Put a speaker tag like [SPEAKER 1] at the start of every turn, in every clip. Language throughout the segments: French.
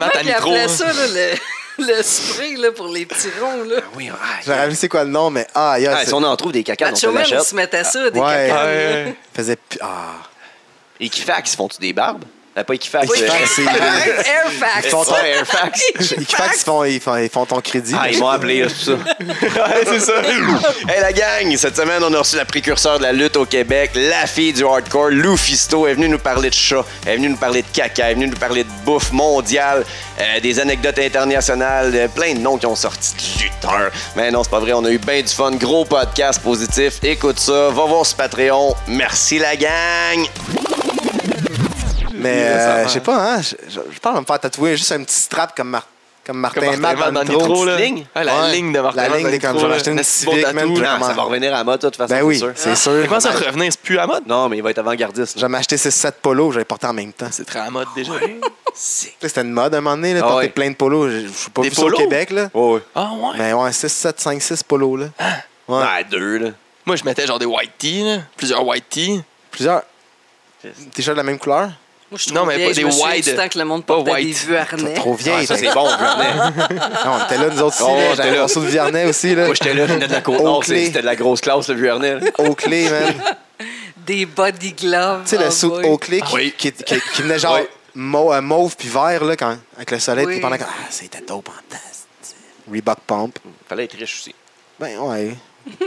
[SPEAKER 1] Comment t'as
[SPEAKER 2] Puis
[SPEAKER 1] nitro?
[SPEAKER 2] après
[SPEAKER 1] hein?
[SPEAKER 2] ça, là, le, le spray là, pour les petits ronds, là.
[SPEAKER 1] Ah Oui, ah,
[SPEAKER 3] J'aurais vu c'est quoi le nom, mais ah, yeah,
[SPEAKER 4] Ah,
[SPEAKER 3] c'est-
[SPEAKER 4] si on en trouve des cacanes, on se
[SPEAKER 2] Macho Man
[SPEAKER 4] l'achète.
[SPEAKER 2] se mettait ça, des
[SPEAKER 3] Ouais.
[SPEAKER 2] cacanes, là.
[SPEAKER 1] ouais.
[SPEAKER 3] faisait. pi- Ah.
[SPEAKER 4] Equifax, font-tu des barbes? Euh, pas Equifax.
[SPEAKER 3] Oui.
[SPEAKER 4] euh,
[SPEAKER 3] Equifax, c'est-
[SPEAKER 2] Airfax.
[SPEAKER 3] Ils font-
[SPEAKER 4] Ouais, Airfax.
[SPEAKER 3] Equifax, ils font, ils, font, ils font ton crédit.
[SPEAKER 4] Ah, ils m'ont appelé, là, c'est ça. ouais, c'est ça. Hey, la gang, cette semaine, on a reçu la précurseur de la lutte au Québec, la fille du hardcore, Lou Fisto, est venue nous parler de chat, est venue nous parler de caca, est venue nous parler de bouffe mondiale, euh, des anecdotes internationales, euh, plein de noms qui ont sorti de lutteurs. Mais non, c'est pas vrai, on a eu bien du fun, gros podcast positif. Écoute ça, va voir sur Patreon. Merci, la gang.
[SPEAKER 3] mais
[SPEAKER 1] Oui, ça
[SPEAKER 3] euh,
[SPEAKER 1] va.
[SPEAKER 3] je sais pas, hein. Je, je, je pense de me faire tatouer juste un petit strap comme, Mar- comme Martin
[SPEAKER 1] Comme Martin
[SPEAKER 3] Matt
[SPEAKER 1] Matt dans
[SPEAKER 3] le trône.
[SPEAKER 1] Nitro, là.
[SPEAKER 4] ligne?
[SPEAKER 1] Ah, la
[SPEAKER 3] Ouais.
[SPEAKER 1] ligne de Martin
[SPEAKER 3] La
[SPEAKER 1] Matt
[SPEAKER 3] ligne
[SPEAKER 1] dans
[SPEAKER 3] des- comme
[SPEAKER 1] Nitro,
[SPEAKER 3] j'aurais
[SPEAKER 1] là.
[SPEAKER 3] acheté une
[SPEAKER 1] Un si beau
[SPEAKER 3] Civic,
[SPEAKER 1] tatou,
[SPEAKER 3] man,
[SPEAKER 1] là.
[SPEAKER 3] puis
[SPEAKER 4] Non, ça va revenir à la mode, de toute façon,
[SPEAKER 3] Ben oui,
[SPEAKER 4] c'est sûr.
[SPEAKER 3] c'est
[SPEAKER 1] Mais
[SPEAKER 3] sûr.
[SPEAKER 1] Comment ça revenir? C'est plus à mode?
[SPEAKER 4] Non, mais il va être avant-gardiste. là.
[SPEAKER 3] J'avais acheté ces 7 polos, j'avais porté en même temps.
[SPEAKER 1] C'est très à
[SPEAKER 3] Ah
[SPEAKER 1] mode déjà.
[SPEAKER 3] C'était une mode à un moment donné, là,
[SPEAKER 4] Ah
[SPEAKER 3] porter
[SPEAKER 4] ouais.
[SPEAKER 3] plein de polos. Je je suis pas
[SPEAKER 4] Des
[SPEAKER 3] vu ça au
[SPEAKER 4] polos?
[SPEAKER 3] Québec, là.
[SPEAKER 4] Ouais, ouais.
[SPEAKER 1] Ah ouais?
[SPEAKER 3] Mais ouais, 6, 7, 5, 6 polos, là. Ouais,
[SPEAKER 4] Ah, deux, là.
[SPEAKER 1] Moi, je mettais genre des white tees, là. plusieurs white tees.
[SPEAKER 3] plusieurs. T-shirts de la même couleur?
[SPEAKER 2] Moi, je suis
[SPEAKER 1] Non,
[SPEAKER 2] trop
[SPEAKER 1] mais
[SPEAKER 2] vieille,
[SPEAKER 1] pas
[SPEAKER 2] je
[SPEAKER 1] des
[SPEAKER 2] me souviens
[SPEAKER 1] wide.
[SPEAKER 2] du temps que le monde
[SPEAKER 1] Pas
[SPEAKER 2] portait des
[SPEAKER 1] white.
[SPEAKER 2] vieux harnais.
[SPEAKER 3] Trop vieille.
[SPEAKER 4] Ah, ça,
[SPEAKER 3] t'es-
[SPEAKER 4] c'est bon, je venais.
[SPEAKER 3] Non, on était là, nous autres aussi.
[SPEAKER 4] Oh,
[SPEAKER 3] là.
[SPEAKER 4] on était
[SPEAKER 3] J'avais
[SPEAKER 4] là.
[SPEAKER 3] un morceau de Vierney aussi. Là.
[SPEAKER 4] Moi, j'étais là, je venais de la côte nord.
[SPEAKER 3] Oakley.
[SPEAKER 4] c'est- C'était de la grosse classe, le vieux Ernest.
[SPEAKER 3] Oakley, man. Tu
[SPEAKER 2] Des body gloves.
[SPEAKER 3] sais,
[SPEAKER 4] Ah,
[SPEAKER 3] le
[SPEAKER 2] oh
[SPEAKER 3] suit
[SPEAKER 2] boy.
[SPEAKER 3] Oakley qui,
[SPEAKER 4] Oui.
[SPEAKER 3] qui, qui- qui venait genre
[SPEAKER 4] Ouais.
[SPEAKER 3] mau- euh, mauve puis vert, là, quand, avec le soleil.
[SPEAKER 2] Oui.
[SPEAKER 3] puis pendant que- Ah, c'était dope en tasse. Reebok Pump.
[SPEAKER 4] Fallait être riche aussi.
[SPEAKER 3] Ben, ouais.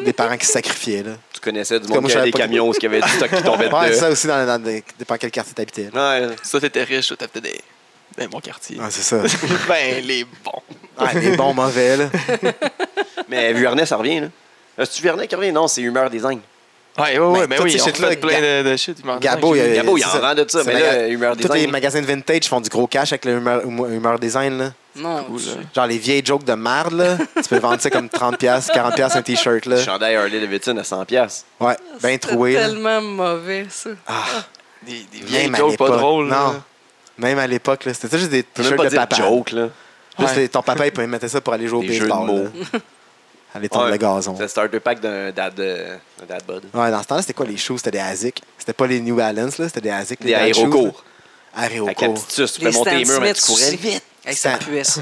[SPEAKER 3] Des parents qui se sacrifiaient, là.
[SPEAKER 4] Tu connaissais
[SPEAKER 3] tout
[SPEAKER 4] du
[SPEAKER 3] cas,
[SPEAKER 4] monde
[SPEAKER 3] moi,
[SPEAKER 4] qui avait
[SPEAKER 3] j'avais
[SPEAKER 4] des
[SPEAKER 3] pas-
[SPEAKER 4] camions, ce qui avait du stock qui tombait
[SPEAKER 3] Ouais,
[SPEAKER 4] dedans.
[SPEAKER 3] ça aussi, dans, dans des- dépend quel quartier t'habitais. là.
[SPEAKER 4] Ouais,
[SPEAKER 1] Ça, t'étais riche, toi, t'as peut-être des, des bons quartiers.
[SPEAKER 3] Ah, c'est ça.
[SPEAKER 1] ben, les bons.
[SPEAKER 3] Ah, des bons mauvais, là.
[SPEAKER 4] mais vieux Ernest, ça revient, là. Ah, C'est-tu Vernet qui revient? Non, c'est Humeur Design.
[SPEAKER 1] Ouais, ouais, ouais,
[SPEAKER 3] Ben,
[SPEAKER 1] mais
[SPEAKER 3] toutes
[SPEAKER 1] oui,
[SPEAKER 3] ces
[SPEAKER 1] on
[SPEAKER 3] shit-là,
[SPEAKER 1] fait plein de, de shit. ils m'en
[SPEAKER 3] Gabo,
[SPEAKER 1] disent,
[SPEAKER 3] il y a.
[SPEAKER 4] Gabo, il
[SPEAKER 3] c'est
[SPEAKER 4] en vend de ça,
[SPEAKER 3] C'est
[SPEAKER 4] mais
[SPEAKER 3] maga-
[SPEAKER 4] là, Humeur
[SPEAKER 3] Tous les
[SPEAKER 4] Design.
[SPEAKER 3] magazines vintage font du gros cash avec le humeur, humeur design, là.
[SPEAKER 2] Non,
[SPEAKER 1] cool, hein. là.
[SPEAKER 3] Genre les vieilles jokes de marde, là. tu peux vendre ça comme 30$, 40$ un t-shirt, là.
[SPEAKER 4] Le Chandail Harley Davidson à 100$. piastres.
[SPEAKER 3] Ouais, ben
[SPEAKER 2] c'était
[SPEAKER 3] troué. là.
[SPEAKER 2] tellement mauvais, ça.
[SPEAKER 4] Ah,
[SPEAKER 1] Des, des vieilles
[SPEAKER 3] Même à
[SPEAKER 1] jokes pas
[SPEAKER 3] l'époque.
[SPEAKER 1] drôles.
[SPEAKER 3] Non.
[SPEAKER 1] là.
[SPEAKER 3] Même à l'époque, là, c'était ça, juste des
[SPEAKER 4] Je peux même
[SPEAKER 3] t-shirts
[SPEAKER 4] pas
[SPEAKER 3] de
[SPEAKER 4] dire
[SPEAKER 3] papa.
[SPEAKER 4] joke, là.
[SPEAKER 3] Juste
[SPEAKER 1] Ouais.
[SPEAKER 3] les- ton papa, il pouvait mettre ça pour aller jouer au
[SPEAKER 4] Des jeux de
[SPEAKER 3] baseball.
[SPEAKER 4] mots.
[SPEAKER 3] là. Aller tomber
[SPEAKER 4] Ouais.
[SPEAKER 3] le gazon.
[SPEAKER 4] C'est le starter pack d'un dad, euh, un dad bod.
[SPEAKER 3] Ouais, dans ce temps-là, c'était quoi les shoes? C'était des ASIC. C'était pas les New Balance, là, c'était des ASIC.
[SPEAKER 4] Des
[SPEAKER 3] aérocours.
[SPEAKER 4] aérocours. Avec la
[SPEAKER 3] Aérocours.
[SPEAKER 4] petite suce, tu
[SPEAKER 2] Les
[SPEAKER 4] pouvais monter
[SPEAKER 2] Stan
[SPEAKER 4] les murs, mais
[SPEAKER 2] Smith,
[SPEAKER 4] tu
[SPEAKER 2] courais
[SPEAKER 4] courais.
[SPEAKER 2] vite. Hey, ça
[SPEAKER 3] Stan-
[SPEAKER 2] puait, ça.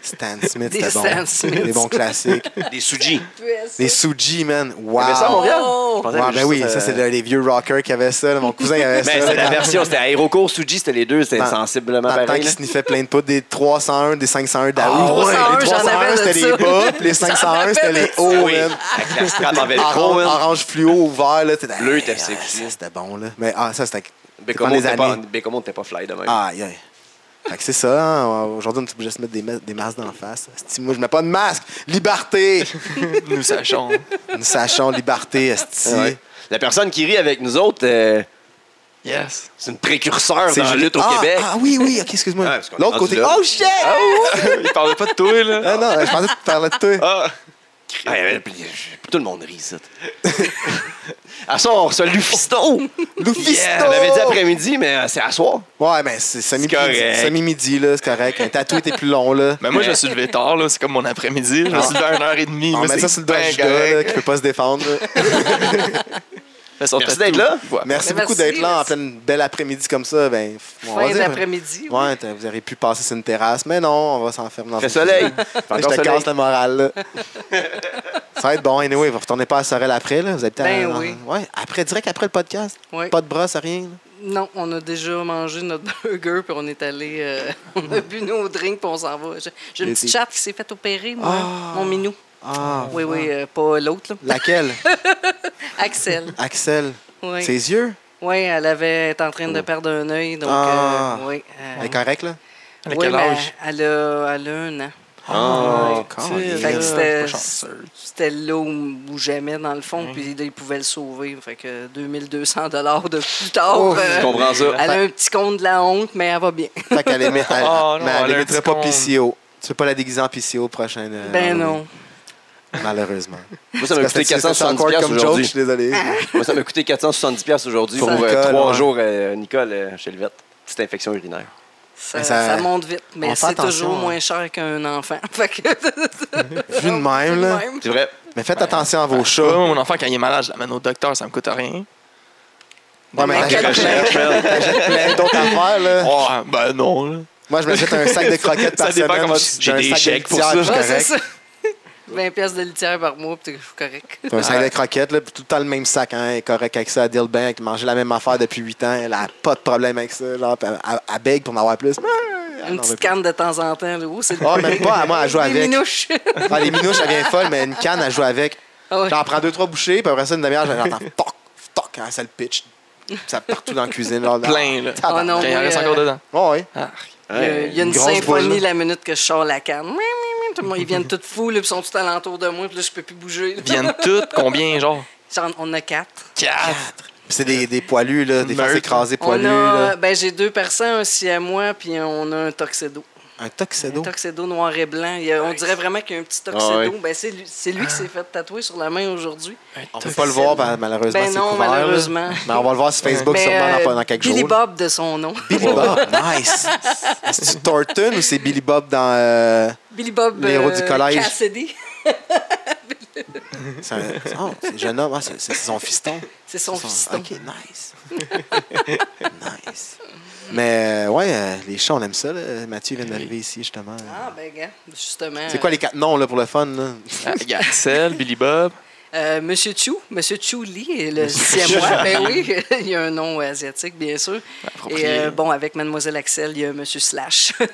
[SPEAKER 3] Stan Smith,
[SPEAKER 2] Des
[SPEAKER 3] c'était bon.
[SPEAKER 2] Stan Smith.
[SPEAKER 3] Des bons classiques.
[SPEAKER 4] Des sujis.
[SPEAKER 2] Puait, ça.
[SPEAKER 3] Les Suji, man. Wow.
[SPEAKER 4] Mais ça, à Ah, Montréal?
[SPEAKER 2] Oh!
[SPEAKER 4] Je pensais
[SPEAKER 3] Ouais,
[SPEAKER 4] que
[SPEAKER 3] ben
[SPEAKER 4] juste euh,
[SPEAKER 3] oui, ça, c'est le- les vieux rockers qui avaient ça. là. Mon cousin il avait ça.
[SPEAKER 4] Ben,
[SPEAKER 3] là,
[SPEAKER 4] c'était la
[SPEAKER 3] quand-
[SPEAKER 4] version, c'était Aérocours, Suji, c'était les deux, c'était
[SPEAKER 3] Dans-
[SPEAKER 4] sensiblement
[SPEAKER 3] Dans le temps
[SPEAKER 4] pareil.
[SPEAKER 3] qu'il
[SPEAKER 4] là.
[SPEAKER 3] sniffait plein de poudres, des 301, des 501 d'Aou.
[SPEAKER 4] Ah ouais,
[SPEAKER 2] 301,
[SPEAKER 3] les
[SPEAKER 2] j'en avais de
[SPEAKER 3] c'était les
[SPEAKER 2] ça.
[SPEAKER 3] bas, puis les 501, c'était les
[SPEAKER 2] J'en
[SPEAKER 3] hauts,
[SPEAKER 4] Ah Oui,
[SPEAKER 3] man.
[SPEAKER 4] avec la strap
[SPEAKER 3] Ah,
[SPEAKER 4] en velcro,
[SPEAKER 3] Orange,
[SPEAKER 4] man.
[SPEAKER 3] orange fluo ou vert, là. t'étais-
[SPEAKER 4] Bleu, t'as- c'est-
[SPEAKER 3] Ah, ça, C'était bon, là. Mais ah, ça, c'était.
[SPEAKER 4] Bécomo,
[SPEAKER 3] dépend des
[SPEAKER 4] t'es pas,
[SPEAKER 3] années.
[SPEAKER 4] Bécomo, t'es pas fly de même.
[SPEAKER 3] Ah, yeah. Fait que c'est ça, hein. Aujourd'hui, on est obligé de se mettre des, ma- des masques d'en face. Esti, Moi, je mets pas de masque. Liberté.
[SPEAKER 1] Nous sachons.
[SPEAKER 3] Nous sachons liberté, esti.
[SPEAKER 4] Ouais. La personne qui rit avec nous autres, euh,
[SPEAKER 1] Yes.
[SPEAKER 4] c'est une précurseur
[SPEAKER 3] C'est
[SPEAKER 4] dans la
[SPEAKER 3] Julie-
[SPEAKER 4] lutte au
[SPEAKER 3] ah,
[SPEAKER 4] Québec.
[SPEAKER 3] Ah oui, oui, ok, excuse-moi.
[SPEAKER 4] Ouais, parce qu'on est
[SPEAKER 3] L'autre
[SPEAKER 4] rendu
[SPEAKER 3] côté.
[SPEAKER 4] là. Ah,
[SPEAKER 3] Oh shit!
[SPEAKER 1] il parlait pas de toi, là.
[SPEAKER 3] Ah non, je pensais que tu parlais de toi.
[SPEAKER 1] Ah.
[SPEAKER 4] Ah, euh, puis, je- puis tout le monde rit, ça. à soir, on reçoit Lufisto.
[SPEAKER 3] Oh, Lufisto!
[SPEAKER 4] Yeah, on avait dit après-midi, mais euh, c'est à soir.
[SPEAKER 3] Ouais, mais c'est semi-midi,
[SPEAKER 4] C'est correct.
[SPEAKER 3] semi-midi, là, c'est correct. Un tatou était plus long, là.
[SPEAKER 1] Mais Ben, moi, je me suis levé tard, là. C'est comme mon après-midi. Je me suis levé à 1h30.
[SPEAKER 3] On
[SPEAKER 1] mais
[SPEAKER 3] met ça sur le dos à
[SPEAKER 1] ben
[SPEAKER 3] Judas,
[SPEAKER 1] correct.
[SPEAKER 3] là, qui peut pas se défendre. là.
[SPEAKER 1] Fais son
[SPEAKER 4] Merci
[SPEAKER 1] tatou.
[SPEAKER 4] d'être là.
[SPEAKER 1] Ouais.
[SPEAKER 3] Merci
[SPEAKER 2] Mais
[SPEAKER 3] beaucoup
[SPEAKER 2] merci,
[SPEAKER 3] d'être là en
[SPEAKER 2] merci.
[SPEAKER 3] pleine belle après-midi comme ça. Ben, f- on va
[SPEAKER 2] Fin
[SPEAKER 3] dire-
[SPEAKER 2] d'après-midi. oui.
[SPEAKER 3] Ouais, t'as- vous auriez pu passer sur une terrasse, mais non, on va s'enfermer dans
[SPEAKER 4] Fait
[SPEAKER 3] une
[SPEAKER 4] soleil.
[SPEAKER 3] cuisine.
[SPEAKER 4] Fait
[SPEAKER 3] Je
[SPEAKER 4] encore
[SPEAKER 3] te
[SPEAKER 4] soleil.
[SPEAKER 3] casse le moral, là. Ça va être bon, anyway. Vous retournez pas à Sorel après, là. Vous êtes
[SPEAKER 2] Ben oui.
[SPEAKER 3] Ouais, après, direct après le podcast.
[SPEAKER 2] Ouais.
[SPEAKER 3] Pas de brosse, rien. là.
[SPEAKER 2] Non, on a déjà mangé notre burger, puis on est allé, euh, on a bu nos drinks, puis on s'en va. J'ai j'ai une
[SPEAKER 3] Mais
[SPEAKER 2] petite
[SPEAKER 3] c'est-
[SPEAKER 2] chatte qui s'est fait opérer, moi,
[SPEAKER 3] Ah.
[SPEAKER 2] mon minou.
[SPEAKER 3] Ah.
[SPEAKER 2] Oui, oui, euh, pas l'autre, là.
[SPEAKER 3] Laquelle?
[SPEAKER 2] Axel.
[SPEAKER 3] Axel.
[SPEAKER 2] Oui. Hein?
[SPEAKER 3] Ses yeux?
[SPEAKER 2] Oui, elle avait était en train de perdre un œil, donc
[SPEAKER 3] Oh. Ah.
[SPEAKER 2] euh, oui. euh,
[SPEAKER 3] Elle est correcte, là?
[SPEAKER 1] Elle a
[SPEAKER 2] oui, ben,
[SPEAKER 1] quel
[SPEAKER 2] mais
[SPEAKER 1] âge?
[SPEAKER 2] Elle a, elle a un an.
[SPEAKER 4] Ah,
[SPEAKER 3] Colin.
[SPEAKER 2] Fait que c'était-
[SPEAKER 1] pas chanceux.
[SPEAKER 2] C'était là où, où jamais, dans le
[SPEAKER 1] Mhm.
[SPEAKER 2] fond, puis là, ils pouvaient le sauver. Fait que 2200 de plus tard.
[SPEAKER 3] Oh,
[SPEAKER 2] euh,
[SPEAKER 4] Je comprends ça.
[SPEAKER 2] elle a un petit compte de la honte, mais elle va bien.
[SPEAKER 3] Fait qu'elle aimait, elle,
[SPEAKER 1] Oh non,
[SPEAKER 3] mais elle
[SPEAKER 1] elle a un
[SPEAKER 3] éviterait
[SPEAKER 1] petit
[SPEAKER 3] pas
[SPEAKER 1] con.
[SPEAKER 3] PCO. Tu veux pas la déguiser en PCO prochain. euh,
[SPEAKER 2] Ben
[SPEAKER 3] Halloween.
[SPEAKER 2] non.
[SPEAKER 3] Malheureusement.
[SPEAKER 4] Moi, ça m'a
[SPEAKER 3] Parce que
[SPEAKER 4] coûté
[SPEAKER 3] c'est- c'est
[SPEAKER 4] 470$
[SPEAKER 3] encore comme
[SPEAKER 4] piastres
[SPEAKER 3] joke, je
[SPEAKER 4] aujourd'hui.
[SPEAKER 3] suis désolé.
[SPEAKER 4] Moi, ça m'a coûté 470$ piastres aujourd'hui pour
[SPEAKER 3] Pour
[SPEAKER 4] euh,
[SPEAKER 3] Nicole,
[SPEAKER 4] trois
[SPEAKER 3] ouais.
[SPEAKER 4] jours, euh, Nicole, euh, chez Levette. Petite infection urinaire.
[SPEAKER 2] Ça,
[SPEAKER 3] Mais ça-
[SPEAKER 2] ça monte vite,
[SPEAKER 3] on
[SPEAKER 2] mais
[SPEAKER 3] fait
[SPEAKER 2] c'est
[SPEAKER 3] attention,
[SPEAKER 2] toujours
[SPEAKER 3] hein.
[SPEAKER 2] moins cher qu'un enfant. Fait que
[SPEAKER 3] Vu de même, là.
[SPEAKER 2] même.
[SPEAKER 4] C'est vrai.
[SPEAKER 3] Mais faites attention à vos chats.
[SPEAKER 1] Ouais, moi, mon enfant, quand il est malade, je l'amène au docteur, ça me coûte rien.
[SPEAKER 3] Ouais, mais
[SPEAKER 2] Mais
[SPEAKER 3] t'achètes
[SPEAKER 2] quel-
[SPEAKER 3] Euh. plein- t'achètes plein d'autres affaires, là.
[SPEAKER 1] Oh, ben non, là.
[SPEAKER 3] Moi, je m'achète un sac de croquettes
[SPEAKER 1] Ça
[SPEAKER 3] par
[SPEAKER 1] dépend
[SPEAKER 3] semaine.
[SPEAKER 1] comment
[SPEAKER 3] moi,
[SPEAKER 1] tu-
[SPEAKER 3] j'ai
[SPEAKER 1] j'ai
[SPEAKER 3] un
[SPEAKER 1] des
[SPEAKER 3] sac de
[SPEAKER 1] chèques pour
[SPEAKER 3] litière,
[SPEAKER 1] ça.
[SPEAKER 3] je suis
[SPEAKER 2] Ouais, c'est
[SPEAKER 3] correct.
[SPEAKER 2] ça. 20 pièces de litière par mois, puis je suis correct.
[SPEAKER 3] Puis un sac de croquettes, là, puis tout le temps le même sac, hein, elle est correct avec ça, elle deal bien, elle mangeait la même affaire depuis 8 ans, elle a pas de problème avec ça, genre, puis elle, elle- elle bègue pour en avoir Ah, plus.
[SPEAKER 2] Une petite canne de temps en temps. Là. Oh, c'est
[SPEAKER 3] Ah, même pas, à moi, elle joue
[SPEAKER 2] Des
[SPEAKER 3] avec.
[SPEAKER 2] minouches.
[SPEAKER 3] Ah, les minouches, elle vient folle, mais une canne, elle joue avec.
[SPEAKER 2] Ah ouais.
[SPEAKER 3] J'en prends deux, trois bouchées, puis après ça, une demi-heure, j'entends toc, toc, hein, ça le pitch. Ça partout dans la cuisine. Là,
[SPEAKER 1] Plein, là.
[SPEAKER 3] Ah,
[SPEAKER 2] Oh non,
[SPEAKER 1] Il en
[SPEAKER 2] oui,
[SPEAKER 1] reste
[SPEAKER 2] euh,
[SPEAKER 1] encore dedans.
[SPEAKER 3] Ouais, ouais.
[SPEAKER 2] Il y a- Euh, il y a une
[SPEAKER 3] Une grosse boule,
[SPEAKER 2] symphonie
[SPEAKER 3] là.
[SPEAKER 2] la minute que je sors la canne. Mouin, mouin, mouin. Tout le monde, ils viennent tous fous, là, puis ils sont tous alentour de moi, puis là, je peux plus bouger. là.
[SPEAKER 1] Ils viennent toutes, combien, genre?
[SPEAKER 2] Genre, on a quatre.
[SPEAKER 1] Quatre.
[SPEAKER 3] Puis c'est des, des poilus, là, des faces
[SPEAKER 1] Meurtre.
[SPEAKER 3] écrasées poilues.
[SPEAKER 2] on a,
[SPEAKER 3] là.
[SPEAKER 2] ben, j'ai deux personnes, un siamois, puis on a un toxedo.
[SPEAKER 3] Un
[SPEAKER 2] Un
[SPEAKER 3] tuxedo.
[SPEAKER 2] toxedo noir et blanc. Il y a- On dirait vraiment qu'il y a un petit toxedo.
[SPEAKER 4] Ah ouais.
[SPEAKER 2] ben, c'est lui, c'est lui qui s'est fait tatouer sur la main aujourd'hui.
[SPEAKER 3] On peut pas le voir, ben, malheureusement,
[SPEAKER 2] Ben
[SPEAKER 3] c'est
[SPEAKER 2] non,
[SPEAKER 3] couvert. là.
[SPEAKER 2] malheureusement.
[SPEAKER 3] Mais on va le voir sur Facebook
[SPEAKER 2] Ben,
[SPEAKER 3] sûrement dans-
[SPEAKER 2] euh,
[SPEAKER 3] dans, quelques
[SPEAKER 2] Billy
[SPEAKER 3] jours. là.
[SPEAKER 2] Bob de son nom.
[SPEAKER 3] Billy Bob, nice. C'est Thornton ou c'est Billy Bob dans. euh,
[SPEAKER 2] Billy Bob euh,
[SPEAKER 3] L'héros du collège.
[SPEAKER 2] Cassidy.
[SPEAKER 3] C'est un oh, c'est un jeune homme, ah, c'est c'est son fiston.
[SPEAKER 2] C'est son fiston.
[SPEAKER 3] Ok, nice. nice. Mais euh, ouais, euh, les chats, on aime ça. Là. Mathieu vient d'arriver ici, justement.
[SPEAKER 2] Ah, ben, gars, justement.
[SPEAKER 3] C'est quoi les quatre noms là, pour le fun? Là?
[SPEAKER 1] Ah, il y a Axel, Billy Bob.
[SPEAKER 2] Euh, Monsieur Chu, Monsieur Chu Lee, le siamois, ben oui, il y a un nom asiatique, bien sûr.
[SPEAKER 1] Approprié.
[SPEAKER 2] Et euh, bon, avec Mademoiselle Axel, il y a Monsieur Slash. euh,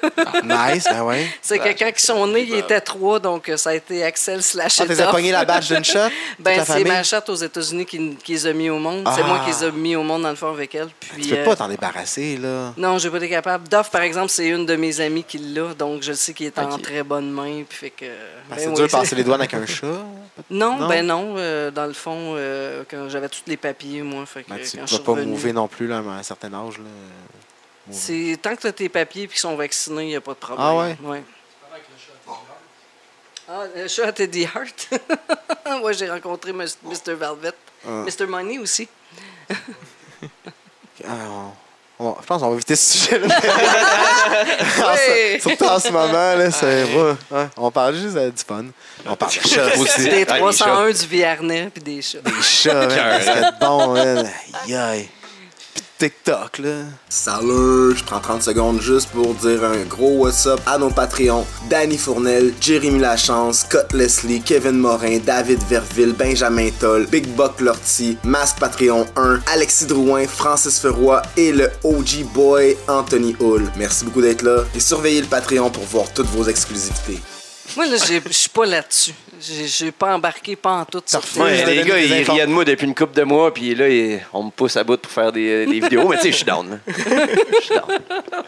[SPEAKER 3] nice, ben ouais.
[SPEAKER 2] C'est que quand ils sont nés, ils étaient trois, donc euh, ça a été Axel Slash
[SPEAKER 3] Ah,
[SPEAKER 2] et
[SPEAKER 3] t'es
[SPEAKER 2] Duff.
[SPEAKER 3] pogné la badge d'une shot? toute
[SPEAKER 2] Ben,
[SPEAKER 3] la
[SPEAKER 2] c'est
[SPEAKER 3] famille?
[SPEAKER 2] ma chatte aux États-Unis qui, qui les a mis au monde. C'est
[SPEAKER 3] Ah.
[SPEAKER 2] moi qui les ai mis au monde, dans le fond, avec elle. Puis,
[SPEAKER 3] Tu peux
[SPEAKER 2] euh,
[SPEAKER 3] pas t'en débarrasser, là.
[SPEAKER 2] non, j'ai pas été capable. Duff, par exemple, c'est une de mes amies qui l'a, donc je sais qu'il est en
[SPEAKER 1] Ok.
[SPEAKER 2] très bonne main. Puis fait que,
[SPEAKER 3] Ben,
[SPEAKER 2] ben
[SPEAKER 3] c'est
[SPEAKER 2] oui,
[SPEAKER 3] dur de
[SPEAKER 2] c'est-
[SPEAKER 3] passer les douanes avec un chat.
[SPEAKER 2] Non,
[SPEAKER 3] Non?
[SPEAKER 2] ben non. euh, dans le fond, euh, quand j'avais tous les papiers, moi. Fait que,
[SPEAKER 3] Ben,
[SPEAKER 2] quand
[SPEAKER 3] tu
[SPEAKER 2] je suis
[SPEAKER 3] vas pas
[SPEAKER 2] revenue-
[SPEAKER 3] mouver non plus là, à un certain âge. Là.
[SPEAKER 2] C'est tant que tu as tes papiers et qu'ils sont vaccinés, il n'y a pas de problème.
[SPEAKER 3] Ah ouais?
[SPEAKER 2] Ah, le chat à Teddy Hart. Moi, j'ai rencontré Mus- Mr. Velvet.
[SPEAKER 3] Ah.
[SPEAKER 2] Mr. Money aussi.
[SPEAKER 3] Ah, on- on va- je pense qu'on va éviter ce sujet-là. Ah,
[SPEAKER 2] Ouais.
[SPEAKER 3] Surtout en ce moment, là, c'est. ouais, ouais. On parle juste euh, du fun.
[SPEAKER 2] Ah,
[SPEAKER 3] On parle de chat aussi.
[SPEAKER 2] Des
[SPEAKER 4] Ah, les
[SPEAKER 2] 301 du Viarnet puis des chats.
[SPEAKER 3] Les chats, man, ça
[SPEAKER 1] hein.
[SPEAKER 3] serait bon, man. Aïe, aïe. Puis TikTok, là. Salut! Je prends 30 secondes juste pour dire un gros what's up à nos Patreons. Danny Fournel, Jérémy Lachance, Scott Leslie, Kevin Morin, David Verville, Benjamin Toll, Big Buck Lorty, Mask Patreon 1, Alexis Drouin, Francis Ferroy et le OG Boy Anthony Hull. Merci beaucoup d'être là et surveillez le Patreon pour voir toutes vos exclusivités.
[SPEAKER 2] Moi, là, j'ai- je suis pas là-dessus. J'ai- J'ai pas embarqué, pas en tout. sur
[SPEAKER 3] Parfait.
[SPEAKER 2] ça.
[SPEAKER 4] Ouais,
[SPEAKER 3] Vous avez
[SPEAKER 4] les gars,
[SPEAKER 3] donné des
[SPEAKER 4] ils
[SPEAKER 3] infos.
[SPEAKER 4] riaient de moi depuis une couple de mois, puis là, ils- on me pousse à bout pour faire des, des vidéos, mais tu sais, je suis down. là. Je suis down.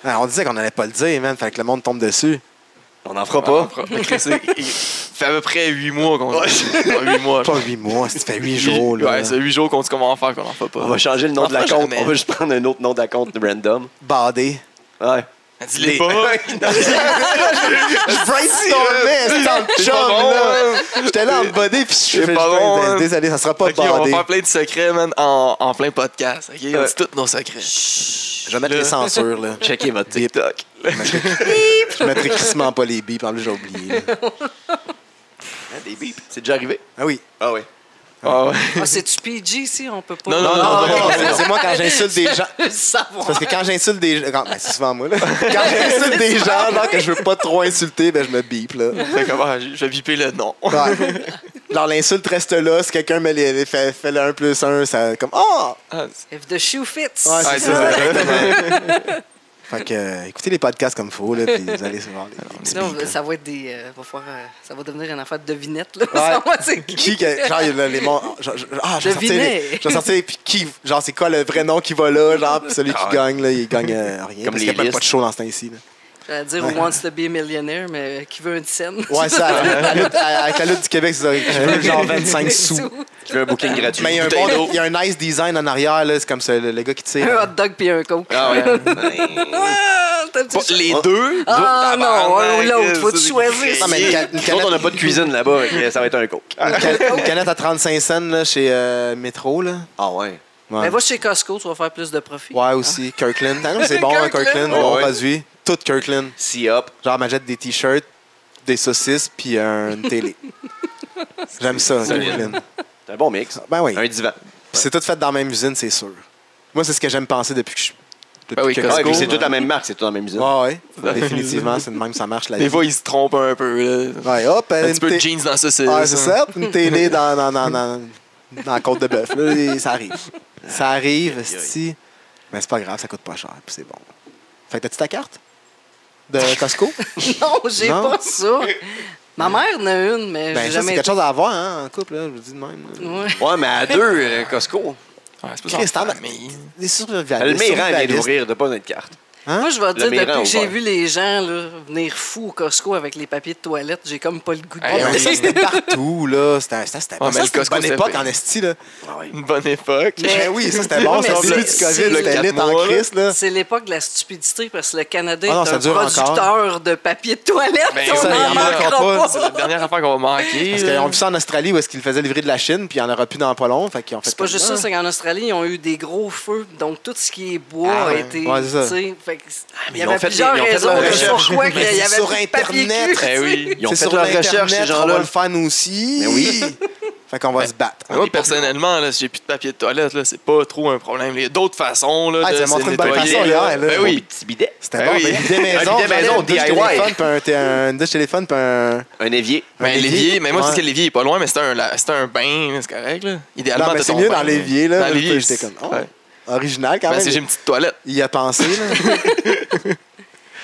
[SPEAKER 3] Ah, on disait qu'on allait pas le dire, man, fait que le monde tombe dessus.
[SPEAKER 4] On n'en fera
[SPEAKER 1] Pas.
[SPEAKER 4] pas.
[SPEAKER 1] Ça fait à peu près huit mois qu'on.
[SPEAKER 4] Ouais.
[SPEAKER 1] Ouais, huit mois.
[SPEAKER 3] Pas 8 mois, ça fait 8 jours, là.
[SPEAKER 1] Ouais, c'est huit jours qu'on dit comment en faire, qu'on en fait
[SPEAKER 4] On va
[SPEAKER 1] pas.
[SPEAKER 4] changer le nom de la
[SPEAKER 1] Enfin,
[SPEAKER 4] compte.
[SPEAKER 1] jamais.
[SPEAKER 4] On va juste prendre un autre nom de la compte random.
[SPEAKER 3] Badé.
[SPEAKER 4] Ouais.
[SPEAKER 1] Dis-les pas.
[SPEAKER 3] Je brainstormais, c'est tant de
[SPEAKER 1] C'est pas
[SPEAKER 3] chum,
[SPEAKER 1] bon, hein.
[SPEAKER 3] là. J'étais là en bonnet, puis je
[SPEAKER 1] C'est
[SPEAKER 3] fais
[SPEAKER 1] pas bon, hein.
[SPEAKER 3] Désolé, ça sera pas
[SPEAKER 1] Ok, on va
[SPEAKER 3] badé.
[SPEAKER 1] faire plein de secrets, man, en, en plein podcast. Ok, on
[SPEAKER 4] Ouais.
[SPEAKER 1] dit tous nos secrets.
[SPEAKER 3] Je vais mettre les censures, là.
[SPEAKER 4] Checkez votre TikTok.
[SPEAKER 3] Je mettrai crissement pas les billes, par là, j'ai oublié. là.
[SPEAKER 4] Ah, Des beeps. C'est déjà arrivé?
[SPEAKER 3] Ah oui.
[SPEAKER 4] Ah oui.
[SPEAKER 1] Ah ouais.
[SPEAKER 2] Ah, C'est-tu PG ici? On peut pas.
[SPEAKER 1] Non,
[SPEAKER 3] Non, non, non,
[SPEAKER 1] non,
[SPEAKER 3] non, c'est- c'est moi quand j'insulte des gens.
[SPEAKER 2] Le savoir.
[SPEAKER 3] C'est Parce que quand j'insulte des gens. Ben, c'est souvent moi, là. Quand j'insulte des gens, là, que je veux pas trop insulter, ben, je me bip, là.
[SPEAKER 1] Fait que, ouais, je je vais viper le nom.
[SPEAKER 3] Ouais. Genre, l'insulte reste là. Si quelqu'un me les- les fait, fait le 1 plus 1, ça. Comme. Oh!
[SPEAKER 1] Ah,
[SPEAKER 2] If the shoe fits.
[SPEAKER 3] Ouais, c'est
[SPEAKER 1] Ouais, c'est
[SPEAKER 3] ça,
[SPEAKER 1] ça.
[SPEAKER 3] exactement. Fait que, euh, écoutez les podcasts comme il faut, là, puis vous allez voir les, les petits
[SPEAKER 2] Sinon,
[SPEAKER 3] bips, là.
[SPEAKER 2] ça va être des. euh, va falloir, euh, ça va devenir une affaire de devinette, là.
[SPEAKER 3] Ouais.
[SPEAKER 2] Savoir c'est qui.
[SPEAKER 3] Qui, que- genre, il y a les mon- genre, je- Ah, j'ai sorti.
[SPEAKER 2] Devinez.
[SPEAKER 3] les- J'ai sorti, puis qui. Genre, c'est quoi le vrai nom qui va là, genre, puis celui qui
[SPEAKER 4] Ah ouais.
[SPEAKER 3] gagne, là, il gagne euh, rien.
[SPEAKER 4] Comme
[SPEAKER 3] parce qu'il n'y
[SPEAKER 4] les
[SPEAKER 3] a même
[SPEAKER 4] listes.
[SPEAKER 3] pas de show dans ce temps-ci, là.
[SPEAKER 2] J'allais dire Who wants to be a millionaire, mais euh, qui veut une scène?
[SPEAKER 3] Ouais, ça, avec la lutte, avec la lutte du Québec, c'est ça. Je veux genre 25 sous.
[SPEAKER 4] Je veux un booking gratuit.
[SPEAKER 3] Mais il y, a un
[SPEAKER 4] Bouteille
[SPEAKER 3] bon-
[SPEAKER 4] d'eau.
[SPEAKER 3] il y a un nice design en arrière, là. C'est comme ça, le, le gars qui
[SPEAKER 2] un hot
[SPEAKER 3] tire.
[SPEAKER 2] dog puis un coke.
[SPEAKER 4] Ah ouais.
[SPEAKER 1] Euh,
[SPEAKER 2] Ah, t'as le petit
[SPEAKER 1] Pas
[SPEAKER 2] chat.
[SPEAKER 1] les
[SPEAKER 3] Oh,
[SPEAKER 1] deux?
[SPEAKER 2] Ah non, un ou
[SPEAKER 3] ben,
[SPEAKER 2] l'autre, faut
[SPEAKER 1] tu
[SPEAKER 2] choisir.
[SPEAKER 3] Non,
[SPEAKER 4] Ah,
[SPEAKER 3] mais une, ca- une
[SPEAKER 4] Nous autres, on
[SPEAKER 3] canette,
[SPEAKER 4] n'a pas de cuisine là-bas, fait que ça va être un coke. Ah,
[SPEAKER 3] une ca- une canette à 35 cents, là, chez euh, Métro, là.
[SPEAKER 4] Ah ouais.
[SPEAKER 3] Ouais.
[SPEAKER 2] Mais va chez Costco, tu vas faire plus de profit.
[SPEAKER 3] Ouais, aussi. Kirkland. Ah non, c'est bon, hein, Kirkland.
[SPEAKER 2] Kirkland.
[SPEAKER 3] Bon
[SPEAKER 4] Ouais.
[SPEAKER 3] produit. Tout Kirkland.
[SPEAKER 4] Si up.
[SPEAKER 3] Genre, m'achète des t-shirts, des saucisses, puis euh, une télé. J'aime ça,
[SPEAKER 4] Solide.
[SPEAKER 3] Kirkland.
[SPEAKER 4] C'est un bon mix.
[SPEAKER 3] Ben oui.
[SPEAKER 4] Un divan.
[SPEAKER 3] Puis c'est tout fait dans la même usine, c'est sûr. Moi, c'est ce que j'aime penser depuis que je suis
[SPEAKER 1] Ben oui,
[SPEAKER 3] depuis
[SPEAKER 1] Costco,
[SPEAKER 4] Ouais, puis
[SPEAKER 1] go,
[SPEAKER 4] c'est
[SPEAKER 1] ouais.
[SPEAKER 4] toute la même marque, c'est toute la même usine.
[SPEAKER 3] Ouais, ouais. Définitivement, c'est de même, ça marche la
[SPEAKER 1] Des
[SPEAKER 3] vie.
[SPEAKER 1] fois, ils se trompent un peu. Là.
[SPEAKER 3] Ouais, hop,
[SPEAKER 1] Un
[SPEAKER 3] une
[SPEAKER 1] petit peu de
[SPEAKER 3] té-
[SPEAKER 1] jeans dans ça, c'est.
[SPEAKER 3] Ouais, Ah, c'est ça. puis Une télé dans, dans, dans, dans, dans la côte de bœuf. Là, et ça arrive. Ça arrive, si. Mais c'est pas grave, ça coûte pas cher, puis c'est bon. Fait que t'as-tu ta carte? De Costco?
[SPEAKER 2] Non, j'ai
[SPEAKER 3] Non.
[SPEAKER 2] pas ça. Ma mère en a une, mais j'ai
[SPEAKER 3] Ben, ça, c'est
[SPEAKER 2] jamais.
[SPEAKER 3] quelque Hein? chose à avoir, hein, en couple, là, je vous dis de même. là.
[SPEAKER 2] Ouais.
[SPEAKER 4] Ouais, mais à deux, euh, Costco.
[SPEAKER 1] Ouais, c'est pas
[SPEAKER 3] Chris,
[SPEAKER 1] ça.
[SPEAKER 3] t'en as-
[SPEAKER 1] Mais...
[SPEAKER 3] Des
[SPEAKER 4] Le
[SPEAKER 3] survivalistes.
[SPEAKER 4] Méran vient
[SPEAKER 3] survivalistes.
[SPEAKER 4] d'ouvrir, de pas notre carte.
[SPEAKER 2] Moi, je vais
[SPEAKER 4] Le
[SPEAKER 2] dire, depuis
[SPEAKER 4] Méran
[SPEAKER 2] que j'ai
[SPEAKER 4] ouvert.
[SPEAKER 2] vu les gens là, venir fous au Costco avec les papiers de toilette, j'ai comme pas le goût de
[SPEAKER 1] Hey,
[SPEAKER 3] Ouais, mais ça,
[SPEAKER 1] oui.
[SPEAKER 2] boire.
[SPEAKER 3] c'était Ben, partout, là. C'était ça, c'était
[SPEAKER 1] Ouais, mais
[SPEAKER 3] ça,
[SPEAKER 1] le
[SPEAKER 3] c'était une
[SPEAKER 1] Costco,
[SPEAKER 3] bonne
[SPEAKER 1] c'est
[SPEAKER 3] époque
[SPEAKER 1] pire.
[SPEAKER 3] en esti, là.
[SPEAKER 4] Ah
[SPEAKER 1] Une bonne époque.
[SPEAKER 2] Mais-
[SPEAKER 3] Ben oui, ça, c'était bon.
[SPEAKER 2] Ouais,
[SPEAKER 3] C'est
[SPEAKER 2] mais
[SPEAKER 3] au début du
[SPEAKER 2] c'est-
[SPEAKER 3] COVID,
[SPEAKER 2] c'est-
[SPEAKER 3] c'était
[SPEAKER 1] quatre
[SPEAKER 3] lit en
[SPEAKER 1] mois, là.
[SPEAKER 3] crise, là.
[SPEAKER 2] C'est l'époque de la stupidité parce que le Canada
[SPEAKER 3] Ah non,
[SPEAKER 2] est
[SPEAKER 3] ça
[SPEAKER 2] un
[SPEAKER 3] dure encore.
[SPEAKER 2] producteur de papier de toilette.
[SPEAKER 1] Ben,
[SPEAKER 2] on
[SPEAKER 1] ça,
[SPEAKER 2] n'en
[SPEAKER 1] il en manque
[SPEAKER 2] manquera
[SPEAKER 3] pas.
[SPEAKER 2] pas.
[SPEAKER 1] C'est la dernière affaire qu'on va manquer.
[SPEAKER 3] Parce
[SPEAKER 1] là.
[SPEAKER 2] euh,
[SPEAKER 1] Eh
[SPEAKER 3] qu'on vit ça en Australie où est-ce qu'ils le faisaient livrer de la Chine, puis il n'y en aura plus dans pas long. Fait qu'ils ont fait
[SPEAKER 2] C'est pas
[SPEAKER 3] comme,
[SPEAKER 2] juste ça,
[SPEAKER 3] ah.
[SPEAKER 2] c'est qu'en Australie, ils ont eu des gros feux. Donc, tout ce qui est bois
[SPEAKER 3] Ah,
[SPEAKER 2] a
[SPEAKER 3] ouais.
[SPEAKER 2] été.
[SPEAKER 3] Ouais, c'est ça.
[SPEAKER 2] tu sais, fait que- il y
[SPEAKER 4] ils ont
[SPEAKER 2] avait
[SPEAKER 4] fait-
[SPEAKER 2] plusieurs
[SPEAKER 4] ils ont fait
[SPEAKER 2] raisons
[SPEAKER 4] leur
[SPEAKER 2] de
[SPEAKER 4] recherche.
[SPEAKER 2] pourquoi qu'il y
[SPEAKER 3] Mais
[SPEAKER 2] avait
[SPEAKER 3] c'est sur
[SPEAKER 2] plus de papier
[SPEAKER 1] Eh
[SPEAKER 2] cul,
[SPEAKER 3] Internet.
[SPEAKER 2] tu sais.
[SPEAKER 1] oui.
[SPEAKER 4] Ils ont
[SPEAKER 3] C'est
[SPEAKER 4] fait
[SPEAKER 3] sur
[SPEAKER 4] leur
[SPEAKER 3] l'Internet,
[SPEAKER 4] recherche, ces
[SPEAKER 3] On va
[SPEAKER 4] gens-là.
[SPEAKER 3] le faire nous aussi.
[SPEAKER 4] Mais oui.
[SPEAKER 3] fait qu'on va se battre.
[SPEAKER 1] Moi, personnellement, là, si j'ai plus de papier de toilette, là, c'est pas trop un problème. Il y a d'autres façons. Là,
[SPEAKER 3] Ah,
[SPEAKER 1] de
[SPEAKER 3] tu m'as
[SPEAKER 1] se
[SPEAKER 3] montré une bonne
[SPEAKER 1] nettoyer,
[SPEAKER 3] façon
[SPEAKER 1] là.
[SPEAKER 3] hier, là.
[SPEAKER 1] Ben oui.
[SPEAKER 4] Petit bidet.
[SPEAKER 3] C'était
[SPEAKER 1] Ben
[SPEAKER 3] bon,
[SPEAKER 1] oui.
[SPEAKER 3] mais une bidet maison,
[SPEAKER 4] Un bidet
[SPEAKER 3] j'avais
[SPEAKER 4] maison,
[SPEAKER 3] un douche
[SPEAKER 4] DIY.
[SPEAKER 3] téléphone, puis un, t'es un douche téléphone, puis un...
[SPEAKER 4] Un évier.
[SPEAKER 1] Ben,
[SPEAKER 3] Un
[SPEAKER 1] l'évier, mais moi, c'est
[SPEAKER 3] ouais.
[SPEAKER 1] parce que l'évier est pas loin, mais c'était un, la- c'était un bain, là, c'est correct. Là. Idéalement,
[SPEAKER 3] Non, mais
[SPEAKER 1] t'as
[SPEAKER 3] c'est
[SPEAKER 1] ton
[SPEAKER 3] mieux
[SPEAKER 1] bain,
[SPEAKER 3] dans l'évier, là.
[SPEAKER 1] Dans
[SPEAKER 3] Puis
[SPEAKER 1] l'évier,
[SPEAKER 3] J'étais comme, oh, Ah,
[SPEAKER 1] ouais.
[SPEAKER 3] original quand
[SPEAKER 1] Ben,
[SPEAKER 3] même.
[SPEAKER 1] c'est j'ai une petite toilette.
[SPEAKER 3] Il y a pensé, là.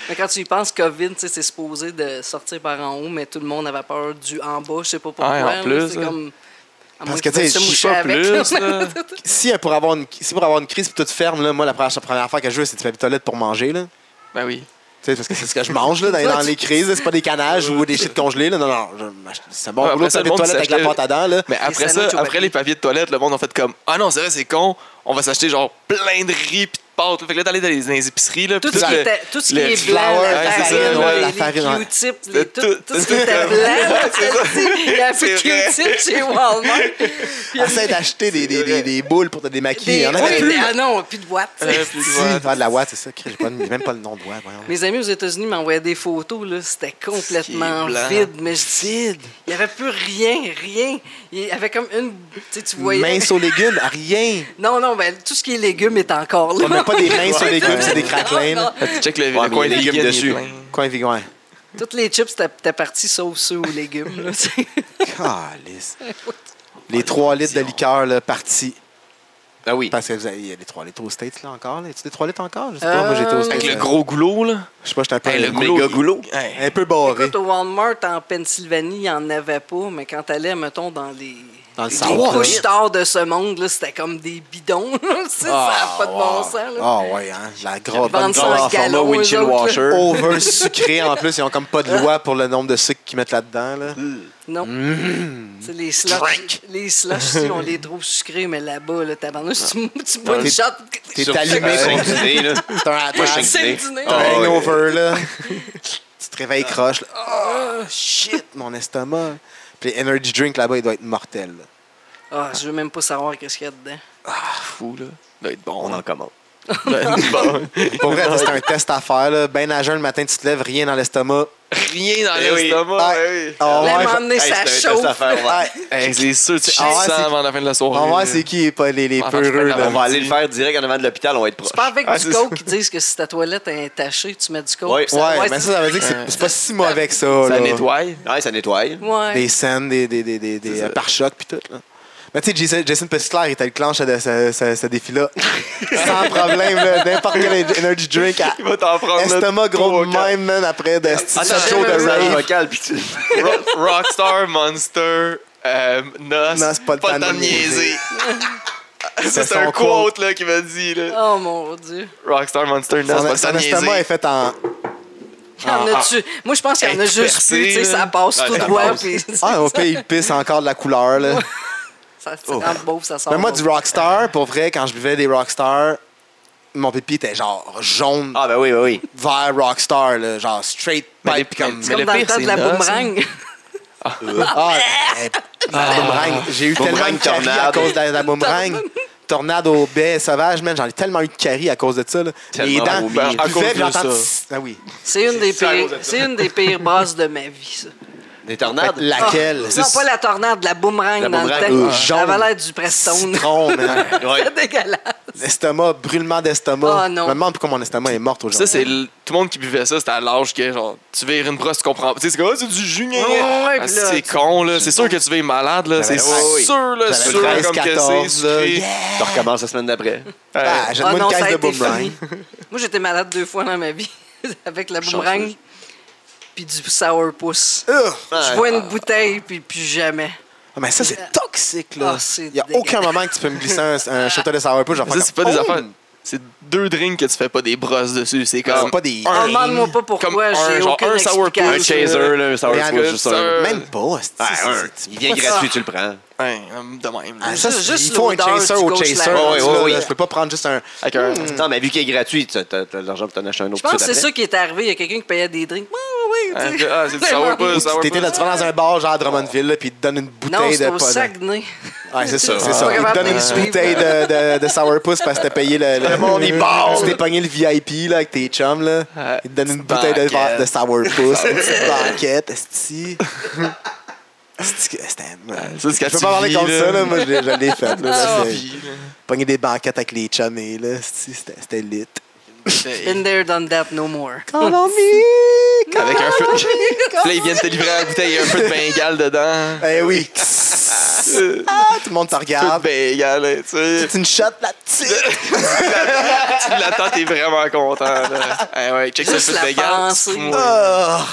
[SPEAKER 2] Mais quand tu y penses, COVID, tu sais, c'est supposé de sortir par en haut, mais tout le monde avait peur du en bas, je sais pas pourquoi.
[SPEAKER 1] Ouais, en
[SPEAKER 2] là,
[SPEAKER 1] plus,
[SPEAKER 2] c'est
[SPEAKER 1] là.
[SPEAKER 2] comme. à
[SPEAKER 3] Parce
[SPEAKER 2] moins
[SPEAKER 3] que,
[SPEAKER 2] qu'ils
[SPEAKER 3] tu sais,
[SPEAKER 2] se
[SPEAKER 3] je
[SPEAKER 2] mouchent
[SPEAKER 1] sais pas
[SPEAKER 2] avec,
[SPEAKER 1] plus,
[SPEAKER 2] là.
[SPEAKER 1] là.
[SPEAKER 3] si, euh, pour avoir une, si pour avoir une crise, puis toute ferme, là, moi, la première, la première affaire que je veux, c'est du papier toilette pour manger, là.
[SPEAKER 1] Ben oui.
[SPEAKER 3] Tu sais, parce que c'est ce que je mange là, dans, dans les crises. là. C'est pas des canages ou des shit congelés. Là. Non, non, je m'ach- c'est un bon
[SPEAKER 1] Ouais,
[SPEAKER 3] rouleau
[SPEAKER 1] après ça,
[SPEAKER 3] de
[SPEAKER 1] le
[SPEAKER 3] papier de
[SPEAKER 1] monde
[SPEAKER 3] toilette avec la
[SPEAKER 1] s'achetait-
[SPEAKER 3] pâte à dents. Là.
[SPEAKER 1] Mais après ça,
[SPEAKER 2] sandwichs au
[SPEAKER 1] après
[SPEAKER 2] papier.
[SPEAKER 1] les papiers de toilette, le monde a fait comme Ah non, c'est vrai, c'est con, on va s'acheter genre plein de riz pis de pâtes. là. Fait que là, t'allais dans les, dans les épiceries, là.
[SPEAKER 2] Tout
[SPEAKER 1] pis
[SPEAKER 2] ce, qui
[SPEAKER 1] le-
[SPEAKER 2] était- tout ce qui
[SPEAKER 1] le
[SPEAKER 2] est
[SPEAKER 1] flour,
[SPEAKER 2] blanc,
[SPEAKER 1] ouais,
[SPEAKER 2] la
[SPEAKER 1] c'est ça,
[SPEAKER 2] farine,
[SPEAKER 1] ouais.
[SPEAKER 3] la
[SPEAKER 2] les-
[SPEAKER 3] farine, ouais.
[SPEAKER 2] les Q-tips,
[SPEAKER 1] C'est
[SPEAKER 2] les- tout,
[SPEAKER 1] tout-
[SPEAKER 2] tout ce qui était
[SPEAKER 1] c'est
[SPEAKER 2] blanc, là, tu sais, il y a plus de
[SPEAKER 1] C'est vrai.
[SPEAKER 2] Q-tips chez Walmart. Puis il y a
[SPEAKER 3] Essaye d'acheter des, des, des, des boules pour te démaquiller. Il y
[SPEAKER 2] des-
[SPEAKER 3] en avait
[SPEAKER 2] oui,
[SPEAKER 3] plus.
[SPEAKER 2] des- Ah non, plus de boîte. tu sais.
[SPEAKER 1] Euh, puis
[SPEAKER 3] Si,
[SPEAKER 1] voilà.
[SPEAKER 3] ah, de la ouate, c'est ça. Christ, J'ai pas- j'ai même pas le nom de ouate. voyons.
[SPEAKER 2] Mes amis aux États-Unis m'envoyaient des photos, là, c'était complètement
[SPEAKER 1] C'est blanc.
[SPEAKER 2] vide, mais je vide. Il n'y avait plus rien, rien. Il y avait comme une. Tu sais, tu voyais.
[SPEAKER 3] Mince aux légumes, rien.
[SPEAKER 2] Non, non, ben, tout ce qui est légumes est encore là.
[SPEAKER 3] On n'a pas des minces aux légumes, c'est des craquelins. là.
[SPEAKER 1] Fait que tu check le,
[SPEAKER 4] Ouais,
[SPEAKER 1] le
[SPEAKER 4] mais
[SPEAKER 1] coin
[SPEAKER 4] il y a des
[SPEAKER 1] vegan,
[SPEAKER 4] légumes
[SPEAKER 1] il est
[SPEAKER 4] dessus.
[SPEAKER 1] plein.
[SPEAKER 3] Coin vigoin.
[SPEAKER 2] Toutes les chips, c'était- t'es parti sauf ceux aux légumes. Là, tu sais.
[SPEAKER 3] Calice. Les 3 litres de liqueur là, partis.
[SPEAKER 4] Ah oui.
[SPEAKER 3] Parce que vous avez- il y a les 3 litres aux States là encore. Là. Y a-tu des 3 litres encore? Je sais pas. Moi, j'étais aux
[SPEAKER 2] Euh,
[SPEAKER 3] States.
[SPEAKER 1] Avec le
[SPEAKER 3] là.
[SPEAKER 1] gros goulot, là.
[SPEAKER 3] Je sais pas, j'étais un peu.
[SPEAKER 1] Hey, le
[SPEAKER 4] méga goulot.
[SPEAKER 1] Hey.
[SPEAKER 3] Un peu barré.
[SPEAKER 2] Écoute, au Walmart en Pennsylvanie, il n'y en avait pas, mais quand t'allais, mettons, dans les.
[SPEAKER 3] Dans le hein.
[SPEAKER 2] les
[SPEAKER 3] South,
[SPEAKER 2] couches
[SPEAKER 3] là.
[SPEAKER 2] d'or de ce monde, là, c'était comme des bidons. là, tu sais, ça n'a pas de bon sens. là.
[SPEAKER 3] Ah ouais, hein? La
[SPEAKER 2] Vendre
[SPEAKER 3] grosse bonne
[SPEAKER 2] ça en
[SPEAKER 3] grosse
[SPEAKER 2] gallon,
[SPEAKER 4] format windshield
[SPEAKER 2] eux autres, là.
[SPEAKER 4] washer.
[SPEAKER 3] over sucré en plus. Ils ont comme pas de loi pour le nombre de sucre qu'ils mettent là-dedans. Là.
[SPEAKER 2] Non. C'est les slushs.
[SPEAKER 3] Mm. Drink.
[SPEAKER 2] Les slushs, si on les trouve sucrés, mais là-bas, là, tabarnouche, tu, tu bois
[SPEAKER 3] T'es-
[SPEAKER 2] une shot.
[SPEAKER 3] T'es
[SPEAKER 4] Sur-
[SPEAKER 3] allumé
[SPEAKER 4] sur-
[SPEAKER 3] contre-
[SPEAKER 4] sur- là.
[SPEAKER 3] T'as un t'as
[SPEAKER 4] Moi,
[SPEAKER 3] un-
[SPEAKER 4] je
[SPEAKER 2] C'est le
[SPEAKER 4] dîner.
[SPEAKER 2] dîner.
[SPEAKER 3] t'as un
[SPEAKER 4] Ah, ouais.
[SPEAKER 3] hangover, là. tu te réveilles croche. Là.
[SPEAKER 2] Ah,
[SPEAKER 3] Oh, shit, mon estomac. Puis les energy drink là-bas, il doit être mortel. là.
[SPEAKER 2] Ah, je veux même pas savoir qu'est-ce qu'il y a dedans.
[SPEAKER 1] Fou, là. Doit être bon.
[SPEAKER 4] On en commande.
[SPEAKER 1] Doit être bon.
[SPEAKER 3] Pour vrai, c'est un test à faire. Là. Ben à jeun, le matin, tu te lèves, rien dans l'estomac.
[SPEAKER 1] Rien dans
[SPEAKER 4] Eh oui.
[SPEAKER 1] l'estomac. eh oui.
[SPEAKER 3] Ah,
[SPEAKER 2] Là,
[SPEAKER 3] ouais,
[SPEAKER 2] elle
[SPEAKER 3] je-
[SPEAKER 2] m'a amené
[SPEAKER 4] Hey,
[SPEAKER 2] sa
[SPEAKER 4] c'est un test à
[SPEAKER 2] chauffe.
[SPEAKER 4] faire, ouais.
[SPEAKER 3] Ouais.
[SPEAKER 1] Hey, c'est sûr, tu chies
[SPEAKER 3] Ah ouais,
[SPEAKER 1] ça
[SPEAKER 3] c'est-
[SPEAKER 1] avant la fin de la soirée.
[SPEAKER 3] On va voir
[SPEAKER 1] là.
[SPEAKER 3] c'est qui pas les, les
[SPEAKER 1] Ah,
[SPEAKER 3] peureux.
[SPEAKER 1] je fais la
[SPEAKER 3] là.
[SPEAKER 4] On va aller le
[SPEAKER 1] dit-
[SPEAKER 4] faire direct en avant de l'hôpital, on va être proche.
[SPEAKER 2] C'est pas avec
[SPEAKER 1] Ah,
[SPEAKER 2] du
[SPEAKER 1] c'est
[SPEAKER 2] coke qui disent que si ta toilette est tachée, tu mets du coke.
[SPEAKER 4] Ouais.
[SPEAKER 2] puis ça-
[SPEAKER 3] Ouais,
[SPEAKER 2] ouais,
[SPEAKER 3] mais
[SPEAKER 2] c'est-
[SPEAKER 3] ça, ça veut dire que c'est- c'est pas si mauvais que ça. là.
[SPEAKER 1] Ça nettoie.
[SPEAKER 4] Ouais, ça nettoie.
[SPEAKER 2] Ouais.
[SPEAKER 3] Des scènes, des, des, des, des, des pare-chocs, puis tout. Là. Mais tu sais, Jason, Jason Petitclerc, il était le clenche de ce, ce, ce défi-là. Sans problème, là, n'importe quel energy drink. à-
[SPEAKER 1] Il va t'en prendre. là,
[SPEAKER 3] Estomac
[SPEAKER 1] trois,
[SPEAKER 3] gros de
[SPEAKER 1] quatre.
[SPEAKER 3] même, man, après de
[SPEAKER 4] Attends,
[SPEAKER 3] ce
[SPEAKER 2] j'ai
[SPEAKER 3] show
[SPEAKER 2] même
[SPEAKER 3] de
[SPEAKER 2] pas-
[SPEAKER 4] message
[SPEAKER 3] rave.
[SPEAKER 4] vocal, puis tu...
[SPEAKER 1] Ro- Rockstar, Monster, euh, Nos.
[SPEAKER 3] Non, c'est pas le temps de
[SPEAKER 1] de
[SPEAKER 3] niaiser.
[SPEAKER 1] niaiser. Ça,
[SPEAKER 3] C'est
[SPEAKER 1] c'est un
[SPEAKER 3] son
[SPEAKER 1] quote là, qui m'a dit. Là.
[SPEAKER 2] Oh mon Dieu.
[SPEAKER 1] Rockstar, Monster, Nos,
[SPEAKER 3] Son,
[SPEAKER 1] pas le temps
[SPEAKER 3] son
[SPEAKER 1] de
[SPEAKER 3] estomac est
[SPEAKER 1] niaiser.
[SPEAKER 3] fait en.
[SPEAKER 2] Y en a-tu- Moi, je pense qu'il y en a
[SPEAKER 1] Être
[SPEAKER 2] juste
[SPEAKER 1] percé,
[SPEAKER 2] plus. tu sais,
[SPEAKER 1] là.
[SPEAKER 2] Ça passe
[SPEAKER 1] Ouais,
[SPEAKER 2] tout
[SPEAKER 1] ça
[SPEAKER 2] droit.
[SPEAKER 1] passe.
[SPEAKER 2] puis-
[SPEAKER 3] Ah, au pire, il pisse encore de la couleur. Là.
[SPEAKER 2] Ça ça rentre beau, ça sort.
[SPEAKER 3] Mais moi,
[SPEAKER 2] beau.
[SPEAKER 3] du rockstar, pour vrai, quand je buvais des rockstar, mon pipi était genre jaune,
[SPEAKER 4] Ah ben oui, ben oui.
[SPEAKER 3] vert rockstar, là, genre straight
[SPEAKER 1] Mais les-
[SPEAKER 3] pipe. comme...
[SPEAKER 1] mais-
[SPEAKER 2] C'est comme
[SPEAKER 1] le
[SPEAKER 2] dans le
[SPEAKER 1] pire,
[SPEAKER 2] temps
[SPEAKER 1] c'est
[SPEAKER 2] de la
[SPEAKER 1] là, ça.
[SPEAKER 2] boomerang.
[SPEAKER 3] Ah, eh, la boomerang. J'ai eu tellement de
[SPEAKER 4] Boomerang,
[SPEAKER 3] caries à
[SPEAKER 4] tornade.
[SPEAKER 3] cause de la, la boomerang. Tornade au baie sauvage, man, j'en ai tellement eu de caries à cause de ça. Là. Les
[SPEAKER 4] Tellement
[SPEAKER 3] dents,
[SPEAKER 4] vomi.
[SPEAKER 3] je
[SPEAKER 1] À
[SPEAKER 3] buvais,
[SPEAKER 1] cause
[SPEAKER 3] puis
[SPEAKER 1] de
[SPEAKER 3] j'entends...
[SPEAKER 1] ça.
[SPEAKER 3] tss. Ah oui.
[SPEAKER 2] C'est une des
[SPEAKER 1] C'est à
[SPEAKER 2] pires-
[SPEAKER 1] cause de ça.
[SPEAKER 2] c'est une des pires bosses de ma vie, ça.
[SPEAKER 4] Des
[SPEAKER 3] Fait
[SPEAKER 4] tornades.
[SPEAKER 3] que laquelle?
[SPEAKER 2] Ah. Non, pas la tornade, la boomerang
[SPEAKER 4] La
[SPEAKER 2] dans
[SPEAKER 4] boomerang,
[SPEAKER 2] le temps.
[SPEAKER 4] euh,
[SPEAKER 2] Ça avait
[SPEAKER 3] jaune.
[SPEAKER 2] l'air du Prestone.
[SPEAKER 3] Citron, man.
[SPEAKER 4] Ouais.
[SPEAKER 2] C'était dégueulasse.
[SPEAKER 3] L'estomac, brûlement d'estomac.
[SPEAKER 2] Ah, non.
[SPEAKER 3] Je me demande pourquoi mon estomac est mort aujourd'hui.
[SPEAKER 1] Ça, c'est le- tout le monde qui buvait ça, c'était à l'âge que genre, tu vires une brosse, tu comprends pas. Tu sais, c'est comme, Ah, c'est du jus, gna, gna.
[SPEAKER 2] Ouais, ouais,
[SPEAKER 1] Ah,
[SPEAKER 2] puis là,
[SPEAKER 1] C'est
[SPEAKER 2] tu-
[SPEAKER 1] con, là. C'est sûr que tu vas être malade, là.
[SPEAKER 4] J'avais-
[SPEAKER 1] C'est
[SPEAKER 4] ouais, ouais.
[SPEAKER 1] sûr, là.
[SPEAKER 3] J'avais
[SPEAKER 1] Sûr,
[SPEAKER 3] 13,
[SPEAKER 1] comme que
[SPEAKER 3] 14, là.
[SPEAKER 1] c'est.
[SPEAKER 3] Yeah.
[SPEAKER 4] Tu recommences la semaine d'après.
[SPEAKER 3] Ah, j'ai
[SPEAKER 2] Ah
[SPEAKER 3] une
[SPEAKER 2] non, ça
[SPEAKER 3] caisse
[SPEAKER 2] a
[SPEAKER 3] de
[SPEAKER 2] été
[SPEAKER 3] boomerang.
[SPEAKER 2] fini. Moi, j'étais malade deux fois dans ma vie avec la
[SPEAKER 4] Chanceuse.
[SPEAKER 2] boomerang puis du sourpuss.
[SPEAKER 3] Ugh!
[SPEAKER 2] Je vois une bouteille puis plus jamais.
[SPEAKER 3] Ah, Mais ça, c'est toxique, là.
[SPEAKER 2] Ah, c'est Ah.
[SPEAKER 3] Il n'y a
[SPEAKER 2] dégueulasse.
[SPEAKER 3] aucun moment que tu peux me glisser un, un shooter de sourpuss. j'en
[SPEAKER 1] Ça,
[SPEAKER 3] fais
[SPEAKER 1] c'est pas des
[SPEAKER 3] comme,
[SPEAKER 1] affaires. C'est deux drinks que tu fais pas des brosses dessus. C'est
[SPEAKER 3] Oh!
[SPEAKER 1] comme.
[SPEAKER 3] C'est pas des...
[SPEAKER 1] Un-
[SPEAKER 2] Ah, Demande-moi pas
[SPEAKER 1] Comme
[SPEAKER 2] pourquoi,
[SPEAKER 1] un,
[SPEAKER 2] j'ai
[SPEAKER 1] genre,
[SPEAKER 2] aucune
[SPEAKER 1] un sourpuss,
[SPEAKER 2] explication.
[SPEAKER 4] Un chaser, là, un sour
[SPEAKER 3] Mais
[SPEAKER 4] squish,
[SPEAKER 1] un Ah,
[SPEAKER 4] juste un.
[SPEAKER 3] Même pas. c'est-
[SPEAKER 4] Ouais,
[SPEAKER 3] c'est-
[SPEAKER 4] un.
[SPEAKER 3] c'est-
[SPEAKER 4] Il vient
[SPEAKER 2] pas
[SPEAKER 4] gratuit,
[SPEAKER 2] ça.
[SPEAKER 4] tu le prends.
[SPEAKER 1] Ouais, hum, de même. là.
[SPEAKER 3] Ah,
[SPEAKER 2] Juste-
[SPEAKER 3] ça, c'est- il
[SPEAKER 2] juste
[SPEAKER 3] faut un
[SPEAKER 2] l'odeur
[SPEAKER 3] chaser
[SPEAKER 2] du
[SPEAKER 3] au
[SPEAKER 2] Ghost
[SPEAKER 3] chaser.
[SPEAKER 2] Lab.
[SPEAKER 3] rendu
[SPEAKER 4] Ouais, ouais,
[SPEAKER 3] là,
[SPEAKER 4] ouais.
[SPEAKER 3] là. Je peux pas prendre juste un...
[SPEAKER 1] Avec un-
[SPEAKER 4] Mm. Non, mais vu qu'il est gratuit, t'as t'as- t'as de l'argent pour t'en acheter un autre.
[SPEAKER 2] Je pense
[SPEAKER 4] tout
[SPEAKER 2] que
[SPEAKER 4] de
[SPEAKER 2] c'est
[SPEAKER 4] suite
[SPEAKER 2] ça qui est arrivé. Il y a quelqu'un qui payait des drinks. Oui, oui,
[SPEAKER 1] Ah,
[SPEAKER 2] oui. tu sais.
[SPEAKER 1] c'est du sourpuss, sourpuss.
[SPEAKER 3] T'étais là, tu vas dans un bar genre à Drummondville, là, puis ils te donnent une
[SPEAKER 2] Non,
[SPEAKER 3] bouteille de...
[SPEAKER 2] c'est au
[SPEAKER 3] pas de-
[SPEAKER 2] Saguenay.
[SPEAKER 3] Ouais, c'est ça,
[SPEAKER 4] Ah.
[SPEAKER 3] c'est ça. Ils te
[SPEAKER 2] Capable
[SPEAKER 3] donnent
[SPEAKER 2] de
[SPEAKER 3] une
[SPEAKER 2] suivre.
[SPEAKER 3] bouteille de, de, de sourpuss parce que t'as payé le... Le
[SPEAKER 4] monde, il part.
[SPEAKER 3] Tu t'es pogné le VIP, là, avec tes chums, là.
[SPEAKER 1] Ouais.
[SPEAKER 3] Ils te donnent une bouteille de,
[SPEAKER 1] Banquette.
[SPEAKER 3] de sourpuss, une petite banquette, esti. Esti que- C'était...
[SPEAKER 1] c'est ce que
[SPEAKER 3] Je peux
[SPEAKER 1] tu
[SPEAKER 3] pas parler
[SPEAKER 1] vis,
[SPEAKER 3] contre
[SPEAKER 1] là.
[SPEAKER 3] ça, là. Moi, je l'ai- je l'ai fait, là.
[SPEAKER 1] Ah,
[SPEAKER 3] C'est-
[SPEAKER 1] puis, là,
[SPEAKER 3] Pogner des banquettes avec les chums, et là, esti, c'était c'était lit.
[SPEAKER 1] bouteille.
[SPEAKER 2] Been there, done that, no more.
[SPEAKER 3] Call on me! Call
[SPEAKER 1] Avec un feu.
[SPEAKER 3] on
[SPEAKER 1] Puis
[SPEAKER 3] me, call
[SPEAKER 1] là, ils viennent te livrer la bouteille, il y a un feu de bengale dedans.
[SPEAKER 3] Eh oui. Ah, tout le monde te
[SPEAKER 1] Feu de
[SPEAKER 3] regarde.
[SPEAKER 1] bengale, hein, tu sais.
[SPEAKER 3] C'est une shot, la petite.
[SPEAKER 1] Tu l'attends, t'es vraiment content. Là. Eh ouais, check ça,
[SPEAKER 2] Juste
[SPEAKER 1] feu de
[SPEAKER 2] la
[SPEAKER 1] bengale.
[SPEAKER 2] pensée.
[SPEAKER 1] tu te fous, ouais.
[SPEAKER 3] Ah.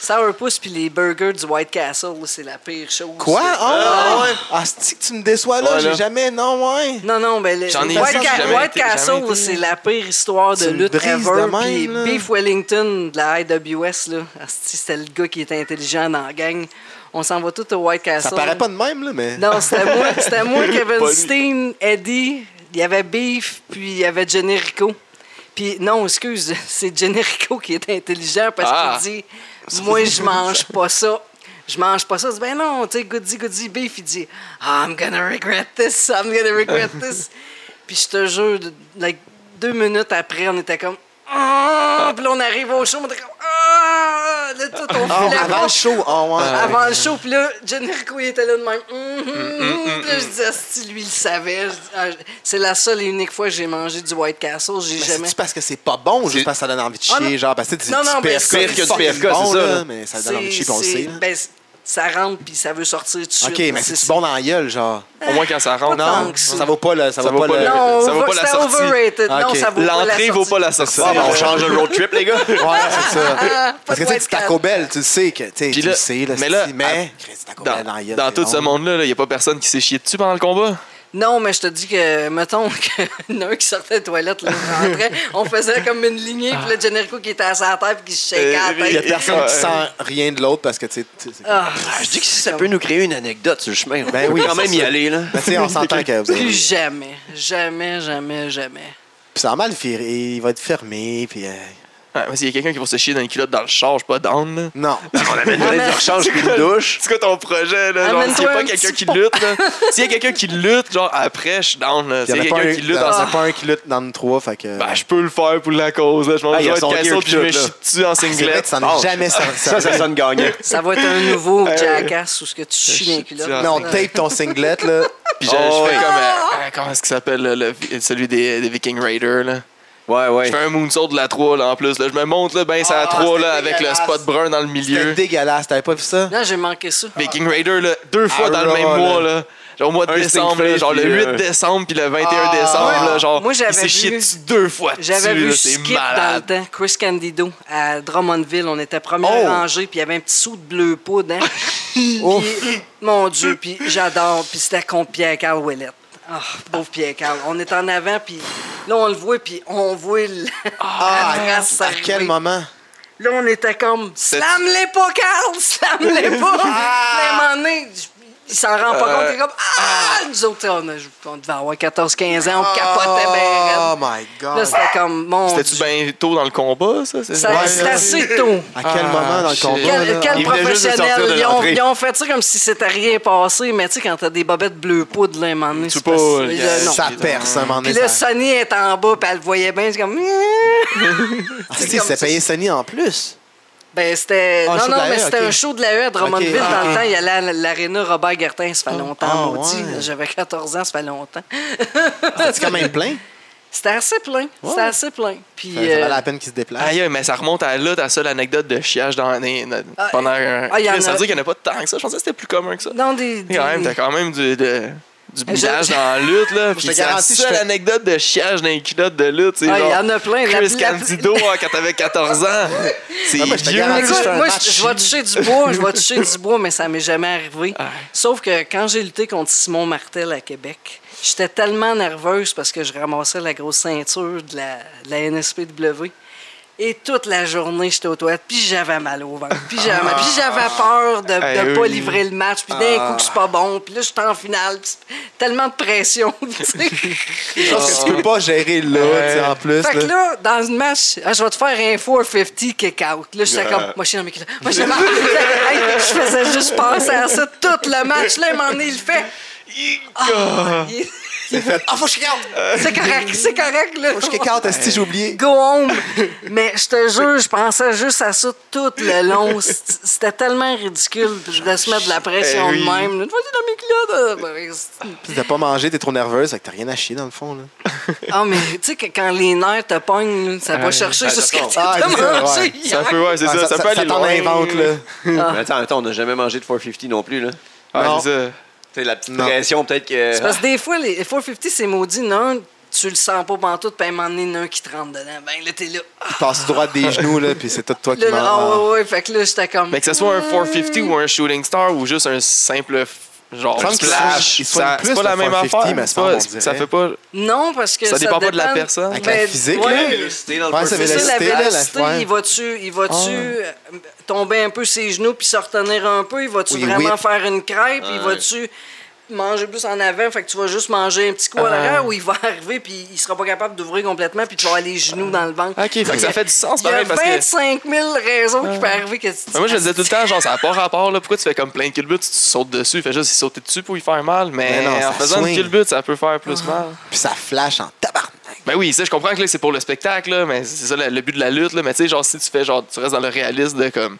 [SPEAKER 2] Sourpuss puis les burgers du White Castle, c'est la pire chose.
[SPEAKER 3] Quoi? Ah,
[SPEAKER 1] Ah,
[SPEAKER 3] ouais. Ah, c'est que tu me déçois là.
[SPEAKER 4] Ouais, là.
[SPEAKER 3] J'ai jamais. Non, ouais.
[SPEAKER 2] Non, non, mais le,
[SPEAKER 1] J'en ai
[SPEAKER 2] White,
[SPEAKER 1] vu,
[SPEAKER 2] Ca-
[SPEAKER 1] j'ai jamais
[SPEAKER 2] White
[SPEAKER 1] été- jamais
[SPEAKER 2] Castle,
[SPEAKER 1] été.
[SPEAKER 2] c'est la pire histoire de
[SPEAKER 3] Tu me
[SPEAKER 2] lutte
[SPEAKER 3] brises
[SPEAKER 2] ever.
[SPEAKER 3] de même,
[SPEAKER 2] Puis
[SPEAKER 3] là.
[SPEAKER 2] Beef Wellington de la IWS, là, asti, c'était le gars qui était intelligent dans la gang. On s'en va tout au White Castle.
[SPEAKER 3] Ça paraît pas de même, là, mais.
[SPEAKER 2] Non, c'était moi, c'était moi, Kevin
[SPEAKER 1] lui.
[SPEAKER 2] Steen, Eddie, il y avait Beef, puis il y avait Generico. Puis non, excuse, c'est Generico qui est intelligent parce
[SPEAKER 1] Ah.
[SPEAKER 2] qu'il dit Moi, je mange pas ça. Je mange pas ça. Je dis, ben non, tu sais, goody, goody, Beef, il dit Ah, I'm gonna regret this, I'm gonna regret this. puis je te jure, de- like, deux minutes après, on était comme Ah! Puis là, on arrive au show, on était comme Ah! Là, tout, on
[SPEAKER 3] Oh,
[SPEAKER 2] filait
[SPEAKER 3] avant
[SPEAKER 2] pas.
[SPEAKER 3] le show. Oh, ouais.
[SPEAKER 2] Avant le show, puis là, Generico, il était là de même. Hum, hum, hum. Puis là, je disais, si lui, il le savait. Je dis, Ah, je- C'est la seule et unique fois que j'ai mangé du White Castle. J'ai
[SPEAKER 3] Mais
[SPEAKER 2] jamais.
[SPEAKER 3] C'est-tu parce que c'est pas bon ou juste parce que ça donne envie de chier?
[SPEAKER 2] Ah, non.
[SPEAKER 3] Genre, parce que tu sais,
[SPEAKER 2] Non, non, mais c'est-
[SPEAKER 3] PFK,
[SPEAKER 4] Pire que du
[SPEAKER 3] fucking
[SPEAKER 4] PFK, c'est
[SPEAKER 3] bon,
[SPEAKER 4] ça,
[SPEAKER 3] là,
[SPEAKER 4] là.
[SPEAKER 3] Mais ça donne envie de chier, puis on le
[SPEAKER 2] c'est-
[SPEAKER 3] sait. là.
[SPEAKER 2] ben, c'est- ça rentre, puis ça veut sortir tout de suite.
[SPEAKER 3] Ok, mais c'est bon dans la gueule, genre.
[SPEAKER 1] Au moins, quand ça rentre,
[SPEAKER 2] tant
[SPEAKER 3] Non,
[SPEAKER 2] que ça.
[SPEAKER 3] ça vaut pas le. Ça
[SPEAKER 1] Ça
[SPEAKER 3] vaut pas le.
[SPEAKER 2] Non,
[SPEAKER 1] ça vaut
[SPEAKER 2] over-
[SPEAKER 1] pas la
[SPEAKER 2] c'était
[SPEAKER 1] sortie.
[SPEAKER 2] overrated. Non,
[SPEAKER 3] Ok.
[SPEAKER 2] ça vaut pas la
[SPEAKER 1] l'entrée vaut
[SPEAKER 2] sortie.
[SPEAKER 1] pas la sortie.
[SPEAKER 4] Bon, ben, on change le road trip, les gars.
[SPEAKER 3] Ouais, c'est ça. Parce que tu sais,
[SPEAKER 2] White Castle.
[SPEAKER 3] du Taco Bell, tu le sais que. tu
[SPEAKER 1] Puis
[SPEAKER 3] sais, Tu
[SPEAKER 1] là-
[SPEAKER 3] le sais, là.
[SPEAKER 1] mais là,
[SPEAKER 3] si, Mais. Christ, Taco Bell la
[SPEAKER 1] Dans,
[SPEAKER 3] gueule,
[SPEAKER 1] dans
[SPEAKER 3] c'est
[SPEAKER 1] tout ce
[SPEAKER 3] bon.
[SPEAKER 1] monde-là, il n'y a pas personne qui s'est chié dessus pendant le combat.
[SPEAKER 2] Non, mais je te dis que, mettons, qu'il y en a un qui sortait des toilettes, là, rentrait, on faisait comme une lignée, puis le Generico qui était à sa terre, puis qui se shakeait à la
[SPEAKER 1] Euh,
[SPEAKER 3] Il y a
[SPEAKER 2] tête.
[SPEAKER 3] personne
[SPEAKER 1] Ouais.
[SPEAKER 3] qui sent rien de l'autre parce que, tu sais, tu sais. c'est-
[SPEAKER 2] Ah,
[SPEAKER 4] Je dis que ça peut nous créer une anecdote sur le chemin. On
[SPEAKER 3] Ben
[SPEAKER 4] peut
[SPEAKER 3] oui,
[SPEAKER 4] quand
[SPEAKER 3] c'est
[SPEAKER 4] même y
[SPEAKER 3] ça.
[SPEAKER 4] aller, là.
[SPEAKER 3] Mais tu sais, on s'entend que. vous avez-
[SPEAKER 2] Plus jamais. Jamais, jamais, jamais.
[SPEAKER 3] Puis ça va mal virer, il va être fermé, puis... euh,
[SPEAKER 1] Ouais, mais s'il y a quelqu'un qui va se chier dans une culotte dans le char, je suis pas down. là.
[SPEAKER 3] Non.
[SPEAKER 4] On amène
[SPEAKER 3] Ah,
[SPEAKER 4] une lettre de rechange et une douche.
[SPEAKER 1] C'est quoi ton projet, là? Genre,
[SPEAKER 2] Amène-toi
[SPEAKER 1] s'il y a pas
[SPEAKER 2] un
[SPEAKER 1] quelqu'un
[SPEAKER 2] petit
[SPEAKER 1] qui
[SPEAKER 2] pot.
[SPEAKER 1] lutte, là. S'il y a quelqu'un qui lutte, genre, après, je suis down, là.
[SPEAKER 3] Il
[SPEAKER 1] S'il y a
[SPEAKER 3] n'y en a pas
[SPEAKER 1] quelqu'un
[SPEAKER 3] un- Ah.
[SPEAKER 1] qui
[SPEAKER 3] il y
[SPEAKER 1] lutte
[SPEAKER 3] en
[SPEAKER 1] dans
[SPEAKER 3] a
[SPEAKER 1] sa
[SPEAKER 3] pas un qui lutte dans le 3, fait que... euh,
[SPEAKER 1] Ben, je peux le faire pour la cause, là. Je m'en
[SPEAKER 4] Ah,
[SPEAKER 1] vais
[SPEAKER 4] il y a
[SPEAKER 1] être
[SPEAKER 4] son gear
[SPEAKER 1] casson,
[SPEAKER 4] pis
[SPEAKER 1] puis je
[SPEAKER 4] tout,
[SPEAKER 1] me
[SPEAKER 4] là.
[SPEAKER 1] chie dessus en
[SPEAKER 3] c'est vrai
[SPEAKER 1] singlet. Ah,
[SPEAKER 3] que ça
[SPEAKER 4] Oh.
[SPEAKER 3] n'est jamais
[SPEAKER 4] Ça,
[SPEAKER 3] sorti.
[SPEAKER 4] ça sonne gagnant.
[SPEAKER 2] Ça va être un nouveau jackass où ce que tu chies dans les culottes.
[SPEAKER 1] ça-
[SPEAKER 3] Non, on tape ton singlet, là.
[SPEAKER 1] Je,
[SPEAKER 4] Puis
[SPEAKER 1] je
[SPEAKER 4] je, je
[SPEAKER 3] Oh,
[SPEAKER 1] fais comme. euh, euh, comment est-ce qu'il s'appelle, là, le- celui des, des Viking Raiders, là?
[SPEAKER 4] fais. Ouais,
[SPEAKER 1] Je
[SPEAKER 4] ouais.
[SPEAKER 1] fais un moonsault de la 3, là, en plus. Là. Je me monte, là, ben, c'est à
[SPEAKER 3] Ah,
[SPEAKER 1] 3, là,
[SPEAKER 3] c'était
[SPEAKER 1] avec le
[SPEAKER 3] dégueulasse.
[SPEAKER 1] spot brun dans le
[SPEAKER 3] C'était
[SPEAKER 1] milieu.
[SPEAKER 3] dégueulasse, t'avais pas vu ça?
[SPEAKER 2] Là, j'ai manqué ça.
[SPEAKER 1] Viking Raider, là, deux fois
[SPEAKER 3] Ah,
[SPEAKER 1] dans le
[SPEAKER 3] là,
[SPEAKER 1] même
[SPEAKER 3] là.
[SPEAKER 1] mois, là. Genre au mois de
[SPEAKER 4] Un
[SPEAKER 1] décembre,
[SPEAKER 4] Stingray,
[SPEAKER 1] là, genre le
[SPEAKER 4] puis,
[SPEAKER 1] 8
[SPEAKER 4] euh,
[SPEAKER 1] décembre puis le 21
[SPEAKER 3] Ah,
[SPEAKER 1] décembre,
[SPEAKER 3] ouais.
[SPEAKER 1] là, genre
[SPEAKER 2] Moi, j'avais
[SPEAKER 1] il s'est chié
[SPEAKER 2] vu-
[SPEAKER 1] dessus deux fois
[SPEAKER 2] J'avais
[SPEAKER 1] dessus,
[SPEAKER 2] vu
[SPEAKER 1] là, c'est
[SPEAKER 2] Skip dans le
[SPEAKER 1] malade.
[SPEAKER 2] temps, Chris Candido à Drummondville. On était première
[SPEAKER 3] Oh!
[SPEAKER 2] rangée, puis il y avait un petit sou de bleu poudre. Hein? Puis, mon Dieu, puis j'adore. Puis c'était contre Pierre-Carl Ouellette. Ah, pauvre Pierre-Carl. On est en avant, puis là, on le voit, puis on voit le...
[SPEAKER 3] Ah,
[SPEAKER 2] la trace
[SPEAKER 3] à
[SPEAKER 2] arriver.
[SPEAKER 3] quel moment?
[SPEAKER 2] Là, on était comme
[SPEAKER 1] C'est-
[SPEAKER 2] Slame-les pas, Carl! Slame-les pas! Ah! Même année, il s'en rend pas compte. Il est comme Ah! Nous autres, on, a- on devait avoir 14-15 ans, on capotait
[SPEAKER 3] Oh
[SPEAKER 2] bien. raide.
[SPEAKER 3] my
[SPEAKER 2] Là,
[SPEAKER 3] God.
[SPEAKER 2] c'était comme Mon
[SPEAKER 1] C'était-tu
[SPEAKER 2] Dieu.
[SPEAKER 1] bien tôt dans le combat, ça? C'est-
[SPEAKER 2] Ça-
[SPEAKER 1] Ouais,
[SPEAKER 2] C'est
[SPEAKER 1] là.
[SPEAKER 2] assez tôt.
[SPEAKER 3] À quel
[SPEAKER 1] Ah,
[SPEAKER 3] moment dans le
[SPEAKER 1] shit.
[SPEAKER 3] combat,
[SPEAKER 2] Quel,
[SPEAKER 3] là?
[SPEAKER 2] quel
[SPEAKER 4] Il venait juste de sortir
[SPEAKER 2] professionnel!
[SPEAKER 4] de
[SPEAKER 2] Ils ont,
[SPEAKER 4] l'entrée.
[SPEAKER 2] ils ont fait ça comme si c'était rien passé, mais tu sais, quand t'as des bobettes bleu poudre, là, à un moment donné,
[SPEAKER 1] Tu
[SPEAKER 2] c'est
[SPEAKER 1] peux
[SPEAKER 2] pas-
[SPEAKER 1] pas, le gars,
[SPEAKER 2] là, non.
[SPEAKER 3] euh, Ça perce, à un moment
[SPEAKER 2] Puis
[SPEAKER 3] donné.
[SPEAKER 2] là,
[SPEAKER 3] ça-
[SPEAKER 2] Sonny est en bas, puis elle le voyait bien, c'est comme.
[SPEAKER 3] Ah, si,
[SPEAKER 2] comme
[SPEAKER 3] c'est
[SPEAKER 2] ça.
[SPEAKER 3] payé Sony en plus.
[SPEAKER 2] Ben, c'était.
[SPEAKER 3] Ah, un
[SPEAKER 2] non,
[SPEAKER 3] show de
[SPEAKER 2] non,
[SPEAKER 3] la
[SPEAKER 2] mais
[SPEAKER 3] E,
[SPEAKER 2] c'était
[SPEAKER 3] ok.
[SPEAKER 2] un show de la E à Drummondville.
[SPEAKER 3] Ok,
[SPEAKER 2] dans
[SPEAKER 3] ok.
[SPEAKER 2] le temps, il allait à l'aréna Robert Gertin. Ça fait longtemps,
[SPEAKER 3] Ah,
[SPEAKER 2] maudit.
[SPEAKER 3] ouais. Ah,
[SPEAKER 2] J'avais 14 ans, ça fait longtemps.
[SPEAKER 3] C'est quand même plein.
[SPEAKER 2] C'était assez plein.
[SPEAKER 3] Ouais.
[SPEAKER 2] C'était assez plein. Puis.
[SPEAKER 3] Ça, ça valait
[SPEAKER 2] euh,
[SPEAKER 3] la peine qu'ils se déplacent.
[SPEAKER 1] Aïe, aïe, mais ça remonte à là, ta seule anecdote de chiage dans l'année. na-
[SPEAKER 2] Ah,
[SPEAKER 1] Pendant un.
[SPEAKER 2] ah, il y en
[SPEAKER 1] Chris, ça
[SPEAKER 2] a-
[SPEAKER 1] veut dire qu'il n'y en a pas tant que ça. Je pensais que c'était plus commun que ça.
[SPEAKER 2] dans des. des-
[SPEAKER 1] Quand même, t'as quand même du. de- Du
[SPEAKER 2] Je-
[SPEAKER 1] millage dans la lutte, là. Puis
[SPEAKER 3] te
[SPEAKER 1] c'est la
[SPEAKER 3] garantis, je
[SPEAKER 1] seule
[SPEAKER 3] fais-
[SPEAKER 1] anecdote de chiage dans les culottes de lutte. c'est
[SPEAKER 2] Ah, il y
[SPEAKER 1] genre
[SPEAKER 2] en a plein. La-
[SPEAKER 1] Chris
[SPEAKER 2] la-
[SPEAKER 1] Candido hein, quand t'avais 14 ans. C'est
[SPEAKER 3] Ah, moi, je te
[SPEAKER 1] vieux.
[SPEAKER 3] garantis,
[SPEAKER 2] Écoute,
[SPEAKER 3] je fais un
[SPEAKER 2] moi,
[SPEAKER 3] match
[SPEAKER 2] je, je vais toucher du bois, je vais toucher du bois, mais ça m'est jamais arrivé.
[SPEAKER 3] Ah
[SPEAKER 2] Sauf que quand j'ai lutté contre Simon Martel à Québec, j'étais tellement nerveuse parce que je ramassais la grosse ceinture de la, de la NSPW. Et toute la journée, j'étais aux toilettes, puis j'avais mal au ventre, puis j'avais mal, puis
[SPEAKER 3] Ah.
[SPEAKER 2] j'avais peur de
[SPEAKER 1] Eh
[SPEAKER 2] ne pas
[SPEAKER 1] oui.
[SPEAKER 2] livrer le match, puis d'un coup, que c'est pas bon, puis là, j'étais en finale, puis c'est tellement de pression, tu sais.
[SPEAKER 3] Je pense que tu peux pas gérer là, tu sais, en plus.
[SPEAKER 2] Fait que
[SPEAKER 3] là.
[SPEAKER 2] là, dans une match, ah, je vais te faire un 450 kick-out. Là,
[SPEAKER 3] Ah.
[SPEAKER 2] j'étais comme, moi, je suis dans mes culottes. Moi, je suis dans mes culottes. Hey, Je faisais juste penser à ça tout le match. Là, à un moment donné, il le fait. Ah, il-
[SPEAKER 3] Ah, faut que je kick out!
[SPEAKER 2] C'est correct, c'est correct, là.
[SPEAKER 3] Faut que je kick out, est-ce que j'ai oublié?
[SPEAKER 2] Go home! Mais je te jure, je pensais juste à ça tout le long. C- C'était tellement ridicule de se mettre de la pression
[SPEAKER 1] Eh
[SPEAKER 2] de
[SPEAKER 1] oui.
[SPEAKER 2] même. Vas-y dans mes culottes! euh.
[SPEAKER 3] Puis t'as pas mangé, t'es trop nerveuse, fait que t'as rien à chier dans le fond. Là.
[SPEAKER 2] Ah, mais tu sais, que quand les nerfs te pognent, là, ça va chercher
[SPEAKER 1] ah,
[SPEAKER 2] jusqu'à
[SPEAKER 1] d'accord.
[SPEAKER 2] ce
[SPEAKER 3] Ah,
[SPEAKER 2] que
[SPEAKER 3] c'est ça, ouais.
[SPEAKER 2] tu
[SPEAKER 1] Ça peut, ouais, c'est
[SPEAKER 3] Ah,
[SPEAKER 1] ça, ça, peut aller
[SPEAKER 3] t'en
[SPEAKER 1] loin.
[SPEAKER 3] invente, là.
[SPEAKER 4] Mais attends, attends, on n'a jamais mangé de 450 non plus, là.
[SPEAKER 1] Ah,
[SPEAKER 3] Non.
[SPEAKER 1] c'est ça.
[SPEAKER 4] Tu sais, la petite
[SPEAKER 3] Non.
[SPEAKER 4] pression, peut-être
[SPEAKER 2] C'est parce
[SPEAKER 4] que.
[SPEAKER 2] que
[SPEAKER 4] Ah,
[SPEAKER 2] des fois, les 450, c'est maudit. Non, tu le sens pas pantoute, puis à un moment donné, il y en a un qui te rentre dedans. Ben là, t'es là. Ah,
[SPEAKER 3] Tu passes droit des genoux, là, puis c'est tout toi qui
[SPEAKER 2] là, là, ah,
[SPEAKER 3] manges.
[SPEAKER 2] ouais, ouais. Fait que là, j'étais comme.
[SPEAKER 1] Mais que ce soit un 450 ou un Shooting Star ou juste un simple f- genre
[SPEAKER 3] Je pense qu'ils
[SPEAKER 1] splash,
[SPEAKER 3] soignent- ils soignent
[SPEAKER 1] ça-
[SPEAKER 3] plus
[SPEAKER 1] c'est pas la
[SPEAKER 3] le
[SPEAKER 1] même
[SPEAKER 3] 450,
[SPEAKER 1] affaire.
[SPEAKER 3] mais
[SPEAKER 1] c'est
[SPEAKER 3] ça,
[SPEAKER 1] pas-
[SPEAKER 3] on
[SPEAKER 1] ça,
[SPEAKER 3] dirait.
[SPEAKER 1] fait pas.
[SPEAKER 2] Non, parce que.
[SPEAKER 1] Ça dépend pas de la personne.
[SPEAKER 3] Avec
[SPEAKER 2] Ben,
[SPEAKER 3] la physique,
[SPEAKER 2] ouais.
[SPEAKER 3] là.
[SPEAKER 4] vélocité dans
[SPEAKER 3] Ouais,
[SPEAKER 2] C'est
[SPEAKER 3] c'est vélocité.
[SPEAKER 4] vélocité.
[SPEAKER 2] ça, la
[SPEAKER 3] là, la-
[SPEAKER 2] vélocité,
[SPEAKER 3] ouais.
[SPEAKER 2] il va-tu il va
[SPEAKER 1] Ah.
[SPEAKER 2] tomber un peu ses genoux puis se retenir un peu? Il va-tu
[SPEAKER 3] Oui,
[SPEAKER 2] vraiment
[SPEAKER 3] whip.
[SPEAKER 2] faire une crêpe? Il
[SPEAKER 4] Ouais.
[SPEAKER 2] va-tu manger plus en avant? Fait que tu vas juste manger un petit
[SPEAKER 1] Ah.
[SPEAKER 2] coup à l'arrière ou il va arriver puis il sera pas capable d'ouvrir complètement puis tu vas avoir les genoux dans le ventre?
[SPEAKER 1] Ah. Ok, fait que ça fait du sens
[SPEAKER 2] Il y a
[SPEAKER 1] pareil parce que.
[SPEAKER 2] 25 000 raisons qui peuvent arriver que tu
[SPEAKER 1] Mais moi, je me disais tout le temps, genre, ça n'a pas rapport, là. Pourquoi tu fais comme plein de kill buts, tu te sautes dessus, fais juste sauter dessus pour y faire mal. Mais,
[SPEAKER 3] Mais non, ça
[SPEAKER 1] en faisant une
[SPEAKER 3] swing.
[SPEAKER 1] kill but, ça peut faire plus
[SPEAKER 2] Ah.
[SPEAKER 1] mal.
[SPEAKER 3] Puis ça flash en tabarnak.
[SPEAKER 1] Ben oui, ça, je comprends que là, c'est pour le spectacle, là, mais c'est ça le, le but de la lutte, là. Mais tu sais, genre, si tu fais, genre, tu restes dans le réalisme de comme.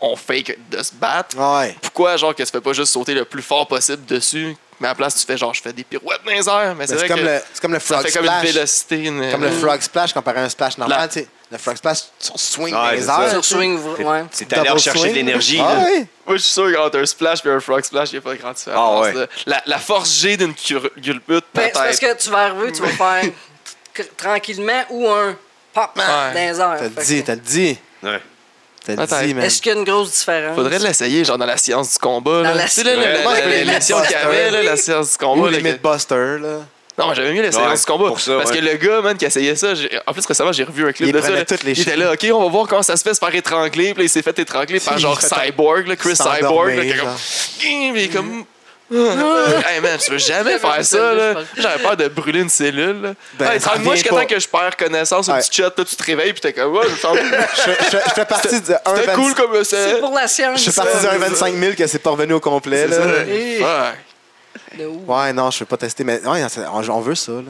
[SPEAKER 1] On fake de se battre.
[SPEAKER 3] Ouais.
[SPEAKER 1] Pourquoi, genre, que tu fais pas juste sauter le plus fort possible dessus, mais à la place, tu fais, genre, je fais des pirouettes dans les airs. Mais c'est
[SPEAKER 3] Mais C'est
[SPEAKER 1] vrai
[SPEAKER 3] comme,
[SPEAKER 1] que
[SPEAKER 3] le- c'est comme le
[SPEAKER 1] ça
[SPEAKER 3] frog
[SPEAKER 1] fait comme une
[SPEAKER 3] splash.
[SPEAKER 1] vélocité. une-
[SPEAKER 3] Comme le
[SPEAKER 2] Mm.
[SPEAKER 3] frog splash comparé à un splash
[SPEAKER 1] La-
[SPEAKER 3] normal, tu sais. Le frog splash, tu swing
[SPEAKER 4] Ouais,
[SPEAKER 3] dans
[SPEAKER 4] c'est
[SPEAKER 3] les
[SPEAKER 4] ça.
[SPEAKER 3] airs.
[SPEAKER 2] Sur
[SPEAKER 3] tu sais.
[SPEAKER 2] swing, ouais. Ben,
[SPEAKER 4] C'est allé
[SPEAKER 3] Double
[SPEAKER 4] rechercher
[SPEAKER 3] swing.
[SPEAKER 4] de l'énergie.
[SPEAKER 3] Ah,
[SPEAKER 4] là.
[SPEAKER 3] ouais.
[SPEAKER 1] Moi, je suis sûr qu'entre un splash et un frog splash, il n'y a pas grand différence.
[SPEAKER 4] Ah ouais.
[SPEAKER 1] là. la, la force G d'une cure- culbute,
[SPEAKER 2] Ben, c'est parce
[SPEAKER 1] peut-être.
[SPEAKER 2] que tu vas arriver, tu vas faire t- tranquillement ou un pop dans les airs.
[SPEAKER 3] T'as le
[SPEAKER 2] Fait que-
[SPEAKER 3] dit, t'as le dit.
[SPEAKER 4] Ouais.
[SPEAKER 3] T'as
[SPEAKER 1] Attends.
[SPEAKER 3] le dit, man.
[SPEAKER 2] Est-ce qu'il y a une grosse différence?
[SPEAKER 1] Faudrait l'essayer, genre dans la science du combat.
[SPEAKER 2] Dans
[SPEAKER 1] là.
[SPEAKER 2] la-
[SPEAKER 1] Tu sais, là, la-
[SPEAKER 4] Ouais,
[SPEAKER 1] la- la-
[SPEAKER 3] les
[SPEAKER 1] l'émission qu'il y avait, là, la science du combat.
[SPEAKER 3] Ou
[SPEAKER 1] là,
[SPEAKER 3] les
[SPEAKER 1] que-
[SPEAKER 3] Mythbusters, là.
[SPEAKER 1] Non, mais j'avais mieux la science
[SPEAKER 4] Ouais,
[SPEAKER 1] du combat.
[SPEAKER 4] pour ça,
[SPEAKER 1] parce
[SPEAKER 4] ouais.
[SPEAKER 1] que le gars, man, qui essayait ça, j'ai- en plus récemment, j'ai revu un clip
[SPEAKER 3] Il
[SPEAKER 1] de ça.
[SPEAKER 3] prenait
[SPEAKER 1] là.
[SPEAKER 3] toutes les
[SPEAKER 1] il était
[SPEAKER 3] shit.
[SPEAKER 1] là, OK, on va voir comment ça se fait se faire étrangler. Puis là, il s'est fait étrangler par
[SPEAKER 3] Il
[SPEAKER 1] genre
[SPEAKER 3] fait un-
[SPEAKER 1] Cyborg, là, Chris
[SPEAKER 3] s'endormir,
[SPEAKER 1] Cyborg. Là, qui est
[SPEAKER 3] genre. Mm.
[SPEAKER 1] comme... Ging, puis il est comme... hey man, tu veux jamais faire ça là. J'avais peur de brûler une cellule. là.
[SPEAKER 3] Ben,
[SPEAKER 1] Hey,
[SPEAKER 3] ça
[SPEAKER 1] Étrangle-moi
[SPEAKER 3] revient
[SPEAKER 1] jusqu'à
[SPEAKER 3] pas.
[SPEAKER 1] temps que je perds connaissance au
[SPEAKER 3] Ouais.
[SPEAKER 1] petit chat, là tu te réveilles puis t'es comme ouais, je me sens-
[SPEAKER 3] Je, je- je fais partie de
[SPEAKER 1] C'était
[SPEAKER 3] 1,25
[SPEAKER 1] cool comme ça.
[SPEAKER 2] C'est pour la science. Euh,
[SPEAKER 3] Je fais partie de
[SPEAKER 2] ça.
[SPEAKER 3] 1,25 000 que c'est pas revenu au complet, là.
[SPEAKER 2] Eh,
[SPEAKER 1] Fuck.
[SPEAKER 2] de ouf.
[SPEAKER 3] Ouais, non, je peux pas tester, mais ouais, c'est- on, on veut ça, là.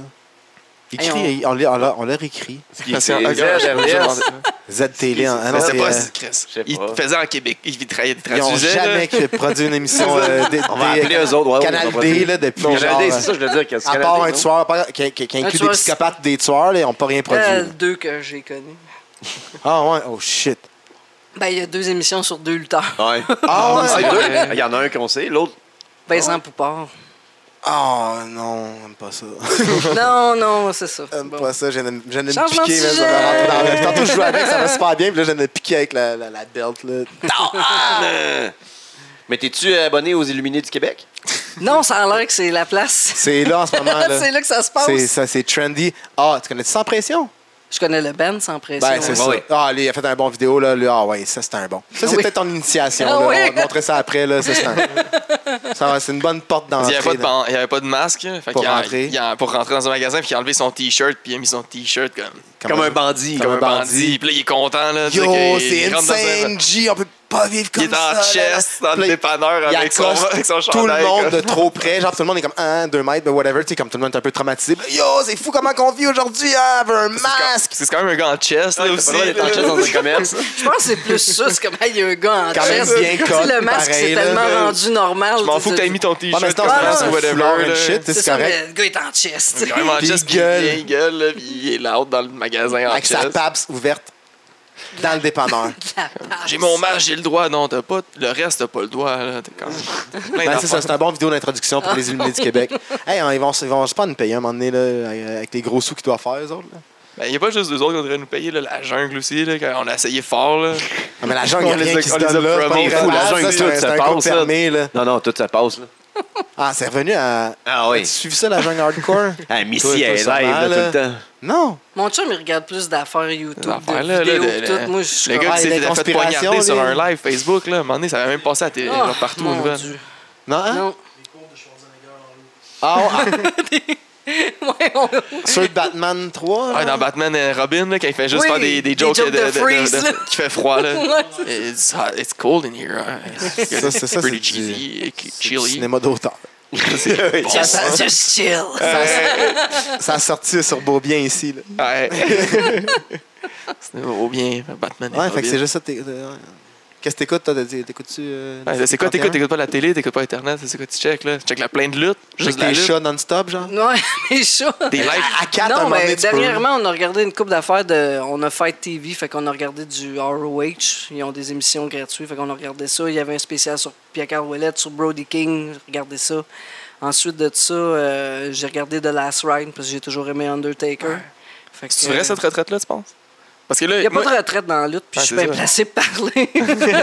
[SPEAKER 3] Écrit,
[SPEAKER 2] Hey,
[SPEAKER 3] on, l'a- on l'a- on leur écrit.
[SPEAKER 1] Parce que-
[SPEAKER 4] C'est-
[SPEAKER 1] ok,
[SPEAKER 4] c'est-
[SPEAKER 1] je me demandais-
[SPEAKER 3] ZTL, hein, non,
[SPEAKER 1] Mais c'est
[SPEAKER 3] c'est,
[SPEAKER 1] pas
[SPEAKER 3] euh,
[SPEAKER 1] si- Chris.
[SPEAKER 4] sais
[SPEAKER 1] Il
[SPEAKER 4] pas.
[SPEAKER 1] faisait en Québec. Il travaillait
[SPEAKER 3] ils ont jamais que- produit une émission euh, des-
[SPEAKER 4] On va
[SPEAKER 3] des-
[SPEAKER 4] appeler eux autres. ouais,
[SPEAKER 3] Canal
[SPEAKER 4] on va
[SPEAKER 3] D
[SPEAKER 4] appeler.
[SPEAKER 3] là, depuis
[SPEAKER 4] Non,
[SPEAKER 3] genre, euh,
[SPEAKER 4] Canal D, c'est ça, je veux dire. que c'est
[SPEAKER 3] à
[SPEAKER 4] Canal
[SPEAKER 3] part
[SPEAKER 4] D,
[SPEAKER 3] un
[SPEAKER 4] non?
[SPEAKER 3] tueur par- qui, qui- qui
[SPEAKER 2] Un
[SPEAKER 3] inclut des
[SPEAKER 2] tueur-
[SPEAKER 3] psychopathes des tueurs, là, ils n'ont pas rien produit.
[SPEAKER 2] Euh,
[SPEAKER 3] là.
[SPEAKER 2] deux que j'ai connus.
[SPEAKER 3] Ah ouais, oh shit.
[SPEAKER 2] Ben, il y a deux émissions sur deux lutteurs.
[SPEAKER 4] Ouais.
[SPEAKER 3] Ah ouais.
[SPEAKER 4] C'est
[SPEAKER 1] Ouais.
[SPEAKER 4] deux. Il y en a un qu'on sait, l'autre.
[SPEAKER 2] Vincent Poupard.
[SPEAKER 3] Ah non, j'aime pas ça.
[SPEAKER 2] non, non, c'est ça.
[SPEAKER 3] J'aime
[SPEAKER 2] Bon.
[SPEAKER 3] Euh, pas ça, j'aime de j'aime de me
[SPEAKER 2] Changement de
[SPEAKER 3] piquer. mais ça va
[SPEAKER 2] sujet.
[SPEAKER 3] rentrer dans le- Tantôt, je jouais avec, ça va super bien, puis là, j'aime de me piquer avec la, la, la belt, là.
[SPEAKER 4] Mais t'es-tu abonné aux Illuminés du Québec?
[SPEAKER 2] Non, ça a l'air que c'est la place.
[SPEAKER 3] C'est là en ce moment, là.
[SPEAKER 2] c'est là que ça se
[SPEAKER 3] C'est
[SPEAKER 2] passe.
[SPEAKER 3] ça, c'est trendy. Ah, tu connais-tu Sans Pression?
[SPEAKER 2] Je connais le band sans pression. hein.
[SPEAKER 3] Ben, c'est
[SPEAKER 4] ouais.
[SPEAKER 3] ça.
[SPEAKER 4] Ouais.
[SPEAKER 3] Ah, lui, il a fait un bon vidéo, là. Lui, ah ouais, ça, c'est un bon. Ça, c'est
[SPEAKER 2] Ah oui.
[SPEAKER 3] peut-être ton initiation,
[SPEAKER 2] Ah
[SPEAKER 3] là.
[SPEAKER 2] oui.
[SPEAKER 3] On va te montrer ça après, là. Ça, c'est un... ça va, c'est une bonne porte
[SPEAKER 1] Il
[SPEAKER 3] d'entrée.
[SPEAKER 1] n'y avait, pas de
[SPEAKER 3] là.
[SPEAKER 1] ban- il y avait pas de masque. Fait
[SPEAKER 3] Pour
[SPEAKER 1] qu'il a-
[SPEAKER 3] rentrer.
[SPEAKER 1] il a- pour rentrer dans un magasin, puis il a enlevé son t-shirt, puis il a mis son t-shirt comme,
[SPEAKER 3] Comme un
[SPEAKER 4] bandit.
[SPEAKER 1] comme
[SPEAKER 3] un
[SPEAKER 1] un bandit.
[SPEAKER 3] bandit.
[SPEAKER 1] Puis là, il est content. Là, de dire
[SPEAKER 3] Yo,
[SPEAKER 1] qu'il-
[SPEAKER 3] c'est
[SPEAKER 1] il rentre dans un-
[SPEAKER 3] insane, G. On peut pas vivre
[SPEAKER 1] Il
[SPEAKER 3] comme
[SPEAKER 1] est
[SPEAKER 3] ça. là,
[SPEAKER 1] en
[SPEAKER 3] là.
[SPEAKER 1] chest, dans le
[SPEAKER 3] Puis là,
[SPEAKER 1] dépanneur,
[SPEAKER 3] il
[SPEAKER 1] avec son,
[SPEAKER 3] accoste
[SPEAKER 1] avec son
[SPEAKER 3] tout le
[SPEAKER 1] chandail, quoi.
[SPEAKER 3] monde de trop près. Genre, tout le monde est comme 1, 2 mètres, ben whatever. Tu sais, comme tout le monde est un peu traumatisé. Puis là, Yo, c'est fou comment qu'on vit aujourd'hui, hein, avec un masque.
[SPEAKER 1] C'est quand même un gars en chest, là, aussi.
[SPEAKER 4] T'as pas le droit d'être en
[SPEAKER 1] là.
[SPEAKER 4] chaise dans un commerce.
[SPEAKER 2] Je pense que c'est plus ça, c'est comme, hey, il y a un gars en
[SPEAKER 3] Quand même
[SPEAKER 2] chest.
[SPEAKER 3] bien
[SPEAKER 2] Tu sais,
[SPEAKER 3] cote,
[SPEAKER 2] le masque,
[SPEAKER 3] pareil,
[SPEAKER 2] c'est
[SPEAKER 3] là.
[SPEAKER 2] tellement rendu normal.
[SPEAKER 1] Je m'en fous que t'aies mis ton
[SPEAKER 3] Ouais, mais
[SPEAKER 1] t-shirt,
[SPEAKER 3] sinon,
[SPEAKER 1] comme
[SPEAKER 3] c'est
[SPEAKER 1] ça,
[SPEAKER 3] un
[SPEAKER 1] whatever.
[SPEAKER 3] foulard and
[SPEAKER 1] là.
[SPEAKER 3] shit,
[SPEAKER 2] C'est
[SPEAKER 3] c'est
[SPEAKER 2] ça,
[SPEAKER 3] correct.
[SPEAKER 2] mais le gars est en chest.
[SPEAKER 1] Il est Vraiment en
[SPEAKER 3] Puis il
[SPEAKER 1] chest, puis
[SPEAKER 3] gueule.
[SPEAKER 1] il gueule, là, puis il est loud dans le magasin en
[SPEAKER 3] Avec sa
[SPEAKER 1] chest.
[SPEAKER 3] PAPS ouverte dans le dépanneur.
[SPEAKER 2] La passe.
[SPEAKER 1] Ah, J'ai mon masque, j'ai le droit. Non, t'as pas... Le reste, t'as pas le doigt, là. T'es quand même... t'as plein
[SPEAKER 3] Ben, c'est ça,
[SPEAKER 1] d'affaires.
[SPEAKER 3] c'est un bon vidéo d'introduction pour les illuminés du Québec. Hey, on- ils vont, ils vont, je pas nous payer un moment donné, là, avec les gros sous qu'ils doivent faire, eux autres. là.
[SPEAKER 1] Ben, y a pas juste deux autres qui devraient nous payer, là, la jungle aussi, là, quand on a essayé fort, là.
[SPEAKER 3] Ah, mais la jungle, il
[SPEAKER 4] On
[SPEAKER 3] a rien
[SPEAKER 4] les a-
[SPEAKER 3] qui
[SPEAKER 4] on
[SPEAKER 3] se
[SPEAKER 4] les a
[SPEAKER 3] donne là.
[SPEAKER 4] promis,
[SPEAKER 3] pas
[SPEAKER 4] fou,
[SPEAKER 3] grave.
[SPEAKER 4] la jungle,
[SPEAKER 3] c'est un-
[SPEAKER 4] tout,
[SPEAKER 3] c'est
[SPEAKER 4] ça
[SPEAKER 3] un groupe
[SPEAKER 4] passe, là.
[SPEAKER 3] fermé, là.
[SPEAKER 4] Non, non, tout ça passe. Là.
[SPEAKER 3] Ah, c'est revenu à...
[SPEAKER 4] Ah
[SPEAKER 3] Tu suivi ça, la jungle hardcore?
[SPEAKER 4] Ah,
[SPEAKER 3] Toi,
[SPEAKER 4] Missy,
[SPEAKER 3] toi,
[SPEAKER 4] elle est live
[SPEAKER 3] sûrement,
[SPEAKER 4] là, tout
[SPEAKER 3] là.
[SPEAKER 4] le temps.
[SPEAKER 3] Non.
[SPEAKER 2] Mon chum, il regarde plus d'affaires YouTube,
[SPEAKER 1] Cette
[SPEAKER 2] de
[SPEAKER 1] affaire-là, là,
[SPEAKER 2] vidéos,
[SPEAKER 1] de-
[SPEAKER 2] pis tout.
[SPEAKER 1] de-
[SPEAKER 2] Moi, je suis
[SPEAKER 1] le
[SPEAKER 2] comme, ah,
[SPEAKER 1] gars qui
[SPEAKER 3] Ouais,
[SPEAKER 1] s'est fait
[SPEAKER 3] la conspiration,
[SPEAKER 1] poignarder sur
[SPEAKER 3] les-
[SPEAKER 1] un live Facebook, là, à un moment donné, ça avait même passé à la télé,
[SPEAKER 2] Ah,
[SPEAKER 1] là, partout.
[SPEAKER 2] mon
[SPEAKER 1] là.
[SPEAKER 2] Dieu.
[SPEAKER 3] Non, hein?
[SPEAKER 2] Non.
[SPEAKER 3] Ah, oh, ah,
[SPEAKER 2] Ouais, on-
[SPEAKER 3] ceux de Batman 3?
[SPEAKER 4] Ah,
[SPEAKER 1] Ouais, Ah, dans Batman et Robin, là, quand il fait juste
[SPEAKER 2] Oui,
[SPEAKER 1] faire des, des
[SPEAKER 2] des
[SPEAKER 1] jokes,
[SPEAKER 2] jokes
[SPEAKER 1] de,
[SPEAKER 2] de freeze, là.
[SPEAKER 1] qui fait froid. Là.
[SPEAKER 2] Ouais,
[SPEAKER 1] it's, hot, it's cold in here. hein. It's
[SPEAKER 3] Ça, c'est- ça,
[SPEAKER 1] pretty
[SPEAKER 3] c'est du-
[SPEAKER 1] cheesy, et
[SPEAKER 3] C'est du
[SPEAKER 1] chilly.
[SPEAKER 3] cinéma d'auteur.
[SPEAKER 1] C'est bon,
[SPEAKER 2] just,
[SPEAKER 1] ça. Euh.
[SPEAKER 2] just chill.
[SPEAKER 3] Ça a sorti sur Beaubien ici. Là.
[SPEAKER 1] Ouais. C'est au bien, Batman et
[SPEAKER 3] Ouais, fait que c'est
[SPEAKER 1] Robin.
[SPEAKER 3] juste ça. t'es- euh, ouais. Qu'est-ce que t'écoutes, toi? t'as dit? T'écoutes-tu... euh,
[SPEAKER 1] Ouais, c'est quoi,
[SPEAKER 3] 31?
[SPEAKER 1] t'écoutes, t'écoutes pas la télé, t'écoutes pas Internet, c'est quoi, tu check là? Tu check la plainte de lutte,
[SPEAKER 3] Juste
[SPEAKER 1] juste la
[SPEAKER 3] des
[SPEAKER 1] lutte,
[SPEAKER 3] chats non-stop, genre?
[SPEAKER 2] Ouais, mais chaud.
[SPEAKER 1] des lives.
[SPEAKER 3] À 4, un
[SPEAKER 2] non,
[SPEAKER 3] moment
[SPEAKER 2] mais
[SPEAKER 3] donné, tu peux.
[SPEAKER 2] dernièrement, on a regardé une coupe d'affaires de. On a Fight TV, fait qu'on a regardé du ROH. Ils ont des émissions gratuites, fait qu'on a regardé ça. Il y avait un spécial sur Pierre Carouellette, sur Brody King, j'ai regardé ça. Ensuite de ça, euh, j'ai regardé The Last Ride, parce que j'ai toujours aimé Undertaker. Fait que,
[SPEAKER 1] C'est vrai cette retraite-là, tu penses? Parce que là,
[SPEAKER 2] Il n'y euh, a
[SPEAKER 1] moi-
[SPEAKER 2] pas de retraite dans la lutte, puis
[SPEAKER 1] Ah,
[SPEAKER 2] je suis
[SPEAKER 1] c'est
[SPEAKER 2] bien
[SPEAKER 1] ça.
[SPEAKER 2] placé pour parler.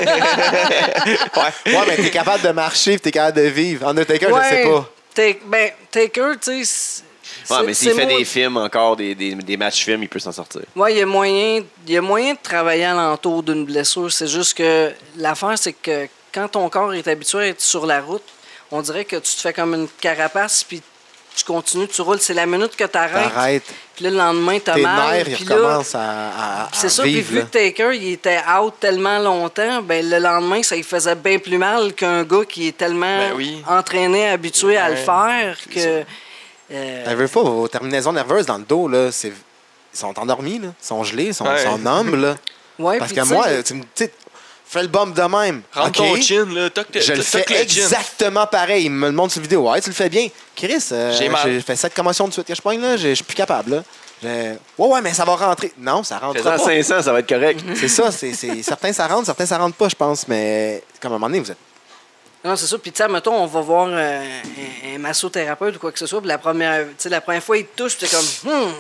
[SPEAKER 3] Ouais, mais t'es capable de marcher pis t'es capable de vivre. Undertaker, je sais
[SPEAKER 2] Ouais,
[SPEAKER 3] pas.
[SPEAKER 2] Take- ben, Taker, tu sais. c'est-
[SPEAKER 4] Ouais,
[SPEAKER 2] c'est-
[SPEAKER 4] mais s'il
[SPEAKER 2] c'est
[SPEAKER 4] fait
[SPEAKER 2] mon-
[SPEAKER 4] des films encore, des, des, des matchs films, il peut s'en sortir.
[SPEAKER 2] Oui, il y a moyen, il y a moyen de travailler à l'entour d'une blessure. C'est juste que l'affaire, c'est que quand ton corps est habitué à être sur la route, on dirait que tu te fais comme une carapace, puis tu continues, tu roules. C'est la minute que tu arrêtes.
[SPEAKER 3] T'arrêtes.
[SPEAKER 2] Puis là, le lendemain, t'as
[SPEAKER 3] Tes
[SPEAKER 2] mal.
[SPEAKER 3] nerfs, ils
[SPEAKER 2] puis là-
[SPEAKER 3] recommencent à, à, à
[SPEAKER 2] puis c'est ça, puis
[SPEAKER 3] vivre.
[SPEAKER 2] vu
[SPEAKER 3] là.
[SPEAKER 2] que Taker, il était out tellement longtemps, ben le lendemain, ça lui faisait bien plus mal qu'un gars qui est tellement
[SPEAKER 1] Ben oui.
[SPEAKER 2] entraîné, habitué à le
[SPEAKER 1] Ouais,
[SPEAKER 2] faire
[SPEAKER 1] c'est
[SPEAKER 2] que... euh,
[SPEAKER 3] Elle veut pas, vos terminaisons nerveuses dans le dos, là, c'est... Ils sont endormis, là. Ils sont gelés, ils sont,
[SPEAKER 1] Ouais.
[SPEAKER 3] ils sont nombres, là.
[SPEAKER 2] ouais,
[SPEAKER 3] Parce
[SPEAKER 2] puis
[SPEAKER 3] que
[SPEAKER 2] tu sais,
[SPEAKER 3] moi, tu me dis, fais le bump de même.
[SPEAKER 1] rentre
[SPEAKER 3] OK?
[SPEAKER 1] ton chin, là, toc,
[SPEAKER 3] Je le
[SPEAKER 1] toc- toc
[SPEAKER 3] fais
[SPEAKER 1] chin.
[SPEAKER 3] exactement pareil. Il me le montre sur vidéo. Ouais, tu le fais bien. Chris, euh,
[SPEAKER 1] J'ai mal.
[SPEAKER 3] j'ai fait cette commotion de suite que je pogne, là. Je je suis plus capable, là. Je- Ouais, ouais, mais ça va rentrer. Non, ça rentre
[SPEAKER 4] Faisant
[SPEAKER 3] pas.
[SPEAKER 4] 500, ça va être correct.
[SPEAKER 2] Mhm.
[SPEAKER 3] C'est ça, c'est, c'est- certains ça rentre, certains ça rentre pas, je pense, mais comme à un moment donné, vous êtes.
[SPEAKER 2] Non, c'est ça. Puis, tu sais, mettons, on va voir euh, un, un massothérapeute ou quoi que ce soit. Puis, la première, tu sais, la première fois, il te touche, puis t'es comme, hum,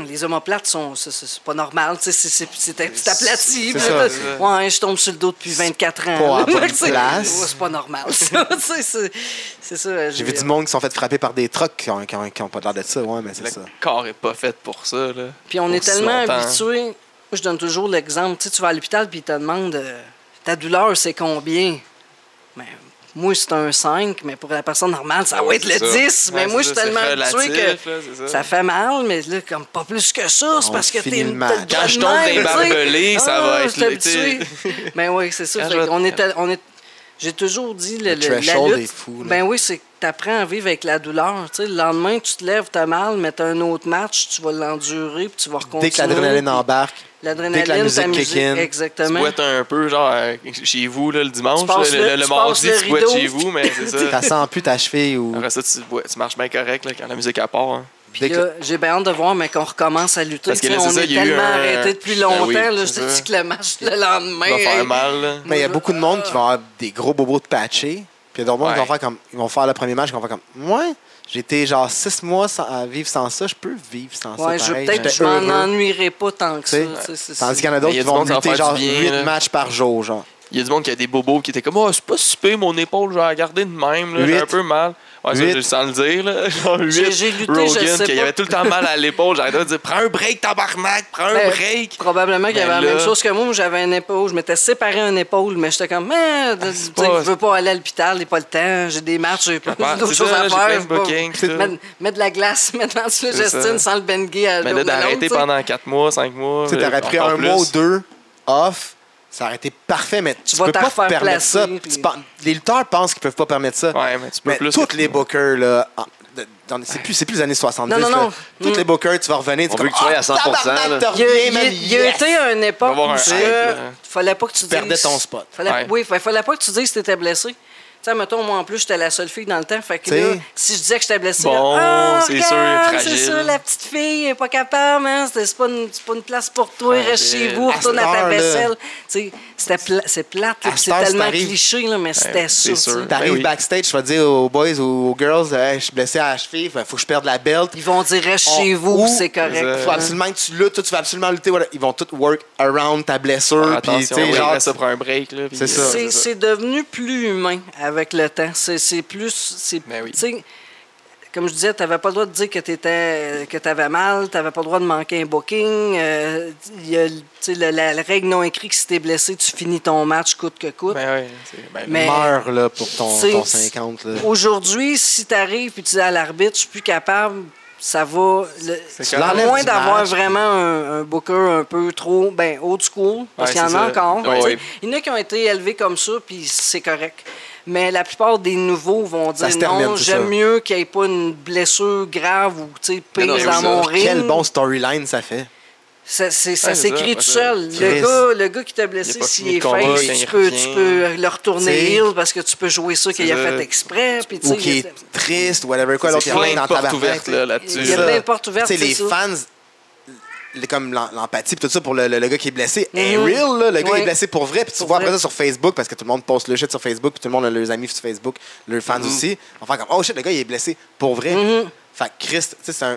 [SPEAKER 2] hum, les omoplates sont. c'est- C'est c'est pas normal. Tu sais, c'est- c'est- c'est un petit aplati.
[SPEAKER 3] C'est
[SPEAKER 2] Puis
[SPEAKER 3] ça.
[SPEAKER 2] là, Ouais, hein, je tombe sur le dos depuis 24 ans.
[SPEAKER 3] pas à
[SPEAKER 2] là.
[SPEAKER 3] bonne
[SPEAKER 2] Tu sais,
[SPEAKER 3] place.
[SPEAKER 2] ouais, c'est pas normal, ça. Tu sais, c'est- c'est ça.
[SPEAKER 3] J'ai vu du monde qui se sont fait frapper par des trucks qui ont, qui ont- qui ont pas l'air de ça, ouais, mais c'est
[SPEAKER 1] Le
[SPEAKER 3] ça.
[SPEAKER 1] corps est pas fait pour ça, là.
[SPEAKER 2] Puis on est
[SPEAKER 1] Aussi
[SPEAKER 2] tellement
[SPEAKER 1] longtemps.
[SPEAKER 2] habitué. Moi, je donne toujours l'exemple. Tu sais, tu vas à l'hôpital puis ils te demandent euh, ta douleur, c'est combien? Ben, moi, c'est un 5, mais pour la personne normale, ça
[SPEAKER 4] Ouais,
[SPEAKER 2] va être
[SPEAKER 4] c'est
[SPEAKER 2] Ah le
[SPEAKER 4] ça.
[SPEAKER 2] 10. mais
[SPEAKER 1] Ouais,
[SPEAKER 2] moi, je
[SPEAKER 1] c'est
[SPEAKER 2] suis
[SPEAKER 1] ça,
[SPEAKER 2] tellement
[SPEAKER 1] c'est
[SPEAKER 2] habitué
[SPEAKER 1] relatif,
[SPEAKER 2] que
[SPEAKER 1] là, c'est ça.
[SPEAKER 2] ça fait mal, mais là, comme pas plus que ça, c'est
[SPEAKER 3] On
[SPEAKER 2] parce que t'es
[SPEAKER 3] finit le
[SPEAKER 2] t'as
[SPEAKER 3] match.
[SPEAKER 2] le
[SPEAKER 1] Quand
[SPEAKER 2] droit
[SPEAKER 1] je
[SPEAKER 2] de
[SPEAKER 1] tombe
[SPEAKER 2] même,
[SPEAKER 1] d'un
[SPEAKER 2] tu sais.
[SPEAKER 1] barbelé, ça
[SPEAKER 2] Ah,
[SPEAKER 1] va
[SPEAKER 2] je
[SPEAKER 1] être
[SPEAKER 2] suis
[SPEAKER 1] là, tu sais.
[SPEAKER 2] habitué. Ben oui, c'est ça.
[SPEAKER 1] Quand
[SPEAKER 2] Fait
[SPEAKER 1] je vais-
[SPEAKER 2] qu'on est, on est... J'ai toujours dit le,
[SPEAKER 3] Le
[SPEAKER 2] le- la
[SPEAKER 3] threshold
[SPEAKER 2] lutte.
[SPEAKER 3] est fou, là.
[SPEAKER 2] ben oui, c'est que t'apprends à vivre avec la douleur. Tu sais, le lendemain, tu te lèves, t'as mal, mais t'as un autre match, tu vas l'endurer, puis tu vas recontinuer.
[SPEAKER 3] Dès que l'adrénaline embarque,
[SPEAKER 2] L'adrénaline,
[SPEAKER 3] dès que la musique
[SPEAKER 2] ta
[SPEAKER 3] kick in,
[SPEAKER 1] Tu
[SPEAKER 2] Exactement.
[SPEAKER 1] boites un peu, genre, euh, chez vous, là, le dimanche,
[SPEAKER 2] Tu passes
[SPEAKER 1] là, le,
[SPEAKER 2] le-
[SPEAKER 1] le
[SPEAKER 2] tu passes
[SPEAKER 1] mardi,
[SPEAKER 2] le
[SPEAKER 1] tu boites
[SPEAKER 2] rideau.
[SPEAKER 1] chez vous, mais c'est ça.
[SPEAKER 3] ça sent plus ta cheville ou.
[SPEAKER 1] Après ça, tu, bois- tu marches bien correct là, quand la musique à part. hein.
[SPEAKER 3] dès
[SPEAKER 2] Puis
[SPEAKER 3] que-
[SPEAKER 2] là, j'ai bien hâte de voir, mais qu'on recommence à lutter.
[SPEAKER 1] Parce que
[SPEAKER 2] Tu sais,
[SPEAKER 1] là, c'est
[SPEAKER 2] on
[SPEAKER 1] ça,
[SPEAKER 2] est
[SPEAKER 1] il y a eu
[SPEAKER 2] tellement
[SPEAKER 1] un-
[SPEAKER 2] arrêté depuis
[SPEAKER 1] Ben oui,
[SPEAKER 2] longtemps.
[SPEAKER 1] c'est
[SPEAKER 2] là, je te
[SPEAKER 1] ça.
[SPEAKER 2] dis que le match le lendemain.
[SPEAKER 1] Ça va faire
[SPEAKER 2] hey,
[SPEAKER 1] mal. là.
[SPEAKER 3] Mais ben, il y a beaucoup de monde qui vont avoir des gros bobos de patchés. Puis il y a d'autres monde qui vont
[SPEAKER 1] Ouais.
[SPEAKER 3] faire comme. Ils vont faire le premier match, ils vont faire comme. Ouais, j'étais genre six mois sans, à vivre sans ça, je peux vivre sans
[SPEAKER 2] Ouais,
[SPEAKER 3] ça.
[SPEAKER 2] je,
[SPEAKER 3] pareil.
[SPEAKER 2] peut-être que je
[SPEAKER 3] J'étais
[SPEAKER 2] m'en
[SPEAKER 3] heureux,
[SPEAKER 2] ennuierai pas tant que
[SPEAKER 3] tu
[SPEAKER 2] ça.
[SPEAKER 3] sais.
[SPEAKER 2] tu sais, c'est-
[SPEAKER 3] Tandis
[SPEAKER 2] c'est-
[SPEAKER 3] qu'il y en a
[SPEAKER 1] Mais
[SPEAKER 3] d'autres
[SPEAKER 1] il y a
[SPEAKER 3] qui
[SPEAKER 1] du
[SPEAKER 3] vont
[SPEAKER 1] monde qui va
[SPEAKER 3] lutter
[SPEAKER 1] faire
[SPEAKER 3] genre
[SPEAKER 1] du bien,
[SPEAKER 3] 8
[SPEAKER 1] là.
[SPEAKER 3] matchs par jour, genre.
[SPEAKER 1] Il y a du monde qui a des bobos qui étaient comme, oh, c'est pas super mon épaule, je vais la garder de même, là, j'ai
[SPEAKER 3] Huit.
[SPEAKER 1] un peu mal. Ouais, ça,
[SPEAKER 3] Huit.
[SPEAKER 1] je- sans le dire, là. Genre, huit.
[SPEAKER 2] J'ai- j'ai lutté,
[SPEAKER 1] Rogan,
[SPEAKER 2] je sais
[SPEAKER 1] qui
[SPEAKER 2] pas.
[SPEAKER 1] avait tout le temps mal à l'épaule, j'arrêtais de dire, prends un break, tabarnak, prends un
[SPEAKER 2] Ben,
[SPEAKER 1] break.
[SPEAKER 2] Probablement qu'il y
[SPEAKER 1] Ben
[SPEAKER 2] avait la
[SPEAKER 1] là-
[SPEAKER 2] même chose que moi. Moi, J'avais un épaule. Je m'étais séparé un épaule, mais j'étais comme, mais, tu sais,
[SPEAKER 1] pas-
[SPEAKER 2] je veux pas aller à l'hôpital, j'ai pas le temps, j'ai des matchs, j'ai pas
[SPEAKER 1] Ouais,
[SPEAKER 2] d'autres
[SPEAKER 1] c'est
[SPEAKER 2] choses
[SPEAKER 1] ça,
[SPEAKER 2] à
[SPEAKER 1] j'ai plein
[SPEAKER 2] faire.
[SPEAKER 1] de
[SPEAKER 2] je peux pas-
[SPEAKER 1] bookings, tout.
[SPEAKER 2] Mettre mettre de la glace, mettre de
[SPEAKER 1] C'est
[SPEAKER 2] la
[SPEAKER 1] ça.
[SPEAKER 2] gestine sans le Bengué à
[SPEAKER 1] Mais
[SPEAKER 2] l'eau
[SPEAKER 1] là,
[SPEAKER 2] de la longue,
[SPEAKER 1] d'arrêter
[SPEAKER 2] tu sais.
[SPEAKER 1] pendant 4 mois, 5 mois.
[SPEAKER 3] Tu sais,
[SPEAKER 1] euh,
[SPEAKER 3] t'aurais pris
[SPEAKER 1] encore
[SPEAKER 3] un
[SPEAKER 1] plus.
[SPEAKER 3] mois ou deux off Ça aurait été parfait, mais tu,
[SPEAKER 2] vas
[SPEAKER 3] peux
[SPEAKER 2] t'en
[SPEAKER 3] pas
[SPEAKER 2] refaire
[SPEAKER 3] te permettre ça.
[SPEAKER 2] placer, puis-
[SPEAKER 3] Tu pen- Les lutteurs pensent qu'ils peuvent pas permettre ça.
[SPEAKER 1] Ouais, mais tu peux
[SPEAKER 3] mais
[SPEAKER 1] plus
[SPEAKER 3] Tous
[SPEAKER 1] que-
[SPEAKER 3] les bookers, là. en- de- dans- C'est plus, c'est plus les années 70.
[SPEAKER 2] Non, non,
[SPEAKER 3] là.
[SPEAKER 2] non. Mm.
[SPEAKER 3] Tous les bookers, tu vas revenir.
[SPEAKER 4] On
[SPEAKER 3] comme, Ah,
[SPEAKER 4] veut que tu sois à 100%,
[SPEAKER 3] tabarnak,
[SPEAKER 4] là.
[SPEAKER 3] t'as
[SPEAKER 2] Il y a,
[SPEAKER 3] rien,
[SPEAKER 2] il y a-
[SPEAKER 3] man,
[SPEAKER 2] il y a
[SPEAKER 3] yes!
[SPEAKER 2] été à une époque
[SPEAKER 1] avoir
[SPEAKER 2] où
[SPEAKER 1] un
[SPEAKER 2] tu-
[SPEAKER 1] hype, là.
[SPEAKER 2] fallait pas que tu dises...
[SPEAKER 3] perdais ton spot.
[SPEAKER 2] Fallait,
[SPEAKER 1] Ouais.
[SPEAKER 2] Oui, fa- fallait pas que tu dises que t'étais blessé. Tu sais, mettons, moi, en plus, j'étais la seule fille dans le temps. Fait que
[SPEAKER 3] T'sais.
[SPEAKER 2] là, si je disais que j'étais blessée, là,
[SPEAKER 1] Bon,
[SPEAKER 2] Ah,
[SPEAKER 1] c'est sûr,
[SPEAKER 2] regarde,
[SPEAKER 1] fragile.
[SPEAKER 2] C'est ça, la petite fille, elle est pas capable, hein. C'est c'est pas, une- c'est pas une place pour toi, reste
[SPEAKER 1] Fragile.
[SPEAKER 2] chez vous, retourne à
[SPEAKER 3] cette
[SPEAKER 2] ta
[SPEAKER 3] heure, là.
[SPEAKER 2] vaisselle. Tu sais, c'était pla- c'est plate, là,
[SPEAKER 3] À
[SPEAKER 2] puis
[SPEAKER 3] cette
[SPEAKER 2] c'est
[SPEAKER 3] heure, si
[SPEAKER 2] tellement
[SPEAKER 3] t'arrives-
[SPEAKER 2] cliché, là, mais c'était
[SPEAKER 1] c'est
[SPEAKER 2] ça.
[SPEAKER 1] sûr.
[SPEAKER 2] tu sais.
[SPEAKER 3] T'arrives
[SPEAKER 1] Ben oui.
[SPEAKER 3] backstage, tu vas dire aux boys ou aux girls, Hey, je suis blessé à la cheville, faut que je perde la belt.
[SPEAKER 2] Ils vont dire reste chez
[SPEAKER 3] On-
[SPEAKER 2] vous,
[SPEAKER 3] ou-
[SPEAKER 2] c'est correct.
[SPEAKER 1] Euh,
[SPEAKER 3] Il faut absolument que tu luttes, toi, tu vas absolument lutter. voilà. Ils vont tout work around ta blessure.
[SPEAKER 1] Ah, Attention,
[SPEAKER 3] Puis, tu sais,
[SPEAKER 1] ouais,
[SPEAKER 3] genre,
[SPEAKER 1] après ça prend un break. là, puis- euh,
[SPEAKER 3] C'est ça.
[SPEAKER 2] C'est- C'est devenu plus humain avec le temps. C'est c'est plus. c'est-
[SPEAKER 1] Ben oui.
[SPEAKER 2] tu sais, Comme je disais, tu n'avais pas le droit de dire que tu que avais mal, tu n'avais pas le droit de manquer un booking. euh, Il y a tu sais, la, la- la règle non écrite que si tu es blessé, tu finis ton match coûte que coûte.
[SPEAKER 1] Ben ouais, c'est- ben,
[SPEAKER 2] Mais-
[SPEAKER 3] meurs là, pour ton,
[SPEAKER 2] C'est-
[SPEAKER 3] ton 50. Là.
[SPEAKER 2] Aujourd'hui, si tu arrives et tu dis à l'arbitre, je suis plus capable, ça va. Le,
[SPEAKER 3] correct.
[SPEAKER 2] à
[SPEAKER 3] L'enlève
[SPEAKER 2] moins
[SPEAKER 3] du
[SPEAKER 2] d'avoir
[SPEAKER 3] match.
[SPEAKER 2] vraiment un, un booker un peu trop ben, old school, parce
[SPEAKER 1] Ouais,
[SPEAKER 2] qu'il y en
[SPEAKER 1] c'est
[SPEAKER 2] a
[SPEAKER 1] ça.
[SPEAKER 2] encore.
[SPEAKER 1] Ouais,
[SPEAKER 2] tu sais.
[SPEAKER 1] ouais.
[SPEAKER 2] Il y en a qui ont été élevés comme ça, puis c'est correct. Mais la plupart des nouveaux vont dire
[SPEAKER 3] Ça se termine,
[SPEAKER 2] non,
[SPEAKER 3] c'est
[SPEAKER 2] j'aime
[SPEAKER 3] ça.
[SPEAKER 2] mieux qu'il n'y ait pas une blessure grave ou tu sais, pire
[SPEAKER 4] non, c'est ça.
[SPEAKER 2] dans mon ring.
[SPEAKER 3] Quel bon storyline ça fait.
[SPEAKER 2] Ça, c'est- ça
[SPEAKER 1] Ouais, c'est
[SPEAKER 2] s'écrit
[SPEAKER 1] ça,
[SPEAKER 2] tout
[SPEAKER 1] parce que-
[SPEAKER 2] seul.
[SPEAKER 3] Chris.
[SPEAKER 2] Le gars, le gars qui t'a
[SPEAKER 1] Il
[SPEAKER 2] blessé,
[SPEAKER 1] a pas
[SPEAKER 2] s'il
[SPEAKER 1] fini
[SPEAKER 2] est
[SPEAKER 1] le combat, il
[SPEAKER 2] face,
[SPEAKER 1] gagne
[SPEAKER 2] tu peux,
[SPEAKER 1] rien.
[SPEAKER 2] tu peux le retourner
[SPEAKER 3] C'est-
[SPEAKER 2] heel parce que tu peux jouer ça qu'il a
[SPEAKER 1] C'est
[SPEAKER 2] fait
[SPEAKER 1] ça.
[SPEAKER 2] exprès. puis tu
[SPEAKER 3] Ou
[SPEAKER 2] sais, il
[SPEAKER 3] qui
[SPEAKER 2] y a-
[SPEAKER 3] est triste, whatever. Quoi, l'autre,
[SPEAKER 1] C'est
[SPEAKER 3] il y en a
[SPEAKER 1] plein
[SPEAKER 3] qui
[SPEAKER 1] de
[SPEAKER 3] en
[SPEAKER 1] portes
[SPEAKER 3] tabarnak,
[SPEAKER 1] ouvertes
[SPEAKER 3] tu
[SPEAKER 1] là,
[SPEAKER 3] sais.
[SPEAKER 1] là-dessus.
[SPEAKER 2] Il y a
[SPEAKER 1] là.
[SPEAKER 2] plein de portes ouvertes,
[SPEAKER 3] Tu sais,
[SPEAKER 2] c'est
[SPEAKER 3] les
[SPEAKER 2] ça.
[SPEAKER 3] fans, le- comme l'em- l'empathie, puis tout ça pour le, le- le gars qui est blessé, est
[SPEAKER 2] Mhm.
[SPEAKER 3] real, là. Le gars
[SPEAKER 2] Ouais.
[SPEAKER 3] est blessé pour vrai, puis tu
[SPEAKER 2] Pour
[SPEAKER 3] vois
[SPEAKER 2] vrai.
[SPEAKER 3] après ça sur Facebook, parce que tout le monde poste le shit sur Facebook, puis tout le monde a leurs amis sur Facebook, leurs fans
[SPEAKER 1] Mhm.
[SPEAKER 3] aussi. Enfin, comme, oh shit, le gars, il est blessé pour vrai. Fait que Christ, tu sais, c'est un.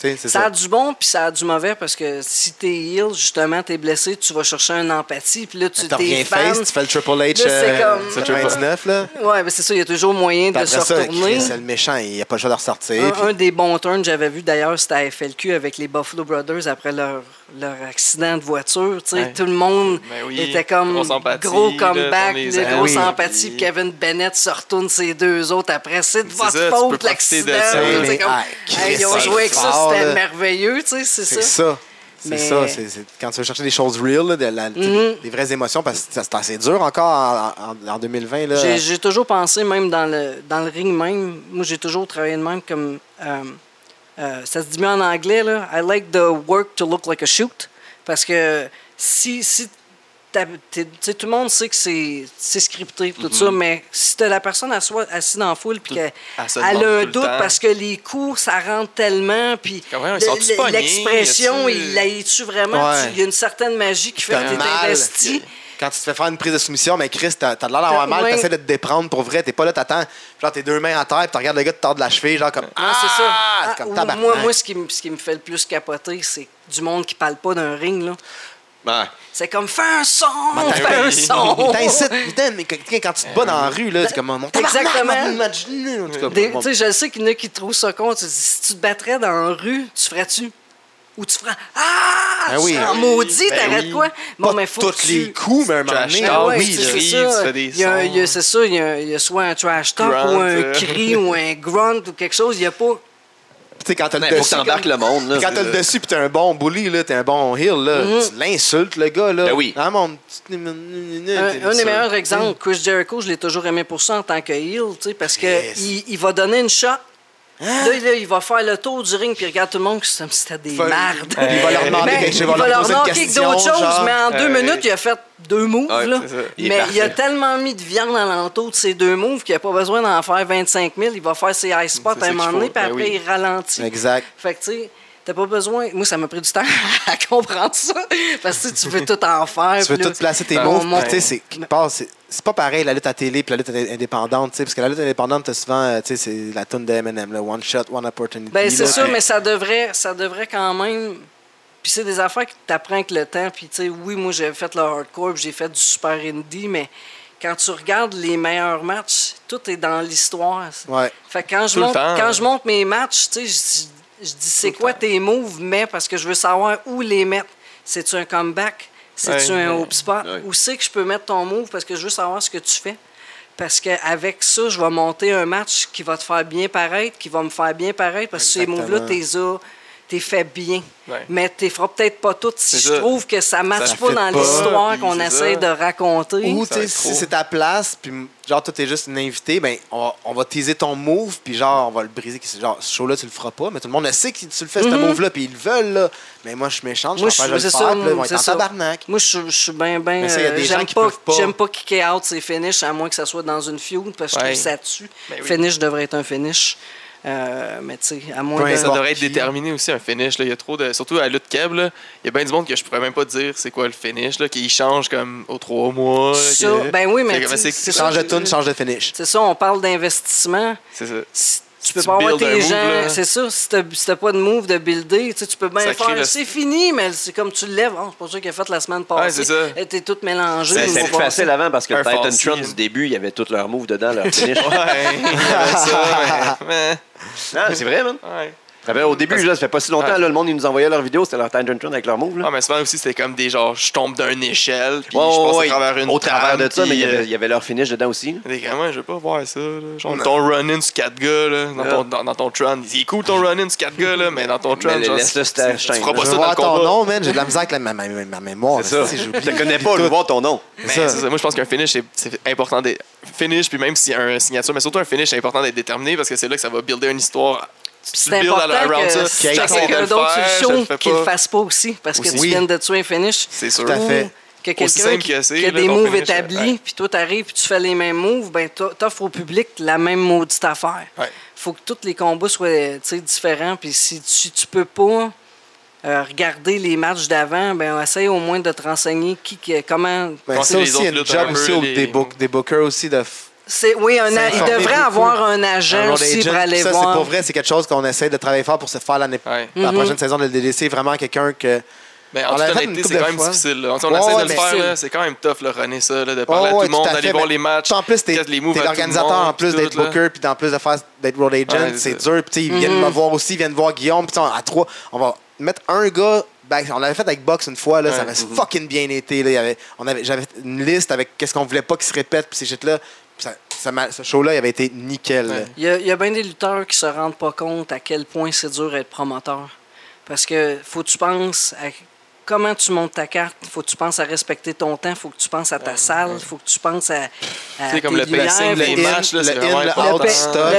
[SPEAKER 3] Tu sais, c'est
[SPEAKER 2] Mhm. Ça
[SPEAKER 3] ça.
[SPEAKER 2] a du bon puis ça a du mauvais parce que si t'es heel, justement, t'es blessé, tu vas chercher un empathie puis là, tu
[SPEAKER 3] T'as
[SPEAKER 2] t'es
[SPEAKER 3] rien
[SPEAKER 2] fan.
[SPEAKER 3] face, tu fais le Triple H
[SPEAKER 2] Là, c'est
[SPEAKER 3] euh,
[SPEAKER 2] comme-
[SPEAKER 3] 99, là.
[SPEAKER 2] Ouais, mais c'est ça, il y a toujours moyen
[SPEAKER 3] Puis
[SPEAKER 2] de se
[SPEAKER 3] après ça,
[SPEAKER 2] retourner. Ah,
[SPEAKER 3] Chris, c'est le méchant, il n'y a pas le choix de ressortir.
[SPEAKER 2] Un,
[SPEAKER 3] puis-
[SPEAKER 2] un des bons turns que j'avais vu d'ailleurs, c'était à FLQ avec les Buffalo Brothers après leur, leur accident de voiture. tu sais,
[SPEAKER 1] Ouais.
[SPEAKER 2] Tout le monde
[SPEAKER 1] Ben oui,
[SPEAKER 2] était comme
[SPEAKER 1] grosse empathie,
[SPEAKER 2] gros
[SPEAKER 1] là,
[SPEAKER 2] comeback,
[SPEAKER 1] on les
[SPEAKER 2] là,
[SPEAKER 1] aime.
[SPEAKER 2] grosse
[SPEAKER 3] Ben oui.
[SPEAKER 2] empathie. Puis Kevin Bennett se retourne ses deux autres après. C'est de
[SPEAKER 1] C'est
[SPEAKER 2] votre
[SPEAKER 1] ça, tu peux
[SPEAKER 2] faute
[SPEAKER 1] profiter
[SPEAKER 2] l'accident.
[SPEAKER 1] de ça. Ah,
[SPEAKER 2] là, tu sais,
[SPEAKER 3] Mais,
[SPEAKER 2] comme,
[SPEAKER 3] hey,
[SPEAKER 2] hey,
[SPEAKER 3] Chris,
[SPEAKER 2] ils ont
[SPEAKER 3] c'est
[SPEAKER 2] joué avec ça,
[SPEAKER 3] fort,
[SPEAKER 2] c'était
[SPEAKER 3] là.
[SPEAKER 2] merveilleux. tu sais, C'est
[SPEAKER 3] C'est
[SPEAKER 2] ça.
[SPEAKER 3] ça. C'est
[SPEAKER 2] Mais-
[SPEAKER 3] ça. c'est- c'est- Quand tu veux chercher des choses real, là, de la- des vraies émotions, parce que ça- c'est assez dur encore en, en- en 2020. Là.
[SPEAKER 2] J'ai, j'ai toujours pensé, même dans le, dans le ring même, moi j'ai toujours travaillé de même comme. euh, euh, ça se dit mieux en anglais, là. I like the work to look like a shoot. Parce que si. si t'as- t'es- tu sais, tout le monde sait que c'est, c'est scripté,
[SPEAKER 1] Mm-hmm.
[SPEAKER 2] tout ça, mais si t'as la personne assoie- assise dans la foule, puis qu'elle
[SPEAKER 1] elle se
[SPEAKER 2] elle
[SPEAKER 1] demande
[SPEAKER 2] a un
[SPEAKER 1] tout le
[SPEAKER 2] doute
[SPEAKER 1] temps.
[SPEAKER 2] parce que les coups, ça rentre tellement, puis
[SPEAKER 1] Quand même, ils
[SPEAKER 2] le-
[SPEAKER 1] sont-tu
[SPEAKER 2] le-
[SPEAKER 1] pognés?
[SPEAKER 2] l'expression,
[SPEAKER 1] Y a-tu-
[SPEAKER 2] il la tu vraiment?
[SPEAKER 3] Ouais.
[SPEAKER 2] Tu- Il y a une certaine magie qui fait
[SPEAKER 3] T'as
[SPEAKER 2] que t'es
[SPEAKER 3] mal.
[SPEAKER 2] investi.
[SPEAKER 3] Quand tu te fais faire une prise de soumission, mais Chris, t'as, t'as l'air d'avoir
[SPEAKER 2] T'as-
[SPEAKER 3] mal,
[SPEAKER 2] ouais.
[SPEAKER 3] t'essaies de te déprendre pour vrai, t'es pas là, t'attends. Genre, t'es deux mains à terre, puis tu regardes le gars te tord de la cheville, genre comme.
[SPEAKER 2] Non, c'est ça.
[SPEAKER 3] Ah!
[SPEAKER 2] Ah,
[SPEAKER 3] Comme
[SPEAKER 2] ou-
[SPEAKER 3] tabarnak.
[SPEAKER 2] moi, moi ce, qui, me- ce qui me fait le plus capoter, c'est du monde qui parle pas d'un ring. là.
[SPEAKER 4] Ben,
[SPEAKER 2] C'est comme, fais un son,
[SPEAKER 3] Ben,
[SPEAKER 2] fais un son.
[SPEAKER 3] T'incites, putain, mais quand quand tu te bats dans la rue, là, c'est comme mon
[SPEAKER 2] Exactement.
[SPEAKER 3] Imagine, en tout cas,
[SPEAKER 2] Des-
[SPEAKER 3] bon,
[SPEAKER 2] tu sais, je sais qu'il y en a qui trouvent ça con. Tu dis, si tu te battrais dans la rue, tu ferais-tu? Ou tu ferais, ah,
[SPEAKER 3] Ben oui.
[SPEAKER 2] tu seras en maudit,
[SPEAKER 1] Ben
[SPEAKER 2] t'arrêtes
[SPEAKER 1] oui.
[SPEAKER 2] quoi? Bon,
[SPEAKER 3] pas
[SPEAKER 2] mais faut
[SPEAKER 3] tous
[SPEAKER 2] que
[SPEAKER 3] les
[SPEAKER 2] tu-
[SPEAKER 3] coups, mais à un moment
[SPEAKER 1] Trash
[SPEAKER 3] donné,
[SPEAKER 1] talk.
[SPEAKER 3] ah
[SPEAKER 1] oui,
[SPEAKER 2] c'est-
[SPEAKER 1] tu
[SPEAKER 2] c'est
[SPEAKER 1] ris,
[SPEAKER 2] ça.
[SPEAKER 1] tu fais des
[SPEAKER 2] Il y a-
[SPEAKER 1] sons.
[SPEAKER 2] il y a- C'est ça, il y, a, il y a soit un trash talk
[SPEAKER 1] Grunt,
[SPEAKER 2] ou un
[SPEAKER 1] euh.
[SPEAKER 2] cri ou un grunt ou quelque chose. Il n'y a pas.
[SPEAKER 3] tu sais, quand t'as le
[SPEAKER 4] ben, faut que
[SPEAKER 3] dessus,
[SPEAKER 4] t'embarques le monde. Là,
[SPEAKER 3] Puis quand t'as le dessus pis t'es un bon bully, là, t'es un bon heel, là, tu l'insultes, le gars, là.
[SPEAKER 4] Ben oui.
[SPEAKER 3] Ah, mon...
[SPEAKER 2] Un, un
[SPEAKER 3] Un
[SPEAKER 2] des meilleurs exemples, Chris Jericho, je l'ai toujours aimé pour ça en tant que heel, tu sais, parce que
[SPEAKER 3] Yes. Hein?
[SPEAKER 2] il, il va donner une shot. Là, là, il va faire le tour du ring, puis il regarde tout le monde comme si Ah, c'était des
[SPEAKER 3] Faut-
[SPEAKER 2] mardes.
[SPEAKER 3] Puis il va leur demander
[SPEAKER 2] Ben,
[SPEAKER 3] quelque chose,
[SPEAKER 2] il
[SPEAKER 3] il va
[SPEAKER 2] va
[SPEAKER 3] leur
[SPEAKER 2] leur
[SPEAKER 3] poser une
[SPEAKER 2] manquer
[SPEAKER 3] question,
[SPEAKER 2] d'autres choses,
[SPEAKER 3] genre.
[SPEAKER 2] mais en deux
[SPEAKER 1] euh,
[SPEAKER 2] minutes, il a fait deux moves.
[SPEAKER 4] Ouais,
[SPEAKER 2] là.
[SPEAKER 4] c'est ça. Il est
[SPEAKER 2] Mais il a
[SPEAKER 4] parfait.
[SPEAKER 2] tellement mis de viande dans l'entour de ces deux moves qu'il n'a pas besoin d'en faire 25 000. Il va faire ses high spots
[SPEAKER 1] C'est
[SPEAKER 2] à
[SPEAKER 1] ça
[SPEAKER 2] un
[SPEAKER 1] qu'il
[SPEAKER 2] moment donné,
[SPEAKER 1] faut.
[SPEAKER 2] puis
[SPEAKER 1] Ben
[SPEAKER 2] après,
[SPEAKER 1] oui.
[SPEAKER 2] il ralentit.
[SPEAKER 3] Exact.
[SPEAKER 2] Fait que, tu sais, t'as pas besoin. Moi, ça m'a pris du temps à comprendre ça. Parce que tu sais, tu veux tout en faire.
[SPEAKER 3] Tu veux
[SPEAKER 2] puis là,
[SPEAKER 3] tout placer tes
[SPEAKER 2] on
[SPEAKER 3] moves,
[SPEAKER 2] monte-
[SPEAKER 3] pis tu sais, c'est- qui passe, c'est c'est pas pareil la lutte à télé puis la lutte indépendante, tu sais, parce que la lutte indépendante, t'as souvent, euh, tu sais, c'est la toune de M&M, là, one shot, one opportunity.
[SPEAKER 2] Ben, c'est
[SPEAKER 3] là.
[SPEAKER 2] sûr, mais ça devrait, ça devrait quand même. Puis c'est des affaires que t'apprends avec le temps. Puis, tu sais, oui, moi, j'ai fait le hardcore, puis j'ai fait du super indie, mais quand tu regardes les meilleurs matchs, tout est dans l'histoire.
[SPEAKER 3] Ouais.
[SPEAKER 2] Fait que quand je,
[SPEAKER 1] Tout le
[SPEAKER 2] monte,
[SPEAKER 1] temps.
[SPEAKER 2] quand je monte mes matchs, tu sais, je, je- je dis c'est quoi tes moves, mais parce que je veux savoir où les mettre. C'est-tu un comeback? C'est-tu
[SPEAKER 1] Ouais.
[SPEAKER 2] un hope spot?
[SPEAKER 4] Ouais.
[SPEAKER 2] Où c'est que je peux mettre ton move? Parce que je veux savoir ce que tu fais. Parce qu'avec ça, je vais monter un match qui va te faire bien paraître, qui va me faire bien paraître, parce que ces
[SPEAKER 3] Exactement.
[SPEAKER 2] moves-là, t'es t'es fait bien.
[SPEAKER 1] Ouais.
[SPEAKER 2] Mais t'es feras peut-être pas toutes si
[SPEAKER 1] C'est
[SPEAKER 2] je
[SPEAKER 1] ça.
[SPEAKER 2] trouve que ça marche
[SPEAKER 1] Ça
[SPEAKER 2] pas
[SPEAKER 3] fit
[SPEAKER 2] dans
[SPEAKER 3] pas,
[SPEAKER 2] l'histoire
[SPEAKER 1] puis
[SPEAKER 2] qu'on
[SPEAKER 1] c'est
[SPEAKER 2] essaie
[SPEAKER 1] ça.
[SPEAKER 2] de raconter.
[SPEAKER 3] Ou
[SPEAKER 1] Ça va
[SPEAKER 3] tu sais,
[SPEAKER 1] être
[SPEAKER 3] si
[SPEAKER 1] trop.
[SPEAKER 3] c'est ta place, puis genre toi t'es juste une invitée, ben on va, on va teaser ton move, puis genre on va le briser. C'est Genre ce show-là tu le feras pas, mais tout le monde le sait que tu le fais ce move-là, puis ils le veulent là. Mais moi je suis méchante,
[SPEAKER 2] Mm-hmm.
[SPEAKER 3] je
[SPEAKER 2] Moi,
[SPEAKER 3] vais faire, je vais
[SPEAKER 2] c'est
[SPEAKER 3] le
[SPEAKER 2] ça,
[SPEAKER 3] faire, puis là, ils vont être
[SPEAKER 2] c'est
[SPEAKER 3] en
[SPEAKER 2] ça.
[SPEAKER 3] tabarnak.
[SPEAKER 2] Moi, je, je suis bien, bien. euh,
[SPEAKER 3] Mais ça, il y a des gens
[SPEAKER 2] J'aime
[SPEAKER 3] qui
[SPEAKER 2] pas,
[SPEAKER 3] peuvent pas.
[SPEAKER 2] j'aime pas kicker out ses finishes, à moins que ça soit dans une feud, parce que
[SPEAKER 1] Ouais.
[SPEAKER 2] je trouve ça dessus.
[SPEAKER 1] Ben oui.
[SPEAKER 2] Finish devrait être un finish. Euh, mais tu sais, à moins
[SPEAKER 3] Peu
[SPEAKER 2] de.
[SPEAKER 1] Ça
[SPEAKER 3] importe
[SPEAKER 1] devrait être
[SPEAKER 3] qui.
[SPEAKER 1] déterminé aussi un finish. là. Il y a trop de. Surtout à la lutte keb, là, il y a bien du monde que je pourrais même pas dire c'est quoi le finish, là, qui change comme aux trois mois. là,
[SPEAKER 2] Ça,
[SPEAKER 1] que-
[SPEAKER 2] ben oui, mais
[SPEAKER 1] C'est comme,
[SPEAKER 2] tu-
[SPEAKER 1] c'est-
[SPEAKER 2] c'est
[SPEAKER 1] c'est-
[SPEAKER 3] Change de tune, change de finish.
[SPEAKER 2] C'est ça, on parle d'investissement.
[SPEAKER 1] C'est ça.
[SPEAKER 2] Si- Tu
[SPEAKER 1] Si
[SPEAKER 2] peux
[SPEAKER 1] tu
[SPEAKER 2] pas avoir
[SPEAKER 1] builds un
[SPEAKER 2] tes
[SPEAKER 1] move,
[SPEAKER 2] gens.
[SPEAKER 1] là.
[SPEAKER 2] C'est ça, si t'as si t'as pas de move de builder, tu sais, tu peux bien
[SPEAKER 1] Ça crée
[SPEAKER 2] faire.
[SPEAKER 1] le-
[SPEAKER 2] C'est fini, mais c'est comme tu le lèves. Oh, c'est pas ça qu'il a fait la semaine
[SPEAKER 1] c'est
[SPEAKER 2] passée.
[SPEAKER 1] ça.
[SPEAKER 2] Elle était toute mélangée.
[SPEAKER 4] Ben, C'était
[SPEAKER 2] mais
[SPEAKER 4] plus
[SPEAKER 2] bon,
[SPEAKER 4] facile avant parce que
[SPEAKER 1] Un
[SPEAKER 4] Titan
[SPEAKER 1] farci.
[SPEAKER 4] Tron, du début, il y avait tous leurs moves dedans, leur
[SPEAKER 1] Ouais,
[SPEAKER 4] finish.
[SPEAKER 1] il y avait ça, mais-
[SPEAKER 4] non, Ah, c'est vrai, man.
[SPEAKER 1] mais- ouais.
[SPEAKER 4] Ça fait- Au début, là, ça fait pas si longtemps,
[SPEAKER 1] Ouais.
[SPEAKER 4] là, le monde, ils nous envoyait leurs vidéos, c'était leur Titan Tron avec leurs moves. là.
[SPEAKER 1] Ah, mais souvent aussi, c'était comme des genre, je tombe d'une échelle, puis
[SPEAKER 4] Ouais,
[SPEAKER 1] je passe
[SPEAKER 4] ouais, ouais.
[SPEAKER 1] à travers une
[SPEAKER 4] Au travers
[SPEAKER 1] table,
[SPEAKER 4] de ça,
[SPEAKER 1] puis,
[SPEAKER 4] mais il y,
[SPEAKER 1] euh,
[SPEAKER 4] avait, il y avait leur finish dedans aussi. là.
[SPEAKER 1] Des gars, ouais, je veux pas voir ça. Là. Genre, ton run-in sur 4 gars, là, dans,
[SPEAKER 4] Ouais.
[SPEAKER 1] ton, dans, dans ton trend. Il est cool ton run-in sur 4 gars, là, mais dans ton trend,
[SPEAKER 4] le-
[SPEAKER 1] genre,
[SPEAKER 4] laisse-le,
[SPEAKER 1] tu-
[SPEAKER 4] c'est à
[SPEAKER 1] tu-
[SPEAKER 4] Stein,
[SPEAKER 1] tu feras
[SPEAKER 4] là.
[SPEAKER 1] pas
[SPEAKER 3] Je
[SPEAKER 1] ça
[SPEAKER 3] veux
[SPEAKER 1] dans le
[SPEAKER 3] voir ton
[SPEAKER 1] combat.
[SPEAKER 3] nom, man, j'ai de la misère avec la- ma, ma- ma mémoire.
[SPEAKER 4] Ah, C'est ça.
[SPEAKER 3] si,
[SPEAKER 4] Je
[SPEAKER 3] j'oublie.
[SPEAKER 4] te connais pas, je veux voir ton nom.
[SPEAKER 1] Mais
[SPEAKER 3] ça.
[SPEAKER 1] c'est ça. Moi, je pense qu'un finish, c'est- c'est important. d'être- Finish, puis même s'il y a un signature, mais surtout un finish, c'est important d'être déterminé parce que c'est là que ça va builder une histoire. Tu
[SPEAKER 2] C'est
[SPEAKER 1] builds
[SPEAKER 2] important
[SPEAKER 1] à- around
[SPEAKER 2] que
[SPEAKER 1] ça.
[SPEAKER 2] si
[SPEAKER 3] J'essaie
[SPEAKER 2] t'as
[SPEAKER 3] de
[SPEAKER 2] quelqu'un
[SPEAKER 1] le
[SPEAKER 2] d'autre sur
[SPEAKER 1] faire, je
[SPEAKER 2] le
[SPEAKER 1] le
[SPEAKER 2] show
[SPEAKER 1] fais
[SPEAKER 2] qu'il
[SPEAKER 1] pas.
[SPEAKER 2] le fasse pas aussi, parce que
[SPEAKER 3] Aussi.
[SPEAKER 2] tu viens de tuer un finish.
[SPEAKER 1] C'est sûr.
[SPEAKER 3] Tout à
[SPEAKER 2] Ou
[SPEAKER 3] fait.
[SPEAKER 2] que
[SPEAKER 1] Aussi
[SPEAKER 2] quelqu'un
[SPEAKER 1] simple
[SPEAKER 2] qui,
[SPEAKER 1] que c'est,
[SPEAKER 2] qui a
[SPEAKER 1] là,
[SPEAKER 2] des
[SPEAKER 1] ton
[SPEAKER 2] moves
[SPEAKER 1] finish, euh,
[SPEAKER 2] établis,
[SPEAKER 1] ouais.
[SPEAKER 2] puis toi, t'arrives, puis tu fais les mêmes moves, ben t'o- t'offres au public la même maudite affaire.
[SPEAKER 1] Ouais.
[SPEAKER 2] faut que tous les combats soient tu sais, différents, puis si tu, si tu peux pas euh, regarder les matchs d'avant, ben essaye au moins de te renseigner qui, que- comment...
[SPEAKER 3] Ben,
[SPEAKER 1] Conseiller
[SPEAKER 3] ça
[SPEAKER 1] les
[SPEAKER 3] aussi, il
[SPEAKER 1] autres
[SPEAKER 3] y a
[SPEAKER 1] luttes
[SPEAKER 3] une job
[SPEAKER 1] un
[SPEAKER 3] aussi
[SPEAKER 1] peu,
[SPEAKER 3] aux
[SPEAKER 1] les-
[SPEAKER 3] des, book- des bookers aussi de. f-
[SPEAKER 2] C'est- oui, un, a- il
[SPEAKER 3] S'informer
[SPEAKER 2] devrait
[SPEAKER 3] beaucoup.
[SPEAKER 2] avoir un
[SPEAKER 3] un
[SPEAKER 2] agent
[SPEAKER 3] road
[SPEAKER 2] aussi
[SPEAKER 3] agent.
[SPEAKER 2] pour aller
[SPEAKER 3] ça,
[SPEAKER 2] voir. Mm-hmm.
[SPEAKER 3] c'est pas vrai, c'est quelque chose qu'on essaie de travailler fort pour se faire l'année
[SPEAKER 1] Ouais.
[SPEAKER 3] la prochaine saison de LDDC, vraiment quelqu'un que
[SPEAKER 1] Mais
[SPEAKER 3] On
[SPEAKER 1] en toute
[SPEAKER 3] l'avait fait une
[SPEAKER 1] honnêteté,
[SPEAKER 3] couple
[SPEAKER 1] c'est
[SPEAKER 3] de
[SPEAKER 1] quand même
[SPEAKER 3] fois.
[SPEAKER 1] difficile. là. On, on
[SPEAKER 3] Ouais,
[SPEAKER 1] essaie
[SPEAKER 3] ouais,
[SPEAKER 1] de
[SPEAKER 3] mais
[SPEAKER 1] le faire,
[SPEAKER 3] c'est-
[SPEAKER 1] là. C'est quand même tough, le runner, ça, là, de parler
[SPEAKER 3] Oh, Ouais,
[SPEAKER 1] à
[SPEAKER 3] ouais,
[SPEAKER 1] tout le monde,
[SPEAKER 3] à
[SPEAKER 1] d'aller
[SPEAKER 3] fait,
[SPEAKER 1] voir
[SPEAKER 3] mais
[SPEAKER 1] les matchs.
[SPEAKER 3] En plus, t'es
[SPEAKER 1] qu'est-ce que les moves
[SPEAKER 3] t'es
[SPEAKER 1] à tout le
[SPEAKER 3] l'organisateur
[SPEAKER 1] monde,
[SPEAKER 3] en plus
[SPEAKER 1] puis
[SPEAKER 3] d'être
[SPEAKER 1] tout, là.
[SPEAKER 3] booker, puis en plus de faire d'être road agent,
[SPEAKER 1] Ouais,
[SPEAKER 3] c'est
[SPEAKER 1] c'est
[SPEAKER 3] dur. Puis tu sais, ils viennent
[SPEAKER 2] Mhm.
[SPEAKER 3] me voir aussi, ils viennent voir Guillaume, puis tu sais, à trois, on va mettre un gars. back- on l'avait fait avec Box une fois, là, ça
[SPEAKER 1] Ouais. Mhm.
[SPEAKER 3] avait fucking bien été. Là, Il y avait, on avait, j'avais une liste avec qu'est-ce qu'on voulait pas qu'il se répète, puis ces shit-là. Puis ça- ça m'a- ce show-là, il avait été nickel. là.
[SPEAKER 1] Ouais.
[SPEAKER 2] Il y a, il y a bien des lutteurs qui se rendent pas compte à quel point c'est dur d'être promoteur. Parce que faut que tu penses à comment tu montes ta carte, faut que tu penses à respecter ton temps, faut que tu penses à ta salle, faut que tu penses à, à
[SPEAKER 1] C'est comme
[SPEAKER 2] tes
[SPEAKER 1] le
[SPEAKER 2] lumières,
[SPEAKER 1] pacing
[SPEAKER 2] faut-
[SPEAKER 1] des
[SPEAKER 3] le in,
[SPEAKER 1] matchs, là, c'est
[SPEAKER 3] le
[SPEAKER 1] vraiment
[SPEAKER 3] in, le
[SPEAKER 1] important.
[SPEAKER 3] out,
[SPEAKER 2] le,
[SPEAKER 3] stock,
[SPEAKER 2] le
[SPEAKER 1] tout,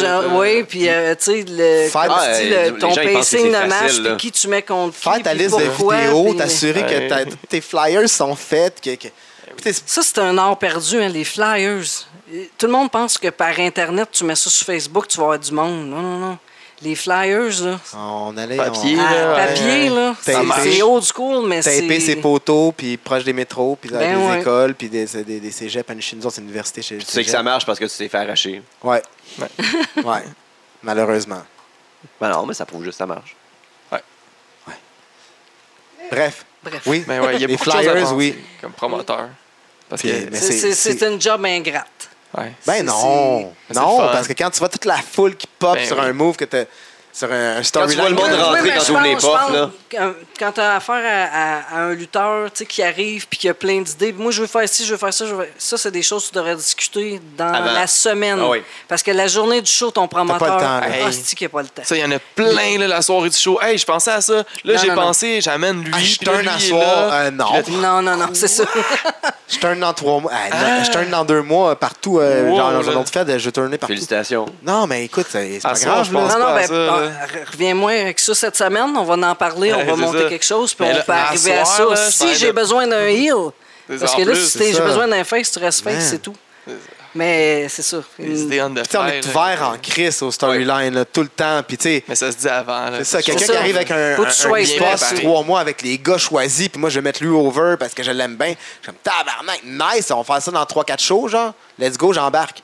[SPEAKER 1] là.
[SPEAKER 2] hinge, oui, puis euh, tu sais, le,
[SPEAKER 3] Faire-
[SPEAKER 2] comme tu dis,
[SPEAKER 4] Ah,
[SPEAKER 2] le-
[SPEAKER 4] les
[SPEAKER 2] ton
[SPEAKER 4] gens, ils pensent que
[SPEAKER 2] pacing
[SPEAKER 4] c'est
[SPEAKER 2] de match,
[SPEAKER 4] facile, là.
[SPEAKER 2] puis qui tu mets contre qui,
[SPEAKER 3] Faire ta
[SPEAKER 2] puis
[SPEAKER 3] liste de
[SPEAKER 2] pourquoi,
[SPEAKER 3] vidéos,
[SPEAKER 2] puis-
[SPEAKER 3] t'assurer que
[SPEAKER 1] Ouais. Ben
[SPEAKER 3] ta- tes flyers sont faits. Que, que- Puis t'sais,
[SPEAKER 2] Ça, c'est un art perdu, hein, les flyers. Euh, Tout le monde pense que par Internet, tu mets ça sur Facebook, tu vas avoir du monde. Non, non, non. Les flyers, là,
[SPEAKER 3] on allait.
[SPEAKER 4] Papier,
[SPEAKER 3] on-
[SPEAKER 2] à
[SPEAKER 1] là, ouais.
[SPEAKER 2] papier, là, c'est
[SPEAKER 3] Tapé.
[SPEAKER 2] c'est old school, mais c'est...
[SPEAKER 3] taper ses poteaux, puis proche des métros, puis dans
[SPEAKER 2] Ben
[SPEAKER 3] des
[SPEAKER 2] ouais.
[SPEAKER 3] écoles, puis des, des, des cégeps. À chez nous, autres, c'est l'université chez
[SPEAKER 4] Tu sais que ça marche parce que tu t'es fait arracher.
[SPEAKER 3] Ouais.
[SPEAKER 1] Ouais.
[SPEAKER 3] ouais. Malheureusement.
[SPEAKER 4] Ben non, mais ça prouve juste que ça marche.
[SPEAKER 3] Bref.
[SPEAKER 2] Bref.
[SPEAKER 3] Oui.
[SPEAKER 1] Mais Ben ouais, il y a
[SPEAKER 3] les
[SPEAKER 1] beaucoup de choses à
[SPEAKER 3] flyers,
[SPEAKER 1] penser,
[SPEAKER 3] oui.
[SPEAKER 1] Comme promoteur. Parce que.
[SPEAKER 3] Puis, euh, mais
[SPEAKER 2] C'est- C'est c'est une job ingrate.
[SPEAKER 1] ouais.
[SPEAKER 3] Ben
[SPEAKER 2] c'est-
[SPEAKER 3] non.
[SPEAKER 1] c'est-
[SPEAKER 3] Non,
[SPEAKER 1] c'est le fun.
[SPEAKER 3] parce que quand tu vois toute la foule qui pop
[SPEAKER 1] Ben
[SPEAKER 3] sur
[SPEAKER 1] oui.
[SPEAKER 3] un move que t'as. Sur un, un storyline.
[SPEAKER 4] vois le monde
[SPEAKER 3] que-
[SPEAKER 4] rentrer
[SPEAKER 2] mais
[SPEAKER 4] quand
[SPEAKER 2] je
[SPEAKER 4] t'ouvres les
[SPEAKER 2] pense- je
[SPEAKER 4] portes,
[SPEAKER 2] pense
[SPEAKER 4] là.
[SPEAKER 2] que Quand tu as affaire à, à- à un lutteur tu sais, qui arrive puis qui a plein d'idées, moi je veux faire ci, je veux faire ça, je veux... ça c'est des choses que tu devrais discuter dans
[SPEAKER 4] Avant.
[SPEAKER 2] la semaine.
[SPEAKER 4] Ah oui.
[SPEAKER 2] Parce que la journée du show, ton promoteur,
[SPEAKER 3] temps, là.
[SPEAKER 2] Ah,
[SPEAKER 1] Hey.
[SPEAKER 2] hostie qu'il a pas le temps.
[SPEAKER 1] Ça, il y en a plein, là, la soirée du show. Hey, je pensais à ça. Là,
[SPEAKER 2] Non,
[SPEAKER 1] j'ai
[SPEAKER 2] non, non.
[SPEAKER 1] pensé, j'amène lui.
[SPEAKER 3] Ah, je
[SPEAKER 1] puis là,
[SPEAKER 3] turn
[SPEAKER 1] lui,
[SPEAKER 3] à
[SPEAKER 1] il est
[SPEAKER 3] soir.
[SPEAKER 1] là.
[SPEAKER 3] euh, non.
[SPEAKER 2] Non, non, non, c'est ça.
[SPEAKER 3] Je turn dans trois mois. Ah, non, Je turn dans deux mois euh, partout. euh,
[SPEAKER 1] Wow,
[SPEAKER 3] genre, dans
[SPEAKER 1] là.
[SPEAKER 3] un autre fête, je vais tourner partout.
[SPEAKER 4] Félicitations.
[SPEAKER 3] Non, mais écoute, c'est c'est pas
[SPEAKER 1] À soir, Ah,
[SPEAKER 3] grave,
[SPEAKER 1] je
[SPEAKER 3] là.
[SPEAKER 1] pense.
[SPEAKER 2] Non,
[SPEAKER 1] pas
[SPEAKER 2] non,
[SPEAKER 1] à
[SPEAKER 2] ben,
[SPEAKER 1] ça, là.
[SPEAKER 2] ah, re- reviens-moi avec ça cette semaine. On va en parler,
[SPEAKER 1] Ouais,
[SPEAKER 2] on va
[SPEAKER 1] c'est
[SPEAKER 2] monter
[SPEAKER 1] ça.
[SPEAKER 2] quelque chose, puis
[SPEAKER 1] Mais
[SPEAKER 2] on
[SPEAKER 1] là,
[SPEAKER 2] peut
[SPEAKER 1] à
[SPEAKER 2] arriver à
[SPEAKER 1] soir,
[SPEAKER 2] ça.
[SPEAKER 1] là, je
[SPEAKER 2] si
[SPEAKER 1] vais
[SPEAKER 2] j'ai
[SPEAKER 1] de-
[SPEAKER 2] besoin d'un heel,
[SPEAKER 1] Mm. C'est
[SPEAKER 2] parce
[SPEAKER 1] ça,
[SPEAKER 2] que
[SPEAKER 1] en
[SPEAKER 2] là,
[SPEAKER 1] plus,
[SPEAKER 2] si
[SPEAKER 1] c'est
[SPEAKER 2] t'es- j'ai
[SPEAKER 3] ça.
[SPEAKER 2] besoin d'un face, tu restes face,
[SPEAKER 3] Man.
[SPEAKER 2] c'est tout. Mais c'est ça. Mm.
[SPEAKER 1] Les idées on the
[SPEAKER 3] Puis, tu sais, on
[SPEAKER 1] fly,
[SPEAKER 3] est
[SPEAKER 1] là.
[SPEAKER 3] ouvert en crise au storyline là, tout le temps. Puis, tu sais,
[SPEAKER 1] Mais ça se dit avant. là.
[SPEAKER 3] c'est ça, quelqu'un
[SPEAKER 2] ça.
[SPEAKER 3] qui arrive avec un,
[SPEAKER 2] Faut
[SPEAKER 3] un,
[SPEAKER 2] que tu sois
[SPEAKER 3] un
[SPEAKER 1] bien
[SPEAKER 3] passe
[SPEAKER 1] préparé.
[SPEAKER 3] trois mois avec les gars choisis, puis moi, je vais mettre lui over parce que je l'aime bien. Je suis comme, tabarnak, nice, on va faire ça dans trois, quatre shows, genre. Let's go, j'embarque. Tu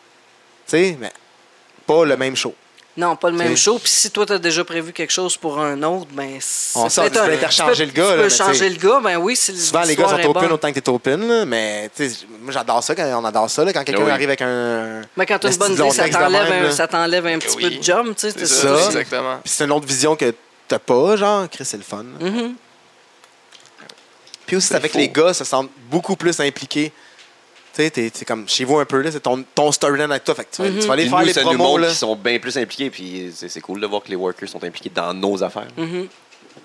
[SPEAKER 3] sais, mais pas le même show.
[SPEAKER 2] Non, pas le même
[SPEAKER 3] T'sais.
[SPEAKER 2] show. Puis si toi, t'as déjà prévu quelque chose pour un autre, ben. c'est
[SPEAKER 3] On sort,
[SPEAKER 2] peut-être
[SPEAKER 3] tu peux
[SPEAKER 2] un-
[SPEAKER 3] interchanger
[SPEAKER 2] tu
[SPEAKER 3] le
[SPEAKER 2] peux-
[SPEAKER 3] gars, là, mais
[SPEAKER 2] Tu peux changer le
[SPEAKER 3] t'sais.
[SPEAKER 2] gars, ben oui. Si
[SPEAKER 3] Souvent, les gars
[SPEAKER 2] l'histoire
[SPEAKER 3] sont
[SPEAKER 2] est
[SPEAKER 3] open
[SPEAKER 2] bonne.
[SPEAKER 3] autant que t'es open, là, mais tu sais, moi, j'adore ça quand on adore ça, là, quand quelqu'un
[SPEAKER 4] Oui.
[SPEAKER 3] arrive avec un.
[SPEAKER 2] Mais quand t'as une
[SPEAKER 3] un
[SPEAKER 2] bonne
[SPEAKER 3] petit long
[SPEAKER 2] idée, ça
[SPEAKER 3] texte de
[SPEAKER 2] t'enlève
[SPEAKER 3] même,
[SPEAKER 2] un-
[SPEAKER 3] là.
[SPEAKER 2] ça t'enlève un petit
[SPEAKER 1] Oui.
[SPEAKER 2] peu de jump, tu sais.
[SPEAKER 1] C'est
[SPEAKER 2] c'est
[SPEAKER 1] ça,
[SPEAKER 3] ça.
[SPEAKER 1] exactement.
[SPEAKER 3] Puis c'est une autre vision que t'as pas, genre, Chris, c'est le fun. là.
[SPEAKER 2] Mm-hmm.
[SPEAKER 3] Puis aussi, c'est avec
[SPEAKER 1] faux.
[SPEAKER 3] les gars, se sentent beaucoup plus impliqués Tu sais, t'es t'es comme chez vous un peu, là, c'est ton, ton storyline avec toi. Fait que tu vas,
[SPEAKER 2] Mm-hmm.
[SPEAKER 3] tu vas aller
[SPEAKER 4] Puis
[SPEAKER 3] faire
[SPEAKER 4] nous,
[SPEAKER 3] les
[SPEAKER 4] ça nous
[SPEAKER 3] promos,
[SPEAKER 4] montre
[SPEAKER 3] là.
[SPEAKER 4] qu'ils sont bien plus impliqués. Puis c'est c'est cool de voir que les workers sont impliqués dans nos affaires.
[SPEAKER 2] Mhm.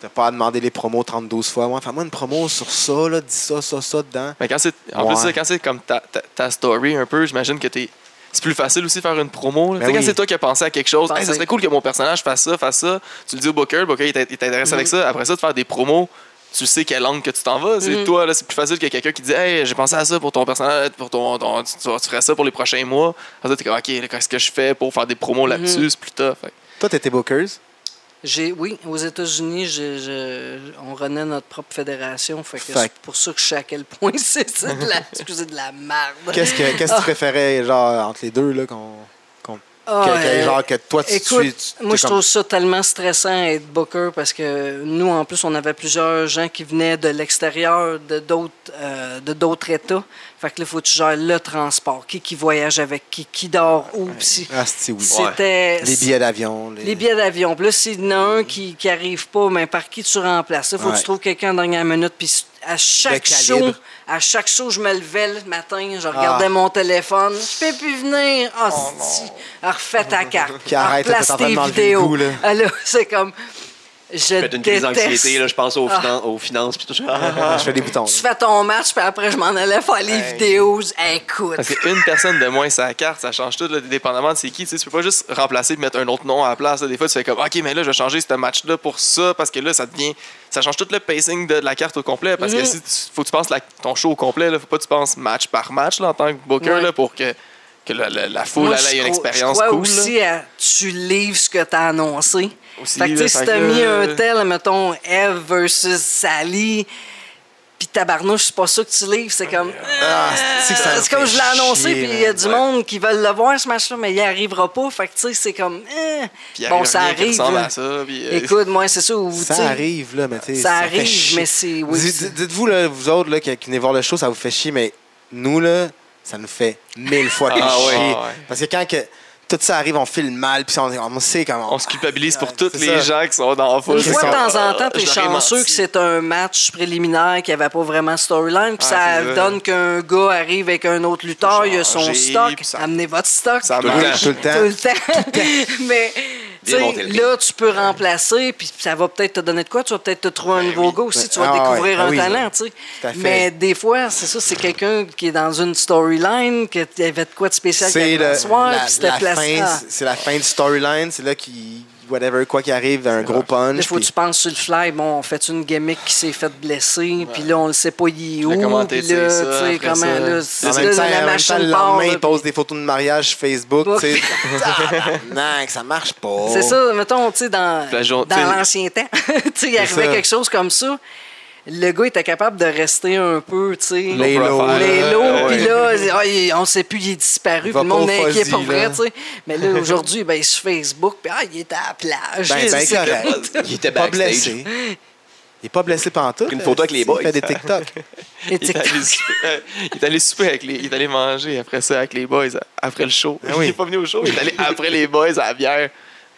[SPEAKER 3] T'as pas à demander les promos 32 fois. Ouais, fais-moi une promo sur ça, là, dis ça, ça, ça dedans.
[SPEAKER 1] Mais quand c'est, en
[SPEAKER 3] Ouais.
[SPEAKER 1] plus, ça, quand c'est comme ta, ta, ta story un peu, j'imagine que t'es. C'est plus facile aussi de faire une promo. là.
[SPEAKER 3] Ben
[SPEAKER 1] Tu sais, Quand
[SPEAKER 3] oui.
[SPEAKER 1] c'est toi qui as pensé à quelque chose,
[SPEAKER 2] Pensez.
[SPEAKER 1] Hey, ça serait cool que mon personnage fasse ça, fasse ça. Tu le dis au Booker, le Booker il t'in- il t'intéresse avec ça. Après ça, de faire des promos, tu sais quelle langue que tu t'en vas. C'est toi, là, c'est plus facile que quelqu'un qui dit Hey, j'ai pensé à ça pour ton personnage, pour ton, ton- tu, tu- tu ferais ça pour les prochains mois. Après ça, t'es comme Ok, là, qu'est-ce que je fais pour faire des promos là-dessus C'est plus tough. Fait que
[SPEAKER 3] Toi, t'étais bookers.
[SPEAKER 2] J'ai, oui, aux États-Unis, je- je- on renaît notre propre fédération. Fait que
[SPEAKER 3] Fait
[SPEAKER 2] c'est pour ça que je sais à quel point c'est, c'est de la, excusez, de la merde.
[SPEAKER 3] Qu'est-ce que, qu'est-ce que tu préférais, genre, entre les deux, là, qu'on. qu'on-
[SPEAKER 2] Ah,
[SPEAKER 3] que- que-
[SPEAKER 2] euh,
[SPEAKER 3] genre, que toi, tu.
[SPEAKER 2] Écoute,
[SPEAKER 3] tu- tu- t'es
[SPEAKER 2] moi, je
[SPEAKER 3] comme-
[SPEAKER 2] trouve ça tellement stressant à être booker parce que nous, en plus, on avait plusieurs gens qui venaient de l'extérieur, de d'autres euh, de d'autres États. Fait que là, faut que tu gères le transport. Qui qui voyage avec qui, qui dort où. pis si-
[SPEAKER 3] Ah, c'est oui.
[SPEAKER 2] C'était...
[SPEAKER 3] Les billets d'avion. Les...
[SPEAKER 2] Les billets d'avion. Puis là, s'il y en a un qui n'arrive pas, mais par qui tu remplaces? Il faut que
[SPEAKER 3] Mm. Ouais.
[SPEAKER 2] tu trouves quelqu'un en dernière minute. Puis à chaque
[SPEAKER 3] De
[SPEAKER 2] show,
[SPEAKER 3] calibre. Ah.
[SPEAKER 2] à chaque show, je me levais le matin, je regardais mon téléphone. Je peux plus venir. Ah, si. Ah, refais ta carte.
[SPEAKER 3] Oh, Qui arrête,
[SPEAKER 2] Ah, replace
[SPEAKER 3] t'es en train de
[SPEAKER 2] tes
[SPEAKER 3] m'enlever le
[SPEAKER 2] vidéos.
[SPEAKER 3] goût, là.
[SPEAKER 2] Ah, là, c'est comme. Je
[SPEAKER 4] Faites une crise
[SPEAKER 2] déteste.
[SPEAKER 4] d'anxiété, là, je pense aux,
[SPEAKER 2] Ah.
[SPEAKER 4] finan- aux finances. Puis tout.
[SPEAKER 3] Ah, je fais des boutons.
[SPEAKER 2] Tu fais ton match, puis après, je m'en allais faire les vidéos. Écoute.
[SPEAKER 1] Parce qu'une personne de moins sa carte, ça change tout, là, dépendamment de c'est qui. Tu sais, tu peux pas juste remplacer et mettre un autre nom à la place. là. Des fois, tu fais comme, OK, mais là, je vais changer ce match-là pour ça, parce que là, ça devient. Ça change tout le pacing de, de la carte au complet. Parce que
[SPEAKER 2] Mm-hmm.
[SPEAKER 1] si tu- faut que tu penses la- ton show au complet, là, faut pas que tu penses match par match là, en tant que booker
[SPEAKER 2] Ouais.
[SPEAKER 1] là, pour que, que la, la- la foule
[SPEAKER 2] Moi,
[SPEAKER 1] elle
[SPEAKER 2] je
[SPEAKER 1] ait une
[SPEAKER 2] crois-
[SPEAKER 1] expérience
[SPEAKER 2] je crois
[SPEAKER 1] cool. là.
[SPEAKER 2] aussi à tu livres ce que t'as annoncé.
[SPEAKER 1] Aussi,
[SPEAKER 2] fait que, tu
[SPEAKER 1] là,
[SPEAKER 2] sais, si
[SPEAKER 1] fait
[SPEAKER 2] t'as
[SPEAKER 1] que-
[SPEAKER 2] mis un tel, mettons, Eve versus Sally, puis tabarnouche, c'est pas ça que tu livres, c'est comme... euh,
[SPEAKER 3] Ah, c'est que ça me
[SPEAKER 2] c'est comme
[SPEAKER 3] fait
[SPEAKER 2] je l'ai annoncé,
[SPEAKER 3] chier,
[SPEAKER 2] puis il y a
[SPEAKER 3] man.
[SPEAKER 2] du monde qui veulent le voir, ce match-là, mais il arrivera pas. Fait que, tu sais, c'est comme... euh,
[SPEAKER 1] Puis il
[SPEAKER 2] bon,
[SPEAKER 1] arrive
[SPEAKER 2] ça
[SPEAKER 1] rien qui
[SPEAKER 2] arrive.
[SPEAKER 1] ressemble
[SPEAKER 2] là.
[SPEAKER 1] à ça, puis, euh,
[SPEAKER 2] Écoute, moi, c'est ça. où, tu sais,
[SPEAKER 3] Ça arrive, là, mais tu sais,
[SPEAKER 2] Ça
[SPEAKER 3] fait
[SPEAKER 2] arrive,
[SPEAKER 3] chier.
[SPEAKER 2] mais c'est- oui,
[SPEAKER 3] Dites-
[SPEAKER 2] c'est-
[SPEAKER 3] Dites-vous, là, vous autres, là, qui, qui venez voir le show, ça vous fait chier, mais nous, là, ça nous fait mille fois plus
[SPEAKER 1] Ah ouais,
[SPEAKER 3] chier.
[SPEAKER 1] ah ouais.
[SPEAKER 3] Parce que quand que tout ça arrive, on file mal, puis on, on sait comment.
[SPEAKER 1] on se culpabilise pour tous
[SPEAKER 3] c'est
[SPEAKER 1] les
[SPEAKER 3] ça.
[SPEAKER 1] gens qui sont dans la foule.
[SPEAKER 2] Une fois de
[SPEAKER 1] Ils sont,
[SPEAKER 2] temps en temps,
[SPEAKER 1] Ah,
[SPEAKER 2] t'es
[SPEAKER 1] je leur ai
[SPEAKER 2] chanceux
[SPEAKER 1] menti.
[SPEAKER 2] que c'est un match préliminaire qui avait pas vraiment de storyline, puis
[SPEAKER 1] Ah,
[SPEAKER 2] ça
[SPEAKER 1] c'est vrai.
[SPEAKER 2] donne qu'un gars arrive avec un autre lutteur, il a son
[SPEAKER 1] Changer,
[SPEAKER 2] stock,
[SPEAKER 1] puis ça-
[SPEAKER 2] amenez votre stock.
[SPEAKER 1] Ça
[SPEAKER 4] Tout le
[SPEAKER 1] marche.
[SPEAKER 4] temps.
[SPEAKER 3] Tout le temps.
[SPEAKER 2] Tout le temps. Mais tu sais,
[SPEAKER 4] monter le
[SPEAKER 2] là, tu peux remplacer, puis ça va peut-être te donner de quoi. Tu vas peut-être te
[SPEAKER 1] Ben
[SPEAKER 2] trouver un nouveau gars aussi. Tu vas
[SPEAKER 3] Ah ouais,
[SPEAKER 2] découvrir
[SPEAKER 3] ah
[SPEAKER 2] un
[SPEAKER 3] oui,
[SPEAKER 2] talent. tu sais.
[SPEAKER 3] Tout à fait.
[SPEAKER 2] Mais des fois, c'est ça, c'est quelqu'un qui est dans une storyline, qui avait de quoi de spécial qu'il
[SPEAKER 3] C'est
[SPEAKER 2] avait
[SPEAKER 3] le-
[SPEAKER 2] le soir,
[SPEAKER 3] la,
[SPEAKER 2] puis c'était
[SPEAKER 3] la
[SPEAKER 2] placé.
[SPEAKER 3] fin,
[SPEAKER 2] Ah.
[SPEAKER 3] c'est- c'est la fin du storyline, c'est là qui whatever quoi qui arrive, un gros punch.
[SPEAKER 2] Là, faut que
[SPEAKER 3] puis-
[SPEAKER 2] tu penses sur le fly, bon, on fait une gimmick qui s'est faite blesser, puis là, on le sait pas, il est où,
[SPEAKER 1] Là, comment
[SPEAKER 2] puis
[SPEAKER 1] t'étires
[SPEAKER 2] là,
[SPEAKER 1] ça,
[SPEAKER 2] tu sais,
[SPEAKER 1] après
[SPEAKER 2] comment,
[SPEAKER 1] ça?
[SPEAKER 2] là,
[SPEAKER 3] En
[SPEAKER 2] là,
[SPEAKER 3] même temps,
[SPEAKER 2] la
[SPEAKER 3] en même temps, le
[SPEAKER 2] machine part,
[SPEAKER 3] lendemain,
[SPEAKER 2] là,
[SPEAKER 3] ils posent
[SPEAKER 2] puis-
[SPEAKER 3] des photos de mariage Facebook,
[SPEAKER 2] Book.
[SPEAKER 3] tu sais. Tabarnak, ça marche pas.
[SPEAKER 2] C'est ça, mettons, tu sais, dans,
[SPEAKER 1] La jour-
[SPEAKER 2] dans
[SPEAKER 1] t'sais-
[SPEAKER 2] l'ancien temps, tu sais, il arrivait
[SPEAKER 3] ça.
[SPEAKER 2] quelque chose comme ça, le gars était capable de rester un peu, tu sais...
[SPEAKER 3] Les
[SPEAKER 1] Low
[SPEAKER 3] lots.
[SPEAKER 1] profile.
[SPEAKER 2] les
[SPEAKER 1] Ouais,
[SPEAKER 2] lots,
[SPEAKER 1] ouais.
[SPEAKER 2] puis là, ah, il- on sait plus, il est disparu,
[SPEAKER 3] Il
[SPEAKER 2] puis
[SPEAKER 3] va
[SPEAKER 2] le monde
[SPEAKER 3] pas au
[SPEAKER 2] est inquiet pour
[SPEAKER 3] fuzzy,
[SPEAKER 2] vrai,
[SPEAKER 3] là.
[SPEAKER 2] tu sais. Mais là, aujourd'hui, ben, sur Facebook, puis ah, il est à la plage.
[SPEAKER 3] Ben, ben
[SPEAKER 2] C'est-
[SPEAKER 3] correct.
[SPEAKER 4] Il était
[SPEAKER 3] pas
[SPEAKER 4] backstage.
[SPEAKER 3] blessé. Il est pas blessé pantoute.
[SPEAKER 4] Une photo avec les boys.
[SPEAKER 3] Il fait des TikTok.
[SPEAKER 2] Et
[SPEAKER 1] Il est, allé
[SPEAKER 2] TikTok.
[SPEAKER 1] souper, il est allé souper avec les. Il est allé manger après ça avec les boys à- après le show.
[SPEAKER 3] Ah oui.
[SPEAKER 1] Il est pas venu au show, il est allé après les boys à la bière.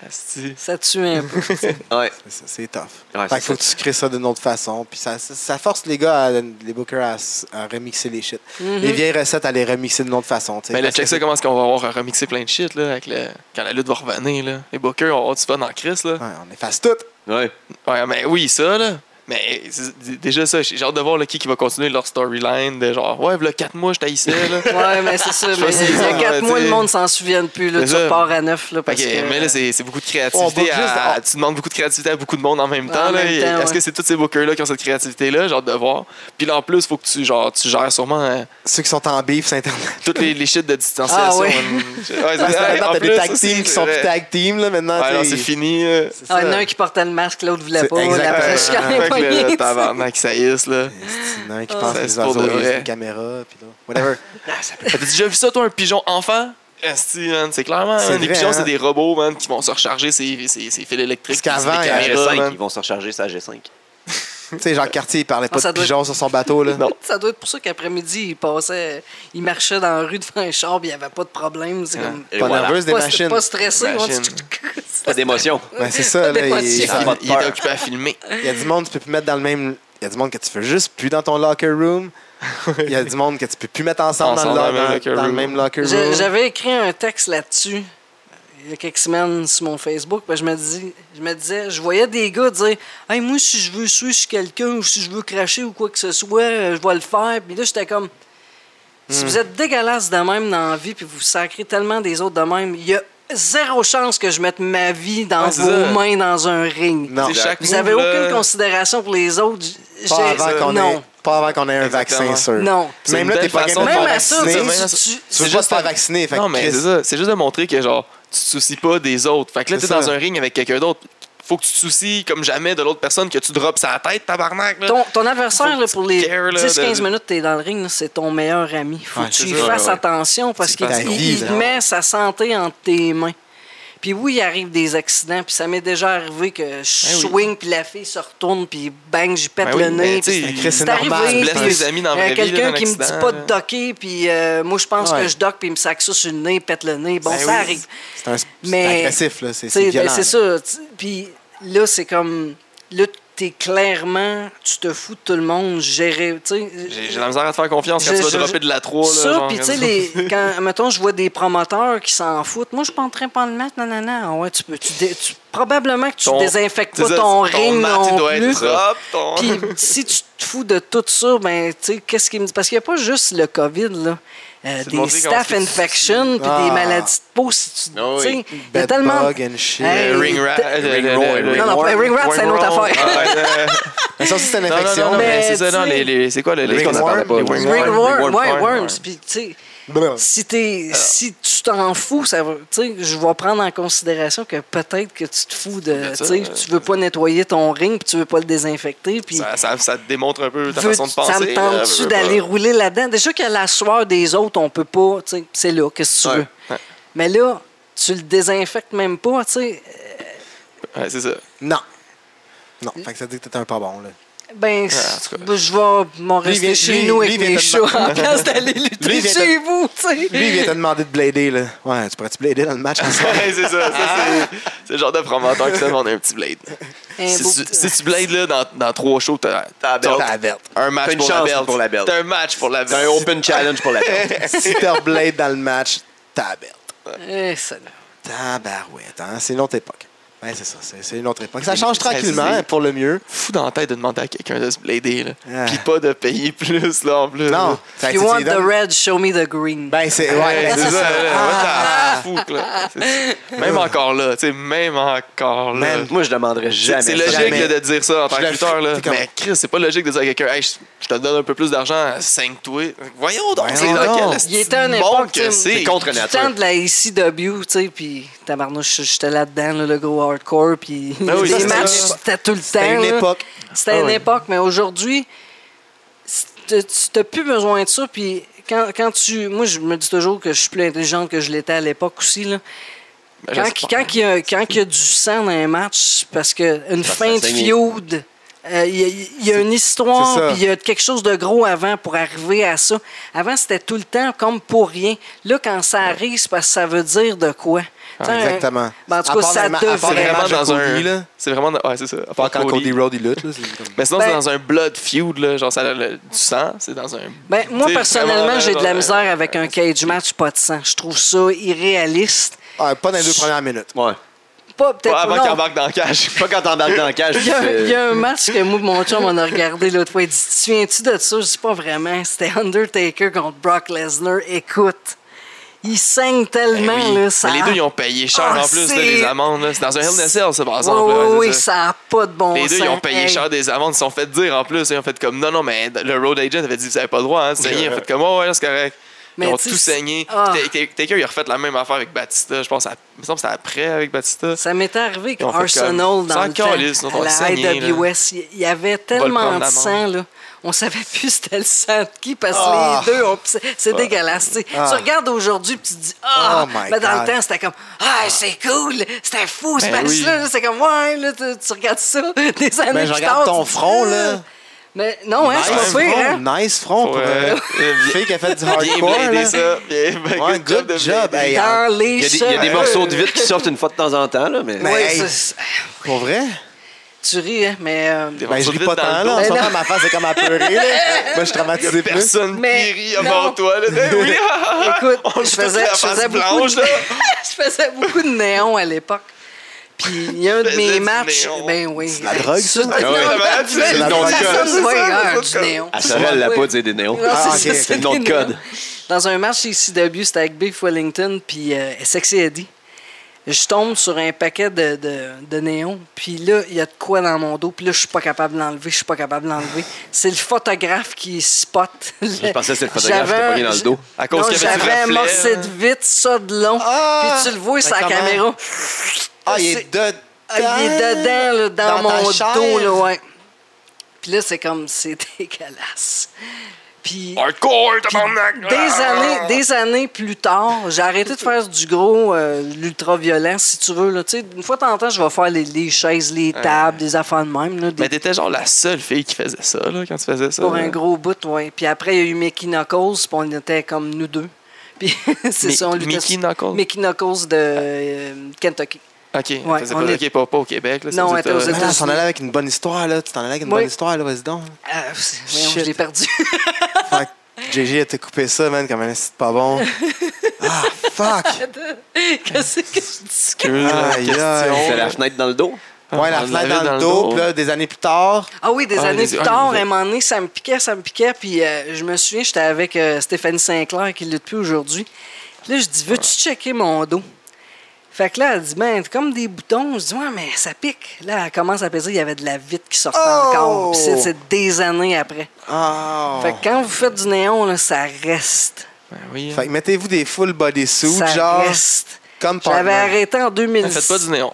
[SPEAKER 1] Asti.
[SPEAKER 2] Ça tue un peu.
[SPEAKER 4] Ouais.
[SPEAKER 3] C'est- C'est tough. fait
[SPEAKER 4] Ouais, c'est
[SPEAKER 3] que faut
[SPEAKER 4] ça.
[SPEAKER 3] que tu crées ça d'une autre façon. Puis ça, ça- ça force les gars, à- les bookers, à, s- à remixer les shit. Les vieilles recettes, à les remixer d'une autre façon. tu sais.
[SPEAKER 1] Mais là,
[SPEAKER 3] Parce
[SPEAKER 1] Mm-hmm. Ben, check
[SPEAKER 3] que
[SPEAKER 1] ça, comment est-ce qu'on va avoir remixé plein de shit là, avec le... quand la lutte va revenir. Là. Les bookers, on va avoir du fun en Chris. Là.
[SPEAKER 3] c'est- ouais, on efface tout.
[SPEAKER 4] Ouais.
[SPEAKER 1] Ouais, mais oui, ça, là. Mais c'est- d- déjà ça, j'ai hâte de voir là, qui, qui va continuer leur storyline de genre, ouais, là, 4 mois, je taillissais. Là.
[SPEAKER 2] Ouais, mais c'est ça.
[SPEAKER 1] sais pas
[SPEAKER 2] Mais
[SPEAKER 1] si
[SPEAKER 2] il y
[SPEAKER 1] ça,
[SPEAKER 2] a
[SPEAKER 1] ouais,
[SPEAKER 2] quatre mois,
[SPEAKER 1] t'sais.
[SPEAKER 2] le monde s'en souvient plus. Là,
[SPEAKER 1] C'est
[SPEAKER 2] tu
[SPEAKER 1] ça.
[SPEAKER 2] repars à neuf. Là,
[SPEAKER 1] Fait
[SPEAKER 2] parce
[SPEAKER 1] que,
[SPEAKER 2] que,
[SPEAKER 1] mais là, c'est c'est beaucoup de créativité.
[SPEAKER 3] On va juste-
[SPEAKER 1] à-
[SPEAKER 3] on-
[SPEAKER 1] Tu demandes beaucoup de créativité à beaucoup de monde en même
[SPEAKER 2] En
[SPEAKER 1] temps. là.
[SPEAKER 2] même
[SPEAKER 1] Et-
[SPEAKER 2] temps,
[SPEAKER 1] Est-ce
[SPEAKER 2] ouais.
[SPEAKER 1] que c'est tous ces bookers-là qui ont cette créativité-là? Genre de voir. Puis là, en plus, faut que tu, genre, tu gères sûrement hein,
[SPEAKER 3] Ceux qui sont en beef sur Internet.
[SPEAKER 1] toutes les, les shit de distanciation. hein.
[SPEAKER 2] Ah ouais.
[SPEAKER 1] ouais. c'est-
[SPEAKER 3] Parce que
[SPEAKER 1] ouais, en
[SPEAKER 3] maintenant, t'as
[SPEAKER 1] plus,
[SPEAKER 3] des tag
[SPEAKER 1] ça,
[SPEAKER 3] teams
[SPEAKER 1] c'est
[SPEAKER 3] qui sont
[SPEAKER 1] vrai.
[SPEAKER 3] plus tag team, là, maintenant.
[SPEAKER 1] Ouais, non,
[SPEAKER 3] tu sais.
[SPEAKER 1] c'est fini. euh.
[SPEAKER 3] C'est
[SPEAKER 2] Ah, il y en a
[SPEAKER 3] ça.
[SPEAKER 2] un qui portait le masque, l'autre voulait
[SPEAKER 3] C'est
[SPEAKER 2] pas. là,
[SPEAKER 3] exactement.
[SPEAKER 2] Après, je suis quand
[SPEAKER 1] Fait
[SPEAKER 2] même
[SPEAKER 1] que là,
[SPEAKER 2] poigné.
[SPEAKER 1] tabarnak, ça hisse, là.
[SPEAKER 3] Il y en a un qui
[SPEAKER 1] Ah,
[SPEAKER 3] pense
[SPEAKER 1] c'est
[SPEAKER 3] que les
[SPEAKER 1] pour
[SPEAKER 3] oiseaux,
[SPEAKER 1] de
[SPEAKER 3] ils ont
[SPEAKER 1] vrai.
[SPEAKER 3] une caméra, puis là, whatever.
[SPEAKER 1] T'as déjà vu ça, toi, un pigeon enfant? Esti, man, c'est clairement.
[SPEAKER 3] C'est
[SPEAKER 1] Les
[SPEAKER 3] vrai,
[SPEAKER 1] pigeons,
[SPEAKER 3] hein.
[SPEAKER 1] c'est des robots, man, qui vont se recharger ces, ces- ces fils électriques.
[SPEAKER 3] Parce
[SPEAKER 1] puis c'est des
[SPEAKER 3] qu'avant,
[SPEAKER 1] caméras,
[SPEAKER 4] G5,
[SPEAKER 1] man.
[SPEAKER 4] ils vont se recharger sa G5.
[SPEAKER 3] tu sais, Jean Cartier, il parlait pas
[SPEAKER 2] Ah, ça
[SPEAKER 3] de
[SPEAKER 2] doit
[SPEAKER 3] pigeons sur son bateau, là.
[SPEAKER 1] Non.
[SPEAKER 2] Ça doit être pour ça qu'après-midi, il passait, il marchait dans la rue devant un char, puis il n'y avait pas de problème.
[SPEAKER 1] Ah.
[SPEAKER 2] C'est comme.
[SPEAKER 4] Et
[SPEAKER 3] Pas
[SPEAKER 4] voilà.
[SPEAKER 3] nerveuse des
[SPEAKER 2] Pas,
[SPEAKER 3] machines.
[SPEAKER 2] pas stressé. on dit-
[SPEAKER 1] Machine.
[SPEAKER 4] Pas d'émotion.
[SPEAKER 3] Ben, c'est ça,
[SPEAKER 2] Des
[SPEAKER 3] là. il-
[SPEAKER 2] machines.
[SPEAKER 1] Il,
[SPEAKER 4] Ça a
[SPEAKER 3] il-
[SPEAKER 4] pas de
[SPEAKER 1] il est
[SPEAKER 4] peur.
[SPEAKER 1] occupé à filmer.
[SPEAKER 3] Il y a du monde que tu peux plus mettre dans le même. Il y a du monde que tu peux juste plus dans ton locker room. Il y a du monde que tu peux plus mettre ensemble,
[SPEAKER 1] Ensemble dans
[SPEAKER 3] dans, le,
[SPEAKER 1] le même
[SPEAKER 3] dans-
[SPEAKER 1] locker
[SPEAKER 3] dans le
[SPEAKER 1] room.
[SPEAKER 3] même locker room.
[SPEAKER 2] J'ai- J'avais écrit un texte là-dessus euh, il y a quelques semaines sur mon Facebook. Ben, je, me dis, je me disais, je voyais des gars dire hey, Moi, si je veux suer sur quelqu'un ou si je veux cracher ou quoi que ce soit, euh, je vais le faire. Puis là, j'étais comme
[SPEAKER 3] Hmm.
[SPEAKER 2] Si vous êtes dégueulasse de même dans la vie puis vous sacrez tellement des autres de même, il y a zéro chance que je mette ma vie dans
[SPEAKER 1] Ouais, c'est
[SPEAKER 2] vos
[SPEAKER 1] ça.
[SPEAKER 2] mains dans un ring.
[SPEAKER 3] Non.
[SPEAKER 1] Tu sais, chaque
[SPEAKER 2] Vous n'avez
[SPEAKER 1] move,
[SPEAKER 2] aucune
[SPEAKER 1] là,
[SPEAKER 2] considération pour les autres. J'ai-
[SPEAKER 3] Pas avant qu'on ait,
[SPEAKER 2] non.
[SPEAKER 3] pas avant qu'on ait un
[SPEAKER 1] Exactement.
[SPEAKER 3] vaccin sûr.
[SPEAKER 2] Non.
[SPEAKER 3] Puis Même
[SPEAKER 1] C'est
[SPEAKER 3] là,
[SPEAKER 1] une
[SPEAKER 3] t'es pas
[SPEAKER 1] belle
[SPEAKER 3] capable de te
[SPEAKER 1] façon
[SPEAKER 3] faire
[SPEAKER 1] de
[SPEAKER 2] Même à ça,
[SPEAKER 1] tu-
[SPEAKER 3] vacciner.
[SPEAKER 1] même à
[SPEAKER 2] tu-
[SPEAKER 1] ça.
[SPEAKER 2] tu-
[SPEAKER 3] Tu veux
[SPEAKER 1] C'est
[SPEAKER 3] pas te
[SPEAKER 1] juste
[SPEAKER 3] faire
[SPEAKER 1] un-
[SPEAKER 3] vacciner. fait
[SPEAKER 1] Non,
[SPEAKER 3] que
[SPEAKER 1] mais
[SPEAKER 3] Chris,
[SPEAKER 1] c'est ça. C'est juste de montrer que, genre, tu te soucies pas des autres. Fait que là,
[SPEAKER 3] C'est
[SPEAKER 1] t'es dans
[SPEAKER 3] ça.
[SPEAKER 1] un ring avec quelqu'un d'autre. Faut que tu te soucies comme jamais de l'autre personne, que tu drops sa tête, tabarnak. là.
[SPEAKER 2] Ton, ton adversaire,
[SPEAKER 1] Faut
[SPEAKER 2] là,
[SPEAKER 1] que
[SPEAKER 2] pour
[SPEAKER 1] tu
[SPEAKER 2] les
[SPEAKER 1] cares, là,
[SPEAKER 2] 10-15
[SPEAKER 1] de-
[SPEAKER 2] minutes, t'es dans le ring, là, c'est ton meilleur ami. Faut
[SPEAKER 1] Ouais,
[SPEAKER 2] que tu
[SPEAKER 1] c'est
[SPEAKER 2] y
[SPEAKER 1] ça,
[SPEAKER 2] fasses
[SPEAKER 1] ouais, ouais.
[SPEAKER 2] attention parce
[SPEAKER 1] Tu y fasses
[SPEAKER 2] qu'il il- il
[SPEAKER 3] confiance.
[SPEAKER 2] met sa santé entre tes mains. Puis oui, il arrive des accidents, puis ça m'est déjà arrivé que je
[SPEAKER 1] Ben oui.
[SPEAKER 2] swing, puis la fille se retourne, puis bang, j'y pète
[SPEAKER 1] Ben oui,
[SPEAKER 2] le
[SPEAKER 1] ben,
[SPEAKER 2] nez.
[SPEAKER 1] tu sais,
[SPEAKER 2] puis
[SPEAKER 3] Chris, c'est normal,
[SPEAKER 2] arrivé,
[SPEAKER 3] tu blesses
[SPEAKER 2] puis,
[SPEAKER 1] tes amis dans la
[SPEAKER 2] euh,
[SPEAKER 1] vraie vie, là,
[SPEAKER 2] Quelqu'un
[SPEAKER 1] d'un
[SPEAKER 2] qui me dit
[SPEAKER 1] accident, là.
[SPEAKER 2] pas de docker, puis euh, moi, je pense
[SPEAKER 3] Ouais.
[SPEAKER 2] que je dock, puis il me sac ça sur le nez, il pète le nez. Bon,
[SPEAKER 1] Ben
[SPEAKER 2] ça
[SPEAKER 1] oui.
[SPEAKER 2] arrive.
[SPEAKER 3] C'est un- c'est
[SPEAKER 2] Mais-
[SPEAKER 3] agressif, là. C'est
[SPEAKER 2] Tu sais,
[SPEAKER 3] c'est
[SPEAKER 2] ben,
[SPEAKER 3] violent.
[SPEAKER 2] C'est
[SPEAKER 3] là.
[SPEAKER 2] ça. tu- Puis là, c'est comme. Là, t'es clairement. Tu te fous de tout le monde. Gérer. Tu sais.
[SPEAKER 1] J'ai j'ai la misère à te faire confiance quand
[SPEAKER 2] Je-
[SPEAKER 1] tu vas
[SPEAKER 2] je-
[SPEAKER 1] dropper de la 3. là,
[SPEAKER 2] Ça,
[SPEAKER 1] genre,
[SPEAKER 2] puis tu
[SPEAKER 1] comme
[SPEAKER 2] sais,
[SPEAKER 1] ça.
[SPEAKER 2] les- quand, mettons, je vois des promoteurs qui s'en foutent. Moi, je suis pas en train de prendre le mat, non, non, non. Ah Ouais, tu peux. Tu, dé- tu- probablement que tu
[SPEAKER 1] Ton-
[SPEAKER 2] désinfectes
[SPEAKER 1] C'est
[SPEAKER 2] pas
[SPEAKER 1] ça,
[SPEAKER 2] ton ring
[SPEAKER 1] mat, il
[SPEAKER 2] non
[SPEAKER 1] doit
[SPEAKER 2] plus.
[SPEAKER 1] être propre. ton-
[SPEAKER 2] Puis si tu te fous de tout ça, ben, tu sais, qu'est-ce qu'il me dit? Parce qu'il n'y a pas juste le COVID, là. Euh,
[SPEAKER 1] de
[SPEAKER 2] des
[SPEAKER 1] montrer comment
[SPEAKER 2] staph
[SPEAKER 1] tu te
[SPEAKER 2] infections, puis
[SPEAKER 3] Ah.
[SPEAKER 2] des maladies de peau, si tu...
[SPEAKER 1] Ah oui.
[SPEAKER 2] tu sais, il y a
[SPEAKER 3] Bed
[SPEAKER 2] tellement...
[SPEAKER 3] bug and shit.
[SPEAKER 2] Hey,
[SPEAKER 1] Le ring rat.
[SPEAKER 2] t-
[SPEAKER 1] euh, le-
[SPEAKER 3] Ring
[SPEAKER 1] le-
[SPEAKER 3] roll,
[SPEAKER 1] le-
[SPEAKER 3] ring
[SPEAKER 2] Non, non,
[SPEAKER 3] roll.
[SPEAKER 2] pas- ring rat, c'est une autre
[SPEAKER 1] Ring
[SPEAKER 2] affaire.
[SPEAKER 1] roll. Ouais, euh,
[SPEAKER 3] Mais ça aussi, c'est une
[SPEAKER 1] Non, non,
[SPEAKER 3] infection.
[SPEAKER 1] non, mais
[SPEAKER 2] mais
[SPEAKER 1] c'est ça, non,
[SPEAKER 2] tu
[SPEAKER 1] les,
[SPEAKER 2] sais-
[SPEAKER 1] les- c'est quoi les, les
[SPEAKER 3] Ringworm,
[SPEAKER 1] qu'on appelle
[SPEAKER 3] les
[SPEAKER 1] les
[SPEAKER 2] Ring
[SPEAKER 1] ringworm,
[SPEAKER 2] worm, ouais,
[SPEAKER 1] ringworm,
[SPEAKER 2] worms.
[SPEAKER 1] ouais.
[SPEAKER 2] Puis, tu sais,
[SPEAKER 3] Blah.
[SPEAKER 2] si, t'es- si tu t'en fous, ça va, tu sais, je vais prendre en considération que peut-être que tu te fous de.
[SPEAKER 1] De ça,
[SPEAKER 2] tu sais,
[SPEAKER 1] euh,
[SPEAKER 2] tu veux pas nettoyer ton ring, puis tu veux pas le désinfecter. Puis
[SPEAKER 1] Ça, ça, ça te démontre un peu ta
[SPEAKER 2] veux-
[SPEAKER 1] façon de penser.
[SPEAKER 2] ça me
[SPEAKER 1] là,
[SPEAKER 2] tente-tu
[SPEAKER 1] veux
[SPEAKER 2] d'aller
[SPEAKER 1] pas.
[SPEAKER 2] rouler là-dedans? Déjà que la sueur des autres, on peut pas. tu sais, C'est là, qu'est-ce que tu
[SPEAKER 1] Ouais,
[SPEAKER 2] veux? Mais là, tu le désinfectes même pas, tu sais.
[SPEAKER 1] Ouais, c'est ça.
[SPEAKER 3] Non. Non. Fait que ça dit que t'étais un pas bon, là.
[SPEAKER 2] Ben,
[SPEAKER 3] Ah,
[SPEAKER 1] en tout
[SPEAKER 2] je vais m'en
[SPEAKER 3] Lui, il
[SPEAKER 2] rester
[SPEAKER 3] vient-
[SPEAKER 2] chez
[SPEAKER 3] lui-
[SPEAKER 2] nous
[SPEAKER 3] lui,
[SPEAKER 2] avec
[SPEAKER 3] il vient
[SPEAKER 2] mes
[SPEAKER 3] de-
[SPEAKER 2] chats en place d'aller lutter
[SPEAKER 3] il vient de-
[SPEAKER 2] chez vous, tu sais.
[SPEAKER 3] Lui, il vient te demander de blader, là. Ouais, tu pourrais-tu blader dans le match en ce moment?
[SPEAKER 1] Ouais, c'est ça. ça, c'est- c'est le genre de promoteur qui se demande un petit blade.
[SPEAKER 2] Un beau
[SPEAKER 1] Si tu,
[SPEAKER 2] petit-
[SPEAKER 1] si tu blades là, dans, dans trois shows, t'as
[SPEAKER 4] T'as la belle.
[SPEAKER 1] t'as-
[SPEAKER 3] T'as la verte.
[SPEAKER 1] un match
[SPEAKER 4] T'as une
[SPEAKER 1] pour la,
[SPEAKER 4] chance
[SPEAKER 1] belt.
[SPEAKER 4] pour la belt.
[SPEAKER 1] T'as un match pour la
[SPEAKER 4] C'est un
[SPEAKER 1] belt.
[SPEAKER 4] open challenge pour la tête.
[SPEAKER 3] Si t'as blade dans le match, t'as la belle.
[SPEAKER 2] Eh, ça, là.
[SPEAKER 3] Tabarouette, hein? C'est une autre époque. Ben, c'est ça, c'est c'est une autre époque. Ça change
[SPEAKER 1] C'est- c'est-
[SPEAKER 3] tranquillement, hein,
[SPEAKER 1] c'est-
[SPEAKER 3] pour le mieux.
[SPEAKER 1] Fou dans la tête de demander à quelqu'un de se blader. Là.
[SPEAKER 3] Ah.
[SPEAKER 1] Puis pas de payer plus là, en plus.
[SPEAKER 3] Non.
[SPEAKER 1] là.
[SPEAKER 3] Fait
[SPEAKER 2] If
[SPEAKER 3] que
[SPEAKER 2] you
[SPEAKER 3] tu
[SPEAKER 2] want
[SPEAKER 3] lui
[SPEAKER 2] the
[SPEAKER 3] donnes-
[SPEAKER 2] red, show me the green.
[SPEAKER 3] Ben, c'est. Ouais,
[SPEAKER 1] Hey,
[SPEAKER 3] c'est ça.
[SPEAKER 1] là. What the fuck, là. C'est- Même encore là, tu sais, même encore là.
[SPEAKER 4] Man, Moi, je demanderais jamais.
[SPEAKER 1] C'est- c'est
[SPEAKER 4] ça.
[SPEAKER 1] logique là,
[SPEAKER 3] Jamais.
[SPEAKER 1] de dire ça en tant
[SPEAKER 3] Je
[SPEAKER 1] que
[SPEAKER 3] le
[SPEAKER 1] lutteur.
[SPEAKER 3] fais,
[SPEAKER 1] Là.
[SPEAKER 3] t'es comme-
[SPEAKER 1] Mais Chris, c'est pas logique de dire à quelqu'un hey, je, je te donne un peu plus d'argent, 5 toi. Voyons donc,
[SPEAKER 3] Voyons
[SPEAKER 1] c'est là
[SPEAKER 3] donc.
[SPEAKER 1] qu'elle est
[SPEAKER 2] Il était un
[SPEAKER 1] bon
[SPEAKER 2] époque,
[SPEAKER 1] que
[SPEAKER 2] Tim.
[SPEAKER 1] c'est.
[SPEAKER 4] C'est contre
[SPEAKER 2] Du
[SPEAKER 4] nature.
[SPEAKER 2] temps de la ECW, tu sais, puis tabarnouche, j'étais là-dedans, là, le gros hardcore, puis
[SPEAKER 1] Ah oui,
[SPEAKER 2] les
[SPEAKER 1] c'était-
[SPEAKER 2] matchs, c'était tout le temps.
[SPEAKER 3] C'était une
[SPEAKER 2] là.
[SPEAKER 3] époque.
[SPEAKER 2] C'était
[SPEAKER 1] Ah
[SPEAKER 2] une
[SPEAKER 1] oui.
[SPEAKER 2] époque, mais aujourd'hui, c'est- tu n'as plus besoin de ça, puis quand, quand tu... Moi, je me dis toujours que je suis plus intelligente que je l'étais à l'époque aussi, là.
[SPEAKER 1] Ben,
[SPEAKER 2] Quand,
[SPEAKER 1] j'espère.
[SPEAKER 2] quand, il y a, quand il y a du sang dans un match, parce qu'une
[SPEAKER 4] Parce
[SPEAKER 2] fin
[SPEAKER 4] que
[SPEAKER 2] de
[SPEAKER 4] ça saigne.
[SPEAKER 2] feud, euh, il y, a- il y a une histoire,
[SPEAKER 3] c'est ça.
[SPEAKER 2] puis il y a quelque chose de gros avant pour arriver à ça. Avant, c'était tout le temps comme pour rien. Là, quand ça arrive, c'est parce que ça veut dire de quoi. Tu sais, un-
[SPEAKER 3] Ah, Exactement.
[SPEAKER 2] Ben, en tout
[SPEAKER 3] À
[SPEAKER 2] cas,
[SPEAKER 3] part
[SPEAKER 2] ça
[SPEAKER 3] la ma- à part
[SPEAKER 1] C'est
[SPEAKER 3] la
[SPEAKER 2] devrait.
[SPEAKER 1] vraiment
[SPEAKER 3] Hommage à
[SPEAKER 1] dans
[SPEAKER 3] Cody,
[SPEAKER 1] un.
[SPEAKER 3] là.
[SPEAKER 1] C'est vraiment. dans- Ouais, c'est ça. À
[SPEAKER 3] Pas
[SPEAKER 1] part
[SPEAKER 3] quand
[SPEAKER 1] Cody.
[SPEAKER 3] Cody Road, il lutte, là. c'est comme-
[SPEAKER 1] Mais sinon,
[SPEAKER 2] Ben-
[SPEAKER 1] c'est dans un blood feud, là, genre ça a le- du sang, c'est dans un.
[SPEAKER 2] Ben, moi,
[SPEAKER 1] Tu sais,
[SPEAKER 2] personnellement,
[SPEAKER 1] vraiment,
[SPEAKER 2] j'ai de
[SPEAKER 1] genre,
[SPEAKER 2] la misère avec un cage match pas de sang. Je trouve ça irréaliste.
[SPEAKER 3] Ah, Pas dans les deux premières minutes.
[SPEAKER 4] Ouais.
[SPEAKER 1] Pas
[SPEAKER 2] Pas peut-être
[SPEAKER 1] avant
[SPEAKER 2] non.
[SPEAKER 1] qu'il embarque dans le cash.
[SPEAKER 4] Pas quand t'embarques dans le cage.
[SPEAKER 2] Il y, a, il y a un match que moi, mon chum, on a regardé l'autre fois. Il dit Tu te souviens-tu de ça Je dis pas vraiment. C'était Undertaker contre Brock Lesnar. Écoute, il saigne tellement,
[SPEAKER 1] Ben oui.
[SPEAKER 2] là. Ça
[SPEAKER 1] Mais les deux, ils ont payé cher
[SPEAKER 2] Ah,
[SPEAKER 1] en plus, là,
[SPEAKER 2] c'est-
[SPEAKER 1] des amendes. là. C'est dans un Hell in a Cell, ça, par
[SPEAKER 2] Oui,
[SPEAKER 1] exemple. là, ouais, c'est
[SPEAKER 2] oui,
[SPEAKER 1] ça.
[SPEAKER 2] ça a pas de bon
[SPEAKER 1] Les
[SPEAKER 2] sens.
[SPEAKER 1] deux, ils ont payé
[SPEAKER 2] Hey.
[SPEAKER 1] cher des amendes. Ils se sont fait dire en plus. Ils ont fait comme non, non, mais le road agent avait dit vous avez pas le droit, hein, de saigner. Ils ont fait comme ouais, ouais, c'est correct. Ils
[SPEAKER 2] Mais
[SPEAKER 1] ont
[SPEAKER 2] tu
[SPEAKER 1] tout
[SPEAKER 2] sais,
[SPEAKER 1] saigné.
[SPEAKER 2] ah.
[SPEAKER 1] Ta- Ta- Taker, il a refait la même affaire avec Batista. Je pense, à- il me semble que c'était après avec Batista.
[SPEAKER 2] Ça m'était arrivé avec
[SPEAKER 1] Ils ont fait comme,
[SPEAKER 2] Arsenal dans
[SPEAKER 1] sans
[SPEAKER 2] le temps,
[SPEAKER 1] calice, on va
[SPEAKER 2] à la
[SPEAKER 1] saigner, là.
[SPEAKER 2] IWS. Il y avait
[SPEAKER 1] prendre
[SPEAKER 2] tellement de
[SPEAKER 1] d'amende.
[SPEAKER 2] sang, là. On savait plus c'était le sang de qui parce que
[SPEAKER 3] Ah.
[SPEAKER 2] les deux ont... C'est c'est dégueulasse, tu sais.
[SPEAKER 3] Ah.
[SPEAKER 2] Tu regardes aujourd'hui puis tu te dis « Ah!
[SPEAKER 3] Oh my
[SPEAKER 2] Mais dans
[SPEAKER 3] God.
[SPEAKER 2] le temps, c'était comme « Ah, c'est cool! C'était fou, ce
[SPEAKER 1] Ben oui.
[SPEAKER 2] match-là! C'est comme « Ouais, là, tu, tu regardes ça des années
[SPEAKER 3] Mais je
[SPEAKER 2] plus tard,
[SPEAKER 3] regarde ton
[SPEAKER 2] tu dis,
[SPEAKER 3] front,
[SPEAKER 2] Ah.
[SPEAKER 3] là.
[SPEAKER 2] Mais non, hein, c'est pas pire, hein?
[SPEAKER 3] front. Nice front.
[SPEAKER 1] Pour,
[SPEAKER 3] pour,
[SPEAKER 1] euh,
[SPEAKER 3] euh, Une fille qui a fait du
[SPEAKER 1] Bien
[SPEAKER 3] hardcore,
[SPEAKER 1] blindé,
[SPEAKER 3] là.
[SPEAKER 1] ça. Bien- ben,
[SPEAKER 3] Ouais, good
[SPEAKER 1] de
[SPEAKER 3] job.
[SPEAKER 1] blindé.
[SPEAKER 3] Hey, hein? en-
[SPEAKER 2] Dans les
[SPEAKER 4] Il y a des, il y a des
[SPEAKER 2] cheveux.
[SPEAKER 4] morceaux de vitre qui sortent une fois de temps en temps, là, mais.
[SPEAKER 3] Mais
[SPEAKER 2] Ouais,
[SPEAKER 3] hey,
[SPEAKER 2] c'est-
[SPEAKER 3] pour vrai?
[SPEAKER 2] Tu ris, hein, mais. euh,
[SPEAKER 1] Des
[SPEAKER 3] Ben, je
[SPEAKER 1] rendu
[SPEAKER 3] ris
[SPEAKER 1] vite
[SPEAKER 3] pas
[SPEAKER 1] dans
[SPEAKER 3] tant,
[SPEAKER 1] le
[SPEAKER 3] là. En
[SPEAKER 1] dos.
[SPEAKER 3] ce
[SPEAKER 2] Mais
[SPEAKER 3] moment, ma face est comme apeurée, là. Moi, je suis
[SPEAKER 1] Il y a
[SPEAKER 3] traumatisé plus.
[SPEAKER 1] personne qui
[SPEAKER 2] Mais
[SPEAKER 1] rit
[SPEAKER 2] non.
[SPEAKER 1] avant toi. Là. Ben oui,
[SPEAKER 2] Écoute,
[SPEAKER 1] on
[SPEAKER 2] je
[SPEAKER 1] se fait
[SPEAKER 2] faisais,
[SPEAKER 1] la
[SPEAKER 2] je
[SPEAKER 1] face
[SPEAKER 2] faisais beaucoup
[SPEAKER 1] blanche,
[SPEAKER 2] de...
[SPEAKER 1] là.
[SPEAKER 2] je faisais beaucoup de néons à l'époque. Puis il y a un
[SPEAKER 1] Je
[SPEAKER 2] de
[SPEAKER 1] faisais
[SPEAKER 2] mes
[SPEAKER 1] du
[SPEAKER 2] matchs.
[SPEAKER 1] néon.
[SPEAKER 2] Ben oui.
[SPEAKER 3] la drogue, ça?
[SPEAKER 2] Non,
[SPEAKER 3] Ah
[SPEAKER 4] ouais.
[SPEAKER 2] non,
[SPEAKER 1] Ben, tu sais,
[SPEAKER 2] non,
[SPEAKER 4] le nom
[SPEAKER 2] ça
[SPEAKER 4] de code.
[SPEAKER 1] C'est
[SPEAKER 2] sonne
[SPEAKER 1] ça,
[SPEAKER 2] swingeur,
[SPEAKER 1] le nom de
[SPEAKER 2] Ah, du
[SPEAKER 1] code.
[SPEAKER 2] néon.
[SPEAKER 4] À Sorel, la
[SPEAKER 2] Ouais.
[SPEAKER 4] poudre, c'est des néons.
[SPEAKER 2] Non,
[SPEAKER 3] Ah,
[SPEAKER 2] c'est
[SPEAKER 3] ok,
[SPEAKER 2] ça,
[SPEAKER 3] ok.
[SPEAKER 2] c'est
[SPEAKER 4] Le nom de
[SPEAKER 2] des
[SPEAKER 4] code.
[SPEAKER 2] néons. Dans un match chez CW, c'était avec Biff Wellington puis euh, Sexy Eddie. Je tombe sur un paquet de, de, de néons, puis là, il y a de quoi dans mon dos, puis là, je suis pas capable de l'enlever, je suis pas capable de l'enlever. C'est le photographe qui spot.
[SPEAKER 4] Je pensais que c'était le photographe qui t'a pogné dans le dos.
[SPEAKER 1] À cause
[SPEAKER 2] Non,
[SPEAKER 1] qu'il y avait du
[SPEAKER 2] j'avais
[SPEAKER 1] reflet,
[SPEAKER 2] amorcé
[SPEAKER 1] hein.
[SPEAKER 2] de vite, ça de long,
[SPEAKER 3] Ah!
[SPEAKER 2] puis tu le vois,
[SPEAKER 3] Mais
[SPEAKER 2] c'est la
[SPEAKER 3] comment?
[SPEAKER 2] caméra.
[SPEAKER 3] Ah, il est
[SPEAKER 2] C'est-
[SPEAKER 3] dedans.
[SPEAKER 2] Ah, il est dedans, là, dans,
[SPEAKER 3] Dans ta
[SPEAKER 2] mon
[SPEAKER 3] chair.
[SPEAKER 2] dos, là, ouais. Puis là, c'est comme, c'est dégueulasse. Puis
[SPEAKER 4] Oh,
[SPEAKER 1] Hardcore, tabarnak!
[SPEAKER 2] des années, des années plus tard, j'ai arrêté de faire du gros, euh, l'ultra-violent, si tu veux. Là. Tu sais, Une fois de temps en temps, je vais faire les, les chaises, les tables, des affaires de même. Là, des-
[SPEAKER 1] Mais t'étais genre la seule fille qui faisait ça, là, quand tu faisais ça.
[SPEAKER 2] pour
[SPEAKER 1] là.
[SPEAKER 2] un gros bout, ouais. Puis après, il y a eu Mickey Knuckles, puis on était comme nous deux. Puis c'est
[SPEAKER 1] Mi-
[SPEAKER 2] ça, on luttait.
[SPEAKER 1] Mickey Knuckles?
[SPEAKER 2] Mickey Knuckles de euh, Kentucky.
[SPEAKER 1] Ok, on
[SPEAKER 2] Ouais,
[SPEAKER 1] faisait
[SPEAKER 2] on
[SPEAKER 1] pas,
[SPEAKER 2] est-
[SPEAKER 1] ok, pas, pas au Québec. Là, ça,
[SPEAKER 2] Non,
[SPEAKER 1] vous
[SPEAKER 2] on
[SPEAKER 1] êtes,
[SPEAKER 2] était aux
[SPEAKER 1] euh,
[SPEAKER 2] États-
[SPEAKER 3] Ah, s'en allait avec une bonne histoire, là. Tu t'en allais avec une
[SPEAKER 2] Oui.
[SPEAKER 3] bonne histoire, là. Vas-y donc.
[SPEAKER 2] Ah, c'est- voyons, je
[SPEAKER 3] Shit.
[SPEAKER 2] l'ai perdu.
[SPEAKER 3] Fait que JJ a te coupé ça, man, comme un c'est pas bon. Ah, fuck!
[SPEAKER 2] Qu'est-ce que je dis?
[SPEAKER 1] excuse la
[SPEAKER 3] Aïe,
[SPEAKER 1] question.
[SPEAKER 3] aïe.
[SPEAKER 4] C'est la fenêtre dans le dos.
[SPEAKER 3] Ouais, la
[SPEAKER 1] On
[SPEAKER 3] fenêtre
[SPEAKER 1] l'avait dans
[SPEAKER 3] dans, le
[SPEAKER 1] le
[SPEAKER 3] dos,
[SPEAKER 1] dos.
[SPEAKER 3] puis là, des années plus tard.
[SPEAKER 2] Ah oui, des
[SPEAKER 1] Ah,
[SPEAKER 2] années
[SPEAKER 1] les-
[SPEAKER 2] plus
[SPEAKER 1] ah,
[SPEAKER 2] tard,
[SPEAKER 1] les-
[SPEAKER 2] à un moment donné, ça me piquait, ça me piquait. Puis euh, je me souviens, j'étais avec euh, Stéphanie Sinclair, qui lutte plus aujourd'hui. Puis là, je dis, veux-tu checker mon dos? Fait que là, elle dit, ben, t'as comme des boutons. Je dis, ouais, mais ça pique. Là, elle commence à peser, il y avait de la vitre qui sortait
[SPEAKER 3] Oh!
[SPEAKER 2] encore. Puis c'est- c'est des années après.
[SPEAKER 3] Ah!
[SPEAKER 2] Fait que quand vous faites du néon, là, ça reste.
[SPEAKER 1] Ben oui.
[SPEAKER 3] Fait que mettez-vous des full body suits,
[SPEAKER 2] ça
[SPEAKER 3] genre,
[SPEAKER 2] reste.
[SPEAKER 3] comme
[SPEAKER 2] J'avais
[SPEAKER 3] Partner.
[SPEAKER 2] arrêté en
[SPEAKER 1] hein. Faites pas du
[SPEAKER 2] 2007,
[SPEAKER 1] néon.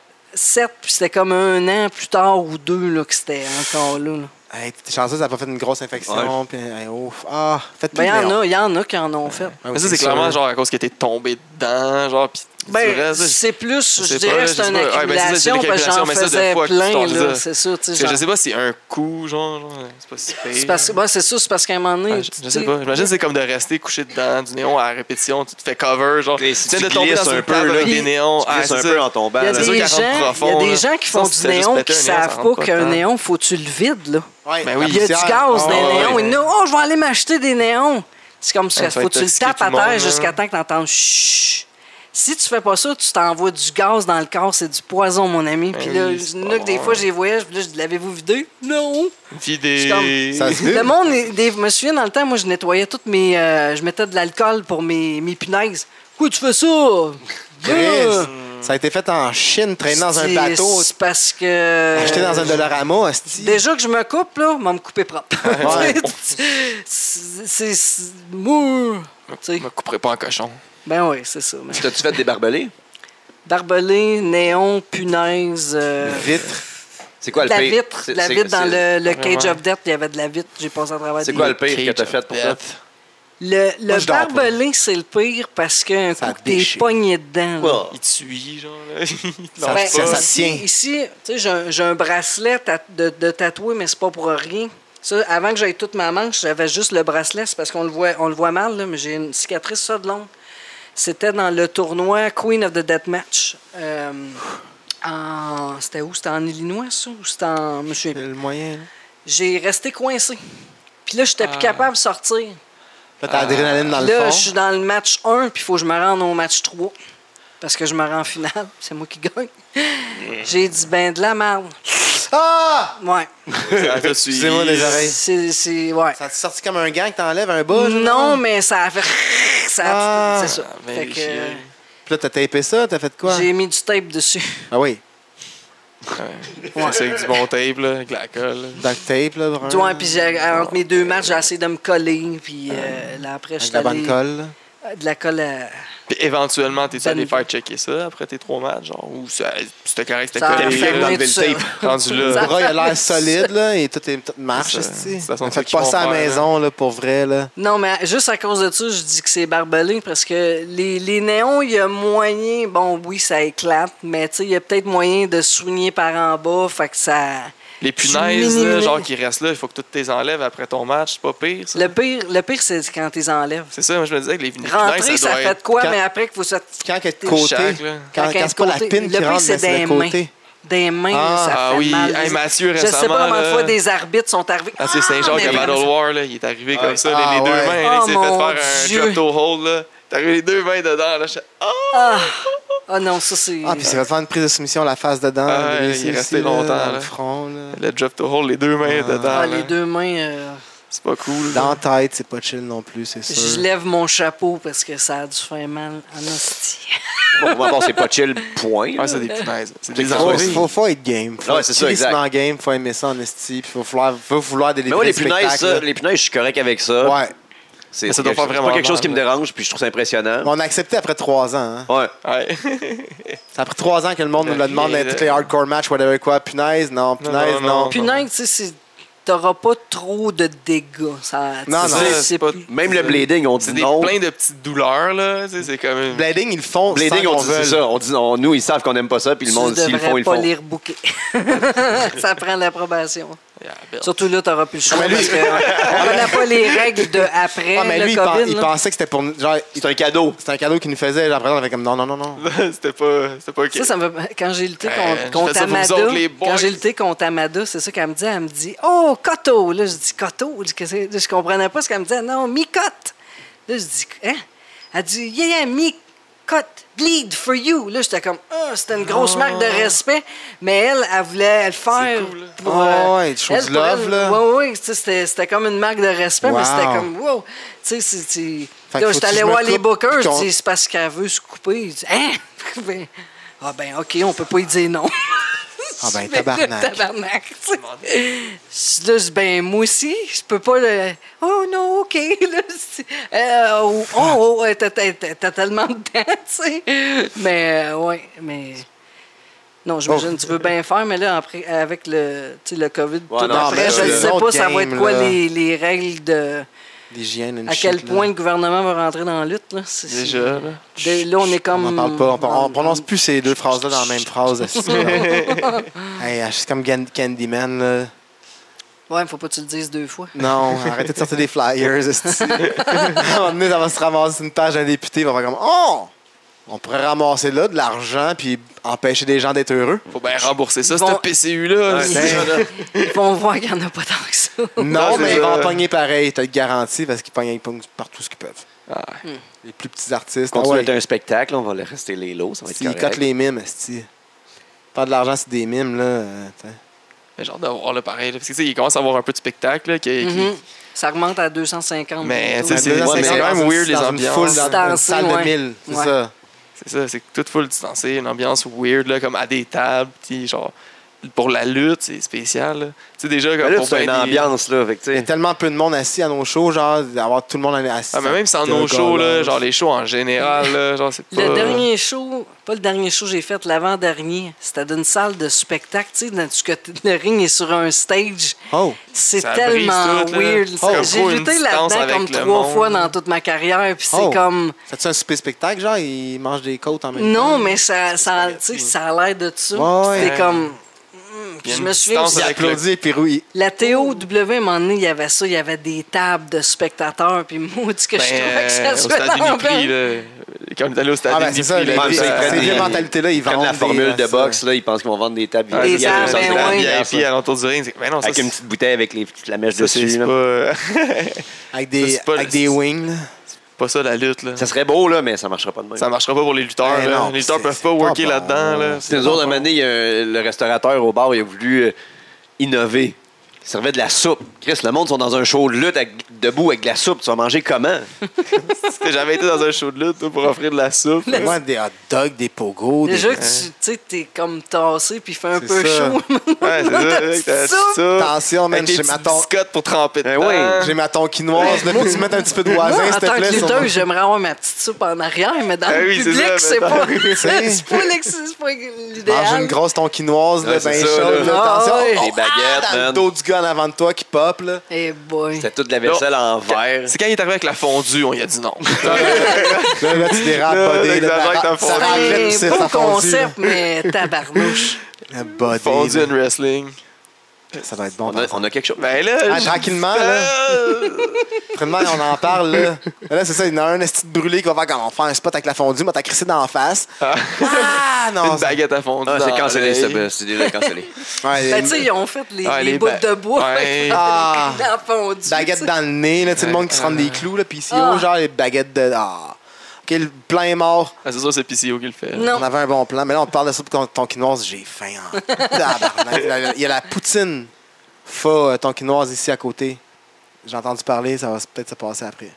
[SPEAKER 2] puis c'était comme un an plus tard ou deux là, que c'était encore là. là.
[SPEAKER 3] Hey, t'es chanceux, ça n'a pas fait une grosse infection. Puis, hey, oh, ah, faites
[SPEAKER 2] Ben,
[SPEAKER 3] plus
[SPEAKER 2] il y
[SPEAKER 3] de néon.
[SPEAKER 2] en a, il y en a qui en ont fait.
[SPEAKER 3] Ah oui,
[SPEAKER 1] Mais ça, c'est
[SPEAKER 3] sûr.
[SPEAKER 1] clairement genre à cause que t'es tombé dedans, genre, pis tu
[SPEAKER 2] Ben,
[SPEAKER 1] restes, là,
[SPEAKER 2] c'est plus,
[SPEAKER 1] je
[SPEAKER 2] je
[SPEAKER 1] sais pas,
[SPEAKER 2] dirais,
[SPEAKER 1] là,
[SPEAKER 2] c'est
[SPEAKER 1] je sais
[SPEAKER 2] une
[SPEAKER 1] pas. Ouais, ben, c'est ça, c'est une
[SPEAKER 2] accumulation, parce que j'en
[SPEAKER 1] accumulation, mais ça, de
[SPEAKER 2] faisais
[SPEAKER 1] fois que tu
[SPEAKER 2] plein,
[SPEAKER 1] t'en faisais.
[SPEAKER 2] là, c'est ça, tu
[SPEAKER 1] Parce
[SPEAKER 2] sais,
[SPEAKER 1] que je
[SPEAKER 2] genre.
[SPEAKER 1] sais pas si un coup, genre, genre, c'est pas si pire.
[SPEAKER 2] C'est parce que, ouais, c'est ça, c'est parce qu'à un moment donné...
[SPEAKER 1] Ouais, je, Ah, je sais pas. J'imagine que c'est comme de rester couché dedans du néon à répétition. Tu te fais cover, genre.
[SPEAKER 4] Et
[SPEAKER 1] Tu
[SPEAKER 4] si
[SPEAKER 1] viens
[SPEAKER 4] tu
[SPEAKER 1] de tomber
[SPEAKER 4] glisses
[SPEAKER 1] dans
[SPEAKER 4] un
[SPEAKER 1] une
[SPEAKER 4] peu,
[SPEAKER 1] table
[SPEAKER 4] là, Ah,
[SPEAKER 1] avec
[SPEAKER 4] puis
[SPEAKER 1] des néons.
[SPEAKER 4] Tu glisses
[SPEAKER 1] c'est
[SPEAKER 4] un
[SPEAKER 1] ça.
[SPEAKER 4] peu en tombant.
[SPEAKER 2] Il y a
[SPEAKER 4] là.
[SPEAKER 1] sûr
[SPEAKER 2] des
[SPEAKER 1] qu'elle rentre
[SPEAKER 2] gens, il y a
[SPEAKER 1] profond,
[SPEAKER 2] des
[SPEAKER 1] là.
[SPEAKER 2] gens qui
[SPEAKER 1] Sinon,
[SPEAKER 2] font
[SPEAKER 1] si
[SPEAKER 2] du
[SPEAKER 1] t'as juste
[SPEAKER 2] néon
[SPEAKER 1] pété
[SPEAKER 2] qui
[SPEAKER 1] un néon, ça
[SPEAKER 2] savent
[SPEAKER 1] rentre
[SPEAKER 2] pas
[SPEAKER 1] pas
[SPEAKER 2] qu'un
[SPEAKER 1] dedans.
[SPEAKER 2] néon, faut que tu le vides, là.
[SPEAKER 3] Ouais,
[SPEAKER 1] Ben oui,
[SPEAKER 2] Il y a du
[SPEAKER 3] poussière. Ah,
[SPEAKER 2] gaz dans les
[SPEAKER 1] ouais, Ah,
[SPEAKER 2] néons.
[SPEAKER 1] ouais.
[SPEAKER 2] Ils disent, oh, je vais aller m'acheter des néons. C'est comme ça,
[SPEAKER 1] Ouais,
[SPEAKER 2] faut
[SPEAKER 1] faut
[SPEAKER 2] que tu le
[SPEAKER 1] intoxiquer
[SPEAKER 2] tapes
[SPEAKER 1] tout
[SPEAKER 2] à
[SPEAKER 1] le monde,
[SPEAKER 2] terre
[SPEAKER 1] hein.
[SPEAKER 2] jusqu'à temps que tu entendes chut. Si tu fais pas ça, tu t'envoies du gaz dans le corps, c'est du poison, mon ami. Puis là,
[SPEAKER 1] Ben oui, c'est
[SPEAKER 2] il y en
[SPEAKER 1] pas
[SPEAKER 2] a que des
[SPEAKER 1] bon.
[SPEAKER 2] fois, j'ai voyage, puis là, je dis, l'avez-vous vidé? Non.
[SPEAKER 1] Puis
[SPEAKER 2] Je suis
[SPEAKER 1] des.
[SPEAKER 3] Ça se
[SPEAKER 2] Le
[SPEAKER 3] peut.
[SPEAKER 2] monde, est- des- je me souviens, dans le temps, moi, je nettoyais toutes mes. euh, je mettais de l'alcool pour mes, mes punaises. Pourquoi tu fais ça?
[SPEAKER 3] Chris, Ça a été fait en Chine, traîné dans un
[SPEAKER 2] C'est-
[SPEAKER 3] bateau,
[SPEAKER 2] C'est parce que.
[SPEAKER 3] acheté dans un Dollarama, hostie.
[SPEAKER 2] Déjà que je me coupe, là, m'a me couper propre.
[SPEAKER 3] Ouais.
[SPEAKER 2] c'est. c'est- c'est- mou, tu sais.
[SPEAKER 1] Je me couperais pas en cochon.
[SPEAKER 2] Ben oui, c'est ça. mais-
[SPEAKER 4] T'as-tu fait débarbelé?
[SPEAKER 2] Barbelé, néon, punaise. euh,
[SPEAKER 3] Vitre.
[SPEAKER 4] C'est quoi
[SPEAKER 2] de
[SPEAKER 4] le
[SPEAKER 2] la
[SPEAKER 4] pire?
[SPEAKER 2] vitre.
[SPEAKER 4] C'est-
[SPEAKER 2] de La
[SPEAKER 4] c'est-
[SPEAKER 2] vitre dans
[SPEAKER 4] c'est-
[SPEAKER 2] le, le cage
[SPEAKER 1] Vraiment.
[SPEAKER 2] of death, il y avait de la vitre. J'ai passé à travers
[SPEAKER 4] C'est
[SPEAKER 2] des-
[SPEAKER 4] quoi le pire que
[SPEAKER 1] Cage
[SPEAKER 4] t'as
[SPEAKER 1] of
[SPEAKER 4] fait pour
[SPEAKER 1] death.
[SPEAKER 4] toi?
[SPEAKER 2] Le, le
[SPEAKER 3] je dors pas.
[SPEAKER 2] barbelé, c'est le pire parce qu'un
[SPEAKER 3] Ça
[SPEAKER 2] coup
[SPEAKER 3] a
[SPEAKER 2] que t'es
[SPEAKER 3] déchiré.
[SPEAKER 2] pogné dedans. là. Ben,
[SPEAKER 4] Quoi?
[SPEAKER 1] Il te suit, genre. là. Il te
[SPEAKER 3] Ça-
[SPEAKER 1] lâche
[SPEAKER 3] ça-
[SPEAKER 1] pas.
[SPEAKER 3] ça-
[SPEAKER 2] ici,
[SPEAKER 3] tient.
[SPEAKER 2] ici, tu sais, j'ai un- j'ai un, bracelet ta- de, de tatoué, mais c'est pas pour rien. Ça, avant que j'aille toute ma manche, j'avais juste le bracelet. C'est parce qu'on le voit, on le voit mal, là, mais j'ai une cicatrice ça de longue. C'était dans le tournoi Queen of the Deathmatch. Euh, en- c'était où? C'était en Illinois, ça? Ou c'était en... je me souviens plus.
[SPEAKER 3] Le moyen. là.
[SPEAKER 2] J'ai resté coincé. Puis là, j'étais plus capable de sortir.
[SPEAKER 3] Là, t'as l'adrénaline dans
[SPEAKER 2] Ah. Là,
[SPEAKER 3] le
[SPEAKER 2] je
[SPEAKER 3] fond.
[SPEAKER 2] suis dans le match 1, puis il faut que je me rende au match 3. Parce que je me rends en finale. C'est moi qui gagne. J'ai dit, ben, de la merde.
[SPEAKER 3] Ah!
[SPEAKER 2] Ouais.
[SPEAKER 1] Ça te suit.
[SPEAKER 3] Excusez-moi les oreilles.
[SPEAKER 2] C'est. c'est- Ouais.
[SPEAKER 3] Ça t'a sorti comme un gant que t'enlèves un bas? genre?
[SPEAKER 2] Non, mais ça a fait. Ça a-
[SPEAKER 3] Ah.
[SPEAKER 2] c'est ça.
[SPEAKER 1] Ah, ben,
[SPEAKER 2] Fait que,
[SPEAKER 1] chier.
[SPEAKER 2] euh,
[SPEAKER 3] Puis là, t'as tapé ça, t'as fait quoi?
[SPEAKER 2] j'ai mis du tape dessus.
[SPEAKER 3] Ah oui,
[SPEAKER 1] Ouais. C'est avec du bon tape, là, avec la colle. là.
[SPEAKER 3] duct tape, là, brun.
[SPEAKER 2] Tu vois, puis j'ai- euh, entre mes deux matchs, j'ai essayé de me coller, puis euh, là, après, je
[SPEAKER 3] Ah. Avec
[SPEAKER 2] suis
[SPEAKER 3] la bonne
[SPEAKER 2] allée-
[SPEAKER 3] colle. là.
[SPEAKER 2] Euh, De la colle à.
[SPEAKER 1] Puis éventuellement, t'es-tu allé
[SPEAKER 2] Ben-
[SPEAKER 1] faire checker ça après tes trois matchs, genre, ou ça- c'était correct, c'était
[SPEAKER 2] Ça a
[SPEAKER 1] collé.
[SPEAKER 4] fait
[SPEAKER 1] là,
[SPEAKER 2] fermé
[SPEAKER 4] enlevé
[SPEAKER 2] tout
[SPEAKER 4] le
[SPEAKER 2] seul.
[SPEAKER 4] tape.
[SPEAKER 1] Rendu
[SPEAKER 3] Le
[SPEAKER 1] là.
[SPEAKER 3] bras, il a l'air solide, là, et tout, est, tout marche,
[SPEAKER 1] C'est ça.
[SPEAKER 3] esti.
[SPEAKER 1] C'est la façon
[SPEAKER 3] Faites
[SPEAKER 1] qu'ils
[SPEAKER 3] pas
[SPEAKER 1] font
[SPEAKER 3] ça à la
[SPEAKER 1] faire, hein. là.
[SPEAKER 3] maison, là, pour vrai, là.
[SPEAKER 2] Non, mais juste à cause de ça, je dis que c'est barbelé parce que les, les néons, il y a moyen. Bon, oui, ça éclate, mais tu sais, il y a peut-être moyen de soigner par en bas, fait que ça.
[SPEAKER 1] Les
[SPEAKER 2] Tu
[SPEAKER 1] punaises, là,
[SPEAKER 2] minimises.
[SPEAKER 1] genre, qui restent là, il faut que toutes tes enlèves après ton match, c'est pas pire, ça.
[SPEAKER 2] Le pire, le pire c'est quand tu les enlèves.
[SPEAKER 1] C'est ça, moi, je me disais que les punaises,
[SPEAKER 2] Rentrer, ça,
[SPEAKER 1] ça doit
[SPEAKER 2] fait de
[SPEAKER 1] être
[SPEAKER 2] quoi,
[SPEAKER 3] Quand-
[SPEAKER 2] mais après qu'il faut ça.
[SPEAKER 3] Quand que de
[SPEAKER 1] chaque,
[SPEAKER 3] côté,
[SPEAKER 1] là.
[SPEAKER 3] quand,
[SPEAKER 2] Quand
[SPEAKER 3] quand c'est pas la
[SPEAKER 2] côté.
[SPEAKER 3] pine
[SPEAKER 2] Le
[SPEAKER 3] qui
[SPEAKER 2] pire,
[SPEAKER 3] rentre,
[SPEAKER 2] c'est
[SPEAKER 3] mais c'est
[SPEAKER 2] des
[SPEAKER 3] le
[SPEAKER 2] mains.
[SPEAKER 3] côté.
[SPEAKER 2] des mains. là, ça
[SPEAKER 1] Ah
[SPEAKER 2] fait
[SPEAKER 1] oui,
[SPEAKER 2] mal.
[SPEAKER 1] hey, Mathieu
[SPEAKER 2] Je
[SPEAKER 1] récemment.
[SPEAKER 2] sais pas combien de
[SPEAKER 1] là,
[SPEAKER 3] euh,
[SPEAKER 2] fois des arbitres sont arrivés.
[SPEAKER 1] Ah, c'est Saint-Jacques
[SPEAKER 2] mais
[SPEAKER 1] à Battle
[SPEAKER 2] vraiment,
[SPEAKER 1] War, là, il est arrivé comme ça,
[SPEAKER 3] Ah,
[SPEAKER 1] les, les deux
[SPEAKER 3] ouais.
[SPEAKER 1] mains. là,
[SPEAKER 2] Oh,
[SPEAKER 1] il s'est
[SPEAKER 2] mon
[SPEAKER 1] fait
[SPEAKER 2] Dieu.
[SPEAKER 1] faire un crypto hold. là. T'as eu les deux mains dedans. Là, je... Ah!
[SPEAKER 2] Ah Ah non, ça c'est.
[SPEAKER 3] Ah, puis c'est vraiment une prise de soumission, la face dedans.
[SPEAKER 1] Ah,
[SPEAKER 3] le
[SPEAKER 1] il est
[SPEAKER 3] ici,
[SPEAKER 1] resté
[SPEAKER 3] ici, là,
[SPEAKER 1] longtemps,
[SPEAKER 3] dans
[SPEAKER 1] là.
[SPEAKER 3] Le front, là.
[SPEAKER 1] Le drop to hold, les deux mains
[SPEAKER 3] Ah.
[SPEAKER 1] dedans.
[SPEAKER 2] Ah,
[SPEAKER 1] là.
[SPEAKER 2] les deux mains. euh,
[SPEAKER 1] C'est pas cool.
[SPEAKER 3] Dans
[SPEAKER 1] là.
[SPEAKER 3] la tête, c'est pas chill non plus, c'est sûr.
[SPEAKER 2] je lève mon chapeau parce que ça a dû faire mal en hostie.
[SPEAKER 4] Bon, bon, bon, c'est pas chill, point. là.
[SPEAKER 1] Ah, c'est des punaises. C'est des
[SPEAKER 3] Faut,
[SPEAKER 1] envolées.
[SPEAKER 3] faut, faut être game. Faut
[SPEAKER 4] Ouais,
[SPEAKER 3] être
[SPEAKER 4] c'est ça,
[SPEAKER 3] crissement
[SPEAKER 4] exact.
[SPEAKER 3] game, faut aimer ça en esti, puis faut vouloir, faut vouloir
[SPEAKER 4] Mais moi,
[SPEAKER 3] délivrer
[SPEAKER 4] les
[SPEAKER 3] le
[SPEAKER 4] punaises,
[SPEAKER 3] spectacle.
[SPEAKER 4] ça,
[SPEAKER 3] là.
[SPEAKER 4] les punaises, je suis correct avec ça.
[SPEAKER 3] Ouais.
[SPEAKER 4] C'est
[SPEAKER 1] Mais ça
[SPEAKER 4] c'est
[SPEAKER 1] doit
[SPEAKER 4] quelque-
[SPEAKER 1] faire
[SPEAKER 4] c'est pas
[SPEAKER 1] vraiment
[SPEAKER 4] quelque chose qui me
[SPEAKER 1] mal, hein.
[SPEAKER 4] dérange, puis je trouve ça impressionnant.
[SPEAKER 3] On a accepté après trois ans. hein.
[SPEAKER 4] Ouais.
[SPEAKER 1] Ouais.
[SPEAKER 3] Ça a pris trois ans que le monde nous le demande dans
[SPEAKER 1] Le-
[SPEAKER 3] tous les hardcore matchs, whatever quoi. Punaise, non, punaise,
[SPEAKER 1] non,
[SPEAKER 3] non.
[SPEAKER 1] non.
[SPEAKER 2] Punaise, tu sais, c'est- t'auras pas trop de dégâts. Ça, tu sais,
[SPEAKER 3] Non, non,
[SPEAKER 1] Ça,
[SPEAKER 2] c'est
[SPEAKER 1] c'est pas-
[SPEAKER 2] plus-
[SPEAKER 4] Même le blading, on dit
[SPEAKER 1] C'est des,
[SPEAKER 4] non.
[SPEAKER 1] plein de petites douleurs, là. tu sais, C'est comme.
[SPEAKER 2] Ben,
[SPEAKER 1] une-
[SPEAKER 3] Blading, ils le font.
[SPEAKER 4] Blading,
[SPEAKER 3] sans
[SPEAKER 4] on
[SPEAKER 3] qu'on
[SPEAKER 4] dit c'est
[SPEAKER 3] veuille.
[SPEAKER 4] ça. On dit non. Nous, ils savent qu'on aime pas ça, puis le
[SPEAKER 2] Tu
[SPEAKER 4] monde, s'ils le font,
[SPEAKER 2] devrais
[SPEAKER 4] ils le
[SPEAKER 2] pas
[SPEAKER 4] font.
[SPEAKER 2] lire bouquet. ça prend l'approbation.
[SPEAKER 1] Yeah, Bill.
[SPEAKER 2] Surtout là, t'auras plus le choix
[SPEAKER 3] Mais lui-
[SPEAKER 2] parce que on n'a pas les règles de après
[SPEAKER 3] Ah, mais
[SPEAKER 2] le
[SPEAKER 3] lui, il, pen-
[SPEAKER 2] COVID.
[SPEAKER 3] il
[SPEAKER 2] là.
[SPEAKER 3] pensait que c'était pour nous. Genre, il-
[SPEAKER 4] C'est un cadeau.
[SPEAKER 3] c'était un cadeau qu'il nous faisait. Genre, après, on avait comme non, non, non, non.
[SPEAKER 1] C'était pas, c'était pas OK.
[SPEAKER 2] Ça, ça me... fait- Quand j'ai lutté
[SPEAKER 1] Ben,
[SPEAKER 2] contre,
[SPEAKER 1] je fais
[SPEAKER 2] contre
[SPEAKER 1] ça pour vous
[SPEAKER 2] Amada,
[SPEAKER 1] autres, les boys.
[SPEAKER 2] quand j'ai lutté contre Amada, c'est ça qu'elle me dit. Elle me dit « Oh, Coto! » Là, je dis « Coto! » Je dis, Qu'est-ce que c'est? Je comprenais pas ce qu'elle me disait. « Non, micote! » Là, je dis « Hein? » Elle dit « Yeah, yeah, micote! Bleed for you! » Là, j'étais comme « Ah, c'était une grosse marque de respect. » Mais elle, elle voulait le faire
[SPEAKER 1] cool, là.
[SPEAKER 2] pour...
[SPEAKER 3] Ah
[SPEAKER 2] euh,
[SPEAKER 3] ouais, des choses
[SPEAKER 2] elle, pour
[SPEAKER 3] love,
[SPEAKER 2] elle,
[SPEAKER 3] là.
[SPEAKER 2] Ouais, ouais, tu sais, c'était c'était comme une marque de respect, mais c'était
[SPEAKER 3] Wow.
[SPEAKER 2] comme « Wow! » Tu sais, c'est- c'est...
[SPEAKER 3] Fait que
[SPEAKER 2] Là,
[SPEAKER 3] faut
[SPEAKER 2] j'étais
[SPEAKER 3] que
[SPEAKER 2] allé
[SPEAKER 3] je me
[SPEAKER 2] voir les
[SPEAKER 3] coupe,
[SPEAKER 2] bookers,
[SPEAKER 3] puis
[SPEAKER 2] je
[SPEAKER 3] qu'on-
[SPEAKER 2] dis, c'est parce qu'elle veut se couper. Je dis, hein? Ben, ah ben, OK, on peut pas y dire non.
[SPEAKER 3] Ah ben,
[SPEAKER 2] Mais là,
[SPEAKER 3] tabarnak.
[SPEAKER 2] tabarnak, tu sais. Là, je dis, ben, moi aussi, je peux pas le... Oh non, OK. Là, c'est- euh, oh, oh, oh, t'as- t'as t'as tellement de temps, tu sais. Mais, euh, ouais, mais... Non, j'imagine que tu veux bien faire, mais là, après, avec le, tu sais, le COVID,
[SPEAKER 4] Ouais,
[SPEAKER 2] tout
[SPEAKER 4] non,
[SPEAKER 2] après,
[SPEAKER 4] mais
[SPEAKER 2] je
[SPEAKER 4] là,
[SPEAKER 2] ne
[SPEAKER 4] le
[SPEAKER 2] sais
[SPEAKER 3] autre
[SPEAKER 2] pas ça va être
[SPEAKER 3] game,
[SPEAKER 2] quoi
[SPEAKER 3] là.
[SPEAKER 2] les, les règles de...
[SPEAKER 3] L'hygiène, une
[SPEAKER 2] À quel
[SPEAKER 3] shit, là.
[SPEAKER 2] point le gouvernement va rentrer dans la lutte, là? C'est- c'est-
[SPEAKER 1] Déjà, là.
[SPEAKER 2] de- là, on est comme.
[SPEAKER 3] On n'en parle pas. On, par- on prononce plus ces deux phrases-là dans la même phrase. esti, là. hey, c'est comme Gan- Candyman. Là.
[SPEAKER 2] Ouais, faut pas que tu le dises deux fois.
[SPEAKER 3] Non, arrêtez de sortir des flyers. esti. à un moment donné, ça va se ramasser une page d'un député. On va faire comme Oh! On pourrait ramasser là de l'argent puis empêcher des gens d'être heureux.
[SPEAKER 1] Faut bien rembourser ça,
[SPEAKER 2] Ils vont-
[SPEAKER 1] ce PCU-là.
[SPEAKER 3] Ouais,
[SPEAKER 1] C'est-
[SPEAKER 2] Ils vont voir qu'il n'y en a pas tant que ça.
[SPEAKER 3] Non,
[SPEAKER 1] c'est
[SPEAKER 3] mais ils
[SPEAKER 1] ça.
[SPEAKER 3] vont en pogner pareil, t'as le garanti, parce qu'ils pognent ils pognent partout ce qu'ils peuvent.
[SPEAKER 1] Ah,
[SPEAKER 3] Les plus petits artistes.
[SPEAKER 4] Continue
[SPEAKER 3] ah ouais,
[SPEAKER 4] d'être un spectacle, on va le rester les lots, ça va être
[SPEAKER 3] S'ils
[SPEAKER 4] correct.
[SPEAKER 3] cotent les mimes, esti. Pas de l'argent, c'est des mimes, là. euh, t'sais.
[SPEAKER 2] ben.
[SPEAKER 1] Mais genre d'avoir le pareil. là. Parce que, tu sais, il commence à avoir un peu de spectacle. Là, qui, qui-
[SPEAKER 2] Mhm. Ça remonte à 250.
[SPEAKER 1] Mais,
[SPEAKER 2] bientôt.
[SPEAKER 1] tu sais, c'est-
[SPEAKER 3] Dans
[SPEAKER 1] ouais,
[SPEAKER 3] une-
[SPEAKER 1] c'est quand
[SPEAKER 3] dans
[SPEAKER 1] même
[SPEAKER 3] une-
[SPEAKER 1] weird, les
[SPEAKER 3] dans
[SPEAKER 1] ambiances.
[SPEAKER 3] Une foule, dans une
[SPEAKER 2] Distancé,
[SPEAKER 3] salle de
[SPEAKER 2] ouais.
[SPEAKER 3] 1000, c'est
[SPEAKER 2] Ouais.
[SPEAKER 3] ça.
[SPEAKER 1] C'est ça, c'est tout full distancé, une ambiance weird, là, comme à des tables. puis genre, pour la lutte, c'est spécial. là. Tu sais, déjà,
[SPEAKER 4] Mais
[SPEAKER 1] comme
[SPEAKER 4] là,
[SPEAKER 1] pour
[SPEAKER 4] c'est une
[SPEAKER 1] bien des-
[SPEAKER 4] ambiance, là. Fait que, tu sais,
[SPEAKER 3] Tellement peu de monde assis à nos shows, genre, d'avoir tout le monde assis.
[SPEAKER 1] Ah, mais même sans
[SPEAKER 3] C'est
[SPEAKER 1] nos
[SPEAKER 3] un
[SPEAKER 1] shows, là,
[SPEAKER 3] gars,
[SPEAKER 1] genre les shows en général, là, genre, c'est pas.
[SPEAKER 2] Le dernier show, pas le dernier show que j'ai fait, l'avant-dernier, c'était d'une salle de spectacle, tu sais, dans- tu- que t- le ring est sur un stage.
[SPEAKER 3] Oh!
[SPEAKER 2] C'est
[SPEAKER 1] Ça
[SPEAKER 2] tellement
[SPEAKER 1] brise tout, là.
[SPEAKER 2] weird.
[SPEAKER 1] Oh,
[SPEAKER 2] C'est-
[SPEAKER 1] faut
[SPEAKER 2] J'ai
[SPEAKER 1] une
[SPEAKER 2] lutté
[SPEAKER 1] distance
[SPEAKER 2] là-dedans
[SPEAKER 1] avec
[SPEAKER 2] comme
[SPEAKER 1] le
[SPEAKER 2] trois
[SPEAKER 1] monde.
[SPEAKER 2] fois dans toute ma carrière, puis c'est
[SPEAKER 3] Oh.
[SPEAKER 2] comme.
[SPEAKER 3] C'est-tu un super spectacle, genre, ils mangent des côtes en même temps?
[SPEAKER 2] Non, mais
[SPEAKER 1] euh,
[SPEAKER 2] ça, ça, tu sais, ça a l'air de ça. Puis
[SPEAKER 3] Ouais, ouais.
[SPEAKER 2] C'était comme. Mm,
[SPEAKER 1] Il y a
[SPEAKER 2] Je
[SPEAKER 1] une
[SPEAKER 2] me souviens,
[SPEAKER 1] distance
[SPEAKER 3] Ils
[SPEAKER 1] avec le-
[SPEAKER 3] applaudissent, puis oui.
[SPEAKER 2] la TOW, à un moment donné, il y avait ça, il y avait des tables de spectateurs, puis maudit que
[SPEAKER 1] Ben,
[SPEAKER 2] je trouvais que ça
[SPEAKER 1] euh, au
[SPEAKER 2] se
[SPEAKER 1] Stade
[SPEAKER 2] fait dans
[SPEAKER 1] Uniprix, là. Quand on est allé au Stade
[SPEAKER 3] Ah, ben c'est
[SPEAKER 1] Uniprix,
[SPEAKER 3] ça, les
[SPEAKER 1] là,
[SPEAKER 4] les-
[SPEAKER 1] ça-
[SPEAKER 4] ils prennent
[SPEAKER 3] ces
[SPEAKER 4] des-
[SPEAKER 3] vieux mentalités-là, ils
[SPEAKER 4] ils prennent
[SPEAKER 3] vendent.
[SPEAKER 4] la formule
[SPEAKER 3] des-
[SPEAKER 4] de boxe, là, ils pensent qu'ils vont vendre des tables.
[SPEAKER 1] Ah,
[SPEAKER 2] Des
[SPEAKER 1] il y a
[SPEAKER 2] tables,
[SPEAKER 1] une sorte de
[SPEAKER 2] ben
[SPEAKER 1] table
[SPEAKER 2] ouais.
[SPEAKER 1] VIP à l'entour du ring. c'est- Ben non, ça,
[SPEAKER 4] Avec une
[SPEAKER 1] c'est-
[SPEAKER 4] petite bouteille avec les petites- la mèche
[SPEAKER 1] ça, c'est
[SPEAKER 4] dessus. là.
[SPEAKER 1] pas,
[SPEAKER 3] Avec
[SPEAKER 1] Ça,
[SPEAKER 3] des,
[SPEAKER 1] c'est pas le-
[SPEAKER 3] avec des wings, là.
[SPEAKER 1] pas ça la lutte. Là.
[SPEAKER 4] Ça
[SPEAKER 1] Ça,
[SPEAKER 4] serait beau, là, mais ça marchera pas de même.
[SPEAKER 1] marchera pas pour les lutteurs.
[SPEAKER 3] Ben
[SPEAKER 1] là.
[SPEAKER 3] non,
[SPEAKER 1] les lutteurs
[SPEAKER 3] c'est-
[SPEAKER 1] peuvent
[SPEAKER 3] c'est
[SPEAKER 1] pas
[SPEAKER 3] pas
[SPEAKER 1] worker
[SPEAKER 3] bon.
[SPEAKER 1] là-dedans. Là.
[SPEAKER 4] C'est nous autres, à un moment donné, il y a un- le restaurateur au bar, il a voulu euh, innover. Il servait de la soupe. Chris, le monde sont dans un show de lutte avec- debout avec de la soupe. Tu vas manger comment?
[SPEAKER 3] Oh,
[SPEAKER 1] T'as jamais été dans un show de lutte toi, pour offrir de la soupe. là.
[SPEAKER 3] Moi, des hot dogs, des pogos, des
[SPEAKER 2] Déjà que tu tu sais, t'es comme tassé, puis il fait un
[SPEAKER 3] C'est
[SPEAKER 2] peu
[SPEAKER 3] ça.
[SPEAKER 2] chaud.
[SPEAKER 1] Ouais, c'est ça. là, que t'as
[SPEAKER 2] Soupe.
[SPEAKER 1] ça.
[SPEAKER 3] Attention, man,
[SPEAKER 1] Avec des
[SPEAKER 3] j'ai ma
[SPEAKER 1] petites
[SPEAKER 3] ton-
[SPEAKER 1] biscottes pour tremper
[SPEAKER 4] Ben
[SPEAKER 1] dedans.
[SPEAKER 4] oui,
[SPEAKER 3] J'ai ma tonquinoise. Là, faut-tu mettre un petit peu de
[SPEAKER 2] euh, Moi,
[SPEAKER 3] voisin,
[SPEAKER 2] Ah, en
[SPEAKER 3] s'il te
[SPEAKER 2] tant
[SPEAKER 3] plaît?
[SPEAKER 2] que
[SPEAKER 3] sur-
[SPEAKER 2] lutteur, j'aimerais avoir ma petite soupe en arrière, mais dans
[SPEAKER 1] Ah
[SPEAKER 2] le
[SPEAKER 1] oui, c'est
[SPEAKER 2] public,
[SPEAKER 1] ça,
[SPEAKER 2] c'est
[SPEAKER 1] mais
[SPEAKER 2] pas,
[SPEAKER 3] sais.
[SPEAKER 2] c'est pas l'ex- c'est pas
[SPEAKER 3] Mange une
[SPEAKER 2] l'idéal.
[SPEAKER 3] grosse tonquinoise, là,
[SPEAKER 4] Ouais, c'est
[SPEAKER 3] ben
[SPEAKER 4] ça,
[SPEAKER 3] chaude,
[SPEAKER 4] là.
[SPEAKER 3] là,
[SPEAKER 2] Ah,
[SPEAKER 3] attention.
[SPEAKER 2] ouais.
[SPEAKER 4] Des baguettes,
[SPEAKER 3] ah, dans le
[SPEAKER 4] man.
[SPEAKER 3] dos du gars en avant de toi qui pop, là.
[SPEAKER 2] Eh boy.
[SPEAKER 4] C'était toute la vaisselle en verre.
[SPEAKER 1] C'est quand il est arrivé avec la fondue, on lui a dit non.
[SPEAKER 3] Là, là, tu dérapes,
[SPEAKER 1] Là,
[SPEAKER 3] body, là,
[SPEAKER 1] t'exagères
[SPEAKER 3] la-
[SPEAKER 1] ta
[SPEAKER 3] ça
[SPEAKER 1] fondue.
[SPEAKER 3] raclette, tu sais,
[SPEAKER 2] C'est un
[SPEAKER 3] ça
[SPEAKER 2] beau
[SPEAKER 3] fondue. là.
[SPEAKER 2] concept, mais tabarnouche.
[SPEAKER 3] La body,
[SPEAKER 1] fondue
[SPEAKER 3] là.
[SPEAKER 1] and wrestling.
[SPEAKER 3] Ça va être bon.
[SPEAKER 4] On
[SPEAKER 3] par
[SPEAKER 4] a,
[SPEAKER 3] exemple.
[SPEAKER 4] on a quelque chose.
[SPEAKER 1] Ben là.
[SPEAKER 3] Ah,
[SPEAKER 1] je-
[SPEAKER 3] tranquillement, là. Premièrement, on en parle, là. Là, c'est ça, il y en a un esti de brûlé qui va faire comme on fait un spot avec la fondue, mais t'as crissé dans la face.
[SPEAKER 1] Ah.
[SPEAKER 3] Ah, non!
[SPEAKER 1] Une baguette à fond.
[SPEAKER 4] Ah, c'est cancellé, c'est c'est déjà cancellé.
[SPEAKER 3] Ouais,
[SPEAKER 2] Ben, tu sais, ils ont fait les,
[SPEAKER 1] Ouais,
[SPEAKER 2] les
[SPEAKER 1] les
[SPEAKER 2] bouts
[SPEAKER 1] ba-
[SPEAKER 2] de bois.
[SPEAKER 1] Ouais.
[SPEAKER 3] Ah.
[SPEAKER 2] dans la fondue,
[SPEAKER 3] baguette
[SPEAKER 2] tu sais.
[SPEAKER 3] dans le nez, là, tu sais, le monde qui se rend des clous, là, puis ici,
[SPEAKER 2] Ah.
[SPEAKER 3] oh, genre, les baguettes de. Ah. Ok, le plan est mort.
[SPEAKER 1] Ah, c'est sûr, c'est PCO qui le fait.
[SPEAKER 2] Non.
[SPEAKER 3] On avait un bon plan, mais là, on parle de ça pour ton- tonkinoise. J'ai faim. hein. Tabarnak. Il y a- Il y a la poutine faux euh, tonkinoise ici à côté. J'ai entendu parler, ça va s- peut-être se passer après.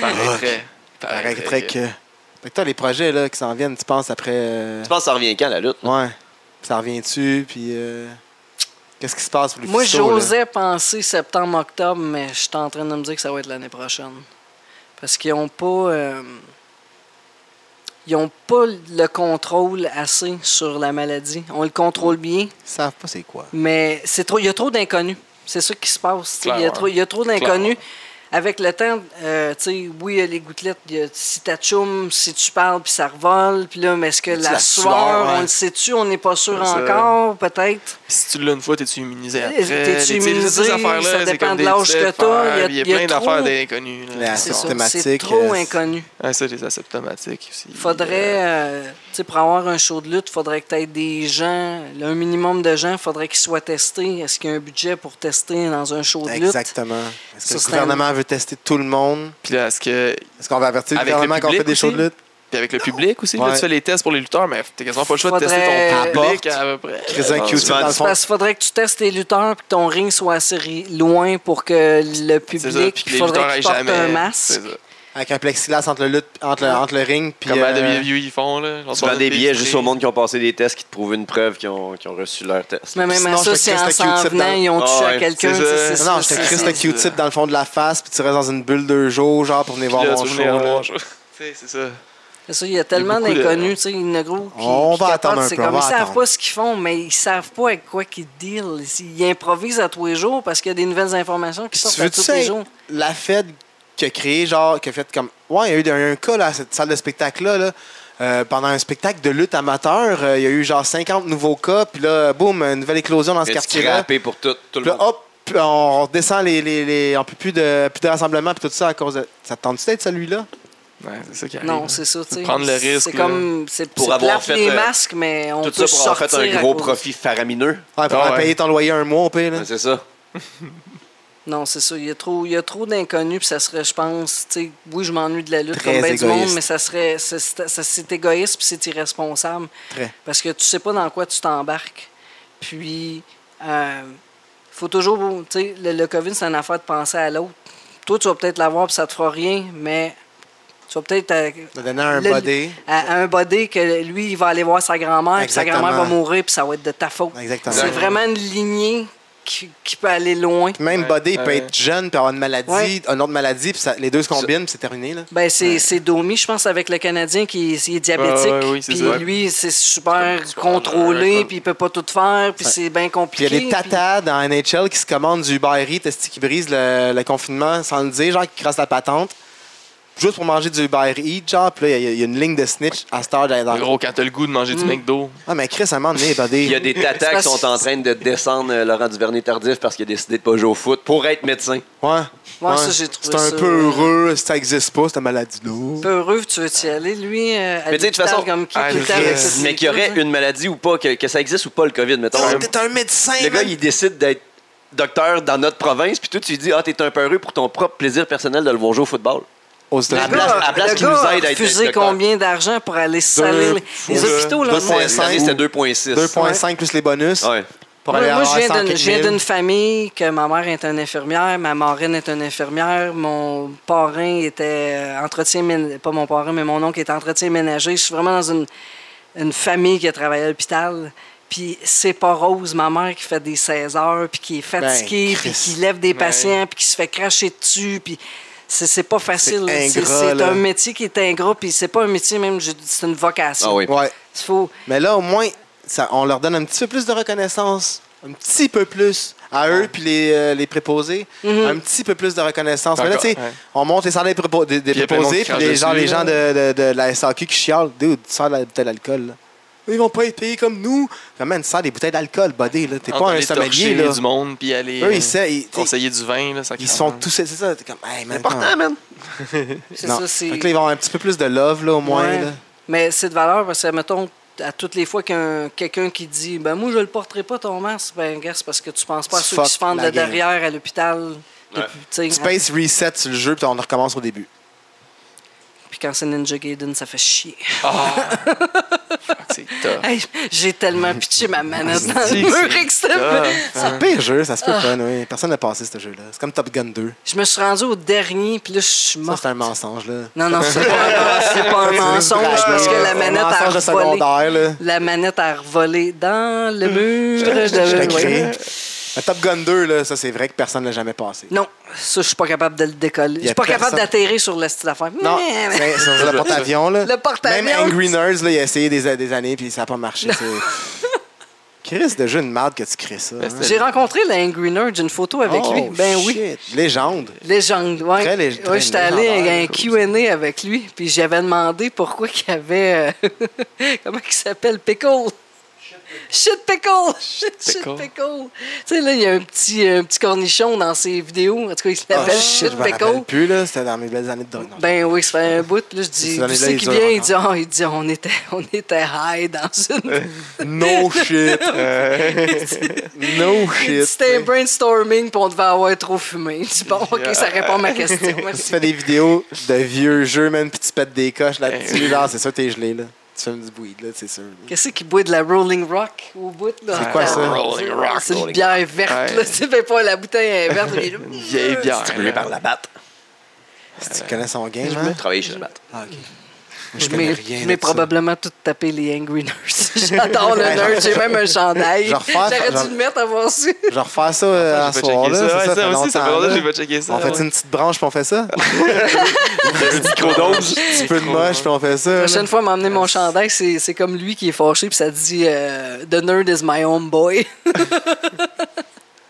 [SPEAKER 1] Paraîtrait.
[SPEAKER 3] Paraîtrait que. Fait que toi, les projets là, qui s'en viennent, tu penses après. euh,
[SPEAKER 4] Tu penses que ça revient quand, la lutte?
[SPEAKER 3] Ouais. Ça revient-tu, puis. euh, Qu'est-ce qui se passe pour les
[SPEAKER 2] Moi,
[SPEAKER 3] fistos, là?
[SPEAKER 2] j'osais penser septembre-octobre, mais je suis en train de me dire que ça va être l'année prochaine. Parce qu'ils n'ont pas. euh, ils n'ont pas le contrôle assez sur la maladie. On le contrôle bien,
[SPEAKER 3] Ils savent pas c'est quoi.
[SPEAKER 2] mais c'est trop, il y a trop d'inconnus. C'est ça qui se passe. tu sais. Il y a
[SPEAKER 1] Clair,
[SPEAKER 2] trop, il y a trop
[SPEAKER 1] ouais.
[SPEAKER 2] d'inconnus.
[SPEAKER 1] Clair.
[SPEAKER 2] Avec le temps, euh, tu sais, oui, il y a les gouttelettes. il y a- si t'achoumes, si tu parles, puis ça revole. Puis là, mais est-ce que
[SPEAKER 3] C'est
[SPEAKER 2] la,
[SPEAKER 3] la
[SPEAKER 2] sueur,
[SPEAKER 3] sueur, ouais.
[SPEAKER 2] on le sait-tu? On n'est pas sûr
[SPEAKER 1] C'est ça.
[SPEAKER 2] encore, peut-être.
[SPEAKER 1] Pis si tu l'as une fois, t'es-tu immunisé après?
[SPEAKER 2] T'es-tu
[SPEAKER 1] Tu sais, ces
[SPEAKER 2] immunisé?
[SPEAKER 1] affaires-là,
[SPEAKER 2] Ça
[SPEAKER 1] c'est
[SPEAKER 2] dépend
[SPEAKER 1] comme
[SPEAKER 2] de
[SPEAKER 1] des
[SPEAKER 2] l'âge que
[SPEAKER 1] petites
[SPEAKER 2] t'as.
[SPEAKER 1] affaires,
[SPEAKER 2] Il y a-
[SPEAKER 1] Il y
[SPEAKER 2] il y
[SPEAKER 1] a
[SPEAKER 2] a
[SPEAKER 1] plein
[SPEAKER 2] trop-
[SPEAKER 1] d'affaires d'inconnus. là.
[SPEAKER 3] La
[SPEAKER 2] C'est
[SPEAKER 3] C'est
[SPEAKER 2] ça.
[SPEAKER 3] symptomatique,
[SPEAKER 2] C'est trop
[SPEAKER 3] euh,
[SPEAKER 2] inconnu.
[SPEAKER 1] Ah, ça, les asymptomatiques aussi.
[SPEAKER 2] Faudrait,
[SPEAKER 1] Euh,
[SPEAKER 2] euh, tu sais, pour avoir un show de lutte, faudrait que tu aies des gens, là, un minimum de gens, faudrait qu'ils soient testés. Est-ce qu'il y a un budget pour tester dans un show de lutte?
[SPEAKER 3] Exactement. Est-ce que
[SPEAKER 2] Ça,
[SPEAKER 3] le
[SPEAKER 2] c'est
[SPEAKER 3] gouvernement veut tester tout le monde?
[SPEAKER 1] Puis là, est-ce que.
[SPEAKER 3] Est-ce qu'on va avertir le
[SPEAKER 1] Avec le
[SPEAKER 3] gouvernement qu'on fait
[SPEAKER 1] public
[SPEAKER 3] des shows de
[SPEAKER 1] aussi?
[SPEAKER 3] lutte?
[SPEAKER 1] Puis avec le public aussi, là,
[SPEAKER 3] Ouais.
[SPEAKER 1] tu fais les tests pour les lutteurs, mais t'as quasiment pas le choix de tester
[SPEAKER 2] Faudrait-
[SPEAKER 3] À
[SPEAKER 1] ton public
[SPEAKER 3] porte.
[SPEAKER 1] à peu près.
[SPEAKER 3] Chris, un
[SPEAKER 1] Ah,
[SPEAKER 3] Q-tip
[SPEAKER 1] ouais.
[SPEAKER 3] dans le
[SPEAKER 2] C'est
[SPEAKER 3] fond.
[SPEAKER 2] Parce qu'il faudrait que tu testes tes lutteurs puis que ton ring soit assez ri- loin pour que le
[SPEAKER 1] C'est ça,
[SPEAKER 2] public
[SPEAKER 1] puis que
[SPEAKER 2] il
[SPEAKER 1] les
[SPEAKER 2] faudrait
[SPEAKER 1] lutteurs aient
[SPEAKER 2] qu'ils portent
[SPEAKER 1] jamais.
[SPEAKER 2] un
[SPEAKER 1] C'est
[SPEAKER 2] masque.
[SPEAKER 1] ça.
[SPEAKER 3] Avec un plexiglas entre le, lutte, entre le, entre le ring. Puis,
[SPEAKER 1] Comme à
[SPEAKER 3] euh,
[SPEAKER 1] WWE, ils font, là. Genre,
[SPEAKER 4] Tu vends des billets juste au
[SPEAKER 1] vitrines.
[SPEAKER 4] monde qui ont passé des tests qui te prouvent une preuve qu'ils ont, qu'ils ont reçu leur test.
[SPEAKER 2] Mais même
[SPEAKER 3] Sinon,
[SPEAKER 2] à
[SPEAKER 3] je
[SPEAKER 2] ça,
[SPEAKER 3] te
[SPEAKER 2] c'est
[SPEAKER 3] crisse
[SPEAKER 2] en
[SPEAKER 3] le
[SPEAKER 2] s'en
[SPEAKER 3] Q-tip
[SPEAKER 2] venant,
[SPEAKER 3] dans-
[SPEAKER 2] ils ont
[SPEAKER 4] Ah
[SPEAKER 2] touché
[SPEAKER 4] ouais,
[SPEAKER 2] à quelqu'un.
[SPEAKER 1] c'est
[SPEAKER 2] tu sais,
[SPEAKER 1] ça.
[SPEAKER 2] c'est
[SPEAKER 3] Non,
[SPEAKER 2] ça,
[SPEAKER 3] non, je te
[SPEAKER 2] c'est
[SPEAKER 3] crisse
[SPEAKER 2] ça.
[SPEAKER 3] le Q-tip dans le fond de la face, puis tu restes dans une bulle de jour, genre, pour venir voir
[SPEAKER 1] Puis là,
[SPEAKER 3] mon
[SPEAKER 1] tu
[SPEAKER 3] show.
[SPEAKER 1] venais voir
[SPEAKER 3] là.
[SPEAKER 1] mon show. Tu sais, C'est ça.
[SPEAKER 2] C'est ça, il y a tellement
[SPEAKER 1] beaucoup de-
[SPEAKER 2] d'inconnus, tu sais, il y en a gros qui,
[SPEAKER 3] On
[SPEAKER 2] qui
[SPEAKER 3] va attendre
[SPEAKER 2] capotent,
[SPEAKER 3] un
[SPEAKER 2] c'est
[SPEAKER 3] peu, on
[SPEAKER 2] comme,
[SPEAKER 3] va
[SPEAKER 2] ils savent
[SPEAKER 3] attendre.
[SPEAKER 2] pas ce qu'ils font, mais ils savent pas avec quoi qu'ils deal. Ils improvisent à tous les jours parce qu'il y a des nouvelles informations qui
[SPEAKER 3] Puis
[SPEAKER 2] sortent
[SPEAKER 3] tu
[SPEAKER 2] à
[SPEAKER 3] veux-tu
[SPEAKER 2] tous les
[SPEAKER 3] sais,
[SPEAKER 2] jours.
[SPEAKER 3] la Fed qui a créé, genre, qui a fait comme. Ouais, il y a eu un, un cas, là, à cette salle de spectacle-là, là. Euh, pendant un spectacle de lutte amateur, euh, il y a eu genre 50 nouveaux cas, puis là, boum, une nouvelle éclosion dans ce
[SPEAKER 4] Ils ont
[SPEAKER 3] quartier-là.
[SPEAKER 4] scrappé pour tout,
[SPEAKER 3] Puis
[SPEAKER 4] tout le
[SPEAKER 3] là,
[SPEAKER 4] monde.
[SPEAKER 3] hop, on descend les. les, les on peut plus de, plus de rassemblements, puis tout ça à cause de. Ça te tente-tu d'être celui-là?
[SPEAKER 1] Ouais, c'est ça qui arrive.
[SPEAKER 2] Non, c'est ça, tu sais.
[SPEAKER 1] Prendre le
[SPEAKER 2] C'est
[SPEAKER 1] risque, là.
[SPEAKER 2] comme, c'est
[SPEAKER 4] Pour
[SPEAKER 2] c'est
[SPEAKER 4] avoir
[SPEAKER 2] plate
[SPEAKER 4] fait,
[SPEAKER 2] les
[SPEAKER 4] euh,
[SPEAKER 2] masques, mais on
[SPEAKER 4] Tout
[SPEAKER 2] peut
[SPEAKER 4] ça pour en fait
[SPEAKER 2] sortir
[SPEAKER 4] un
[SPEAKER 2] à
[SPEAKER 4] gros
[SPEAKER 2] cause-
[SPEAKER 4] profit faramineux.
[SPEAKER 3] Ouais, pour
[SPEAKER 1] Ah
[SPEAKER 3] faire
[SPEAKER 1] ouais.
[SPEAKER 3] payer ton loyer un mois, au pire, là.
[SPEAKER 4] C'est ça.
[SPEAKER 2] Non, c'est ça. Il y a trop, il y a trop d'inconnus, puis ça serait, je pense, tu sais, oui, je m'ennuie de la lutte
[SPEAKER 3] Très
[SPEAKER 2] comme ben du
[SPEAKER 3] égoïste.
[SPEAKER 2] monde, mais ça serait, c'est- c'est ça- c'est égoïste, puis c'est irresponsable.
[SPEAKER 3] Très.
[SPEAKER 2] Parce que tu sais pas dans quoi tu t'embarques. Puis, euh, faut toujours, tu sais, le, le COVID, c'est une affaire de penser à l'autre. Toi, tu vas peut-être l'avoir, puis ça te fera rien, mais tu vas peut-être. euh,
[SPEAKER 3] Ça donnait un
[SPEAKER 2] le-
[SPEAKER 3] body.
[SPEAKER 2] À, à un body que lui, il va aller voir sa grand-mère, puis sa
[SPEAKER 3] Exactement.
[SPEAKER 2] grand-mère va mourir, puis ça va être de ta faute.
[SPEAKER 3] Exactement.
[SPEAKER 2] C'est vraiment une lignée qui, qui peut aller loin.
[SPEAKER 3] Même
[SPEAKER 1] Ouais,
[SPEAKER 3] Buddy, il peut
[SPEAKER 1] ouais.
[SPEAKER 3] être jeune, puis avoir une maladie,
[SPEAKER 2] Ouais.
[SPEAKER 3] une autre maladie, puis ça- les deux se combinent, puis c'est terminé. Là.
[SPEAKER 2] Ben, c'est c'est Domi, je pense, avec le Canadien qui est, il est diabétique.
[SPEAKER 1] Ouais, ouais, oui, c'est
[SPEAKER 2] puis
[SPEAKER 1] ça.
[SPEAKER 2] lui, c'est super
[SPEAKER 1] tu prends
[SPEAKER 2] contrôlé,
[SPEAKER 1] un-
[SPEAKER 2] puis il peut pas tout faire, puis c'est bien
[SPEAKER 3] Puis
[SPEAKER 2] compliqué.
[SPEAKER 3] il y a des tatas dans NHL qui se commandent du Uber Eats, esti, qui brisent le, le confinement sans le dire, genre qui crassent la patente, juste pour manger du Uber Eats, genre, puis là, il y a- il y, a une ligne de snitch à cette heure dans-
[SPEAKER 1] En
[SPEAKER 3] dans
[SPEAKER 1] gros, quand t'as le goût de
[SPEAKER 2] Mm.
[SPEAKER 1] manger du McDo.
[SPEAKER 3] Ah, mais Chris, à un moment donné, Buddy.
[SPEAKER 4] Il y a des
[SPEAKER 2] C'est
[SPEAKER 4] tatas qui
[SPEAKER 2] parce-
[SPEAKER 4] sont en train de descendre euh, Laurent Duvernay tardif parce qu'il a décidé de pas jouer au foot pour être médecin.
[SPEAKER 3] Ouais.
[SPEAKER 2] Ouais, ça, j'ai trouvé
[SPEAKER 3] C'est un
[SPEAKER 2] ça-
[SPEAKER 3] peu heureux, ça n'existe pas, cette maladie-là.
[SPEAKER 2] Peu heureux, tu veux-tu y aller, lui, euh, à
[SPEAKER 4] Mais tu sais, de toute
[SPEAKER 2] l'hôpital,
[SPEAKER 4] façon,
[SPEAKER 2] comme qui,
[SPEAKER 1] ah,
[SPEAKER 2] tout le temps, avec
[SPEAKER 3] Chris,
[SPEAKER 2] ses
[SPEAKER 4] Mais qu'il y
[SPEAKER 2] écoutes,
[SPEAKER 4] aurait
[SPEAKER 2] hein.
[SPEAKER 4] une maladie ou pas, que, que ça existe ou pas le COVID, mettons.
[SPEAKER 3] T'es
[SPEAKER 4] Le-
[SPEAKER 3] t'es un médecin,
[SPEAKER 4] Le gars,
[SPEAKER 3] man.
[SPEAKER 4] il décide d'être docteur dans notre province, puis toi, tu lui dis Ah, t'es un peu heureux pour ton propre plaisir personnel de le voir jouer au football.
[SPEAKER 3] Aux
[SPEAKER 2] Le
[SPEAKER 3] États-Unis.
[SPEAKER 4] place-
[SPEAKER 2] gars-
[SPEAKER 4] à place
[SPEAKER 2] le
[SPEAKER 4] qu'il
[SPEAKER 2] gars
[SPEAKER 4] nous
[SPEAKER 2] a
[SPEAKER 4] aide à être
[SPEAKER 2] refusé
[SPEAKER 4] docteur.
[SPEAKER 2] combien d'argent pour aller saler les- les
[SPEAKER 1] fois-
[SPEAKER 2] hôpitaux, là?
[SPEAKER 3] deux fois
[SPEAKER 2] moi-
[SPEAKER 3] cinq.
[SPEAKER 4] L'année, c'était 2,6.
[SPEAKER 3] 2,5 plus les bonus.
[SPEAKER 4] Ouais.
[SPEAKER 3] Pour
[SPEAKER 2] Moi,
[SPEAKER 3] aller
[SPEAKER 2] moi,
[SPEAKER 3] avoir
[SPEAKER 2] je viens
[SPEAKER 3] 100
[SPEAKER 2] d'une- je viens d'une famille que ma mère est une infirmière, ma marraine est une infirmière, mon parrain était euh, entretien ménager, pas mon parrain, mais mon oncle était entretien ménager. Je suis vraiment dans une, une famille qui a travaillé à l'hôpital. Puis c'est pas rose, ma mère qui fait des 16 heures, puis qui est fatiguée,
[SPEAKER 3] Ben,
[SPEAKER 2] puis qui
[SPEAKER 3] Christ.
[SPEAKER 2] lève des
[SPEAKER 1] Ben.
[SPEAKER 2] patients, puis qui se fait cracher dessus, puis c'est c'est pas facile. là. C'est
[SPEAKER 3] ingrat,
[SPEAKER 2] c'est
[SPEAKER 3] là.
[SPEAKER 2] un métier qui est ingrat, puis c'est pas un métier même, je- c'est une vocation.
[SPEAKER 4] Ah oui.
[SPEAKER 3] Ouais.
[SPEAKER 2] Il faut...
[SPEAKER 3] Mais là, au moins, ça- on leur donne un petit peu plus de reconnaissance. Un petit peu plus à eux puis les, euh, les préposés. Un petit peu plus de reconnaissance. Mais là, tu sais,
[SPEAKER 1] Mm-hmm. D'accord, ouais.
[SPEAKER 3] on monte les salaires des, prépo- des- des
[SPEAKER 1] Puis y a plein de monde
[SPEAKER 3] préposés
[SPEAKER 1] qui
[SPEAKER 3] puis les
[SPEAKER 1] crache
[SPEAKER 3] gens, les
[SPEAKER 1] dessus,
[SPEAKER 3] gens de, de- de la SAQ qui chialent. Dude, tu sors de la- de l'alcool. là. ils vont pas être payés comme nous. Fait, man, sers des bouteilles d'alcool, buddy. là. T'es
[SPEAKER 1] Entre
[SPEAKER 3] pas un
[SPEAKER 1] aller
[SPEAKER 3] sommelier,
[SPEAKER 1] torcher
[SPEAKER 3] là.
[SPEAKER 1] du monde, puis aller
[SPEAKER 3] Eux,
[SPEAKER 1] euh,
[SPEAKER 3] ils, sa- ils, t'sais,
[SPEAKER 1] conseiller du vin. Là, ça
[SPEAKER 3] ils
[SPEAKER 1] craint,
[SPEAKER 3] sont
[SPEAKER 1] hein.
[SPEAKER 3] tous. C'est ça, t'es comme, hey, man.
[SPEAKER 4] Important, man.
[SPEAKER 2] C'est
[SPEAKER 3] non.
[SPEAKER 2] ça, c'est.
[SPEAKER 3] Fait que là, ils vont avoir un petit peu plus de love, là, au moins.
[SPEAKER 2] Ouais.
[SPEAKER 3] là.
[SPEAKER 2] Mais c'est de valeur parce que, mettons, à toutes les fois qu'un quelqu'un qui dit ben moi je le porterai pas ton masque, ben gars, c'est parce que tu penses pas à
[SPEAKER 3] Tu
[SPEAKER 2] ceux qui
[SPEAKER 3] fuck
[SPEAKER 2] se fendent
[SPEAKER 3] la
[SPEAKER 2] le
[SPEAKER 3] game.
[SPEAKER 2] derrière à l'hôpital.
[SPEAKER 4] Ouais.
[SPEAKER 2] depuis- tu sais,
[SPEAKER 3] Space reset sur le jeu, puis on recommence au début.
[SPEAKER 2] hein. Puis quand c'est Ninja Gaiden, ça fait chier.
[SPEAKER 1] Ah! Fuck, c'est tough.
[SPEAKER 2] Hey, J'ai tellement pitché ma manette dans
[SPEAKER 1] Si,
[SPEAKER 2] le
[SPEAKER 1] c'est
[SPEAKER 2] mur extérieur.
[SPEAKER 1] tough,
[SPEAKER 3] C'est
[SPEAKER 1] hein.
[SPEAKER 3] le pire jeu, ça se
[SPEAKER 2] Ah.
[SPEAKER 3] peut pas, oui. Personne n'a passé ce jeu-là. C'est comme Top Gun 2.
[SPEAKER 2] Je me suis rendu au dernier, puis là, je suis
[SPEAKER 3] Ça,
[SPEAKER 2] mort.
[SPEAKER 3] c'est un mensonge, là.
[SPEAKER 2] Non, non, c'est pas, un men- c'est pas un mensonge parce que la manette
[SPEAKER 3] Un
[SPEAKER 2] a
[SPEAKER 3] mensonge de
[SPEAKER 2] revolé. Euh,
[SPEAKER 3] secondaire, là.
[SPEAKER 2] La manette a revolé dans le mur.
[SPEAKER 3] Hmm. Je
[SPEAKER 2] J'avais-
[SPEAKER 3] t'ai créé.
[SPEAKER 2] ouais.
[SPEAKER 3] Le Top Gun 2, là, ça, c'est vrai que personne l'a jamais passé.
[SPEAKER 2] Non, ça, je suis pas capable de le décoller. Je
[SPEAKER 3] Y a
[SPEAKER 2] suis pas capable
[SPEAKER 3] personne.
[SPEAKER 2] d'atterrir sur le style d'affaires.
[SPEAKER 3] Non, c'est c'est sur le porte-avions, là.
[SPEAKER 2] Le porte-avions.
[SPEAKER 3] Même Angry Nerds, là, il a essayé des, des années, puis ça n'a pas marché. Chris, de jeu de merde que tu crées ça. hein.
[SPEAKER 2] J'ai rencontré l'Angry Nerd, j'ai une photo Ben, avec
[SPEAKER 3] Oh,
[SPEAKER 2] lui. Ben oui.
[SPEAKER 3] shit. Légende.
[SPEAKER 2] Légende, ouais.
[SPEAKER 3] Très lég-
[SPEAKER 2] ouais,
[SPEAKER 3] très hein,
[SPEAKER 2] j'étais allé à un
[SPEAKER 1] légendaire,
[SPEAKER 2] Q&A avec lui, puis j'avais demandé pourquoi qu'il y avait... euh, comment il s'appelle? Pickle. Shit pickle! Shit, shit
[SPEAKER 1] Pickle.
[SPEAKER 2] pickle! Tu sais, là, il y a un petit, euh, un petit cornichon dans ses vidéos. En tout cas, il
[SPEAKER 3] Ah,
[SPEAKER 2] s'appelle
[SPEAKER 3] shit,
[SPEAKER 2] shit
[SPEAKER 3] je me rappelle
[SPEAKER 2] pickle.
[SPEAKER 3] plus, là. C'était dans mes belles années de drogue. Non.
[SPEAKER 2] Ben oui, ça fait un bout. Puis Là, je
[SPEAKER 3] Ces
[SPEAKER 2] dis, vous
[SPEAKER 3] années-là,
[SPEAKER 2] savez
[SPEAKER 3] ils
[SPEAKER 2] qui
[SPEAKER 3] durent
[SPEAKER 2] vient? Il dit, Ah, il dit, on était, on était high dans
[SPEAKER 3] Euh.
[SPEAKER 2] une
[SPEAKER 3] No shit. no shit.
[SPEAKER 2] C'était un brainstorming, puis on devait avoir trop fumé. Je dis, bon, OK, ça répond à ma question.
[SPEAKER 3] Tu
[SPEAKER 2] Merci.
[SPEAKER 3] fais des vidéos de vieux jeux, man, puis tu pètes des coches
[SPEAKER 1] Ben
[SPEAKER 3] là-dessus. Genre, c'est sûr, t'es gelé, là. Tu fumes du weed, là, c'est sûr.
[SPEAKER 2] Qu'est-ce qui boit de la Rolling Rock au bout? là?
[SPEAKER 3] C'est quoi ça?
[SPEAKER 1] Rolling Rock.
[SPEAKER 2] C'est une
[SPEAKER 1] Rolling
[SPEAKER 2] bière verte.
[SPEAKER 1] Ouais.
[SPEAKER 2] là. Tu fais pas la bouteille est verte. mais-
[SPEAKER 1] Vieille bière.
[SPEAKER 4] Stimulé par la batte.
[SPEAKER 1] Ah
[SPEAKER 3] Si tu connais son game, hein?
[SPEAKER 4] Travailler chez la batte.
[SPEAKER 3] Ah, ok.
[SPEAKER 2] Je
[SPEAKER 3] connais
[SPEAKER 2] m'ai-
[SPEAKER 3] rien
[SPEAKER 2] je m'ai
[SPEAKER 3] de ça.
[SPEAKER 2] probablement tout tapé les Angry Nerds. J'adore le nerd. J'ai même un chandail.
[SPEAKER 3] Je vais refaire-
[SPEAKER 2] J'aurais
[SPEAKER 3] je-
[SPEAKER 2] dû le mettre avant su.
[SPEAKER 3] Je vais refaire ça euh,
[SPEAKER 1] J'ai
[SPEAKER 3] à
[SPEAKER 1] pas
[SPEAKER 3] soir,
[SPEAKER 1] checké
[SPEAKER 3] là.
[SPEAKER 1] ça.
[SPEAKER 3] C'est
[SPEAKER 1] Ouais,
[SPEAKER 3] ça, fait
[SPEAKER 1] ça aussi, ça fait
[SPEAKER 3] longtemps,
[SPEAKER 1] longtemps que
[SPEAKER 3] là.
[SPEAKER 1] j'ai pas checké ça. Ah,
[SPEAKER 3] On fait
[SPEAKER 1] ouais.
[SPEAKER 3] une petite branche, puis on fait ça? Un
[SPEAKER 1] petite microdose.
[SPEAKER 3] petit peu de moche, puis on fait ça.
[SPEAKER 2] La
[SPEAKER 3] là.
[SPEAKER 2] prochaine fois, m'emmener mon chandail, c'est c'est comme lui qui est fâché, puis ça dit euh, The nerd is my homeboy.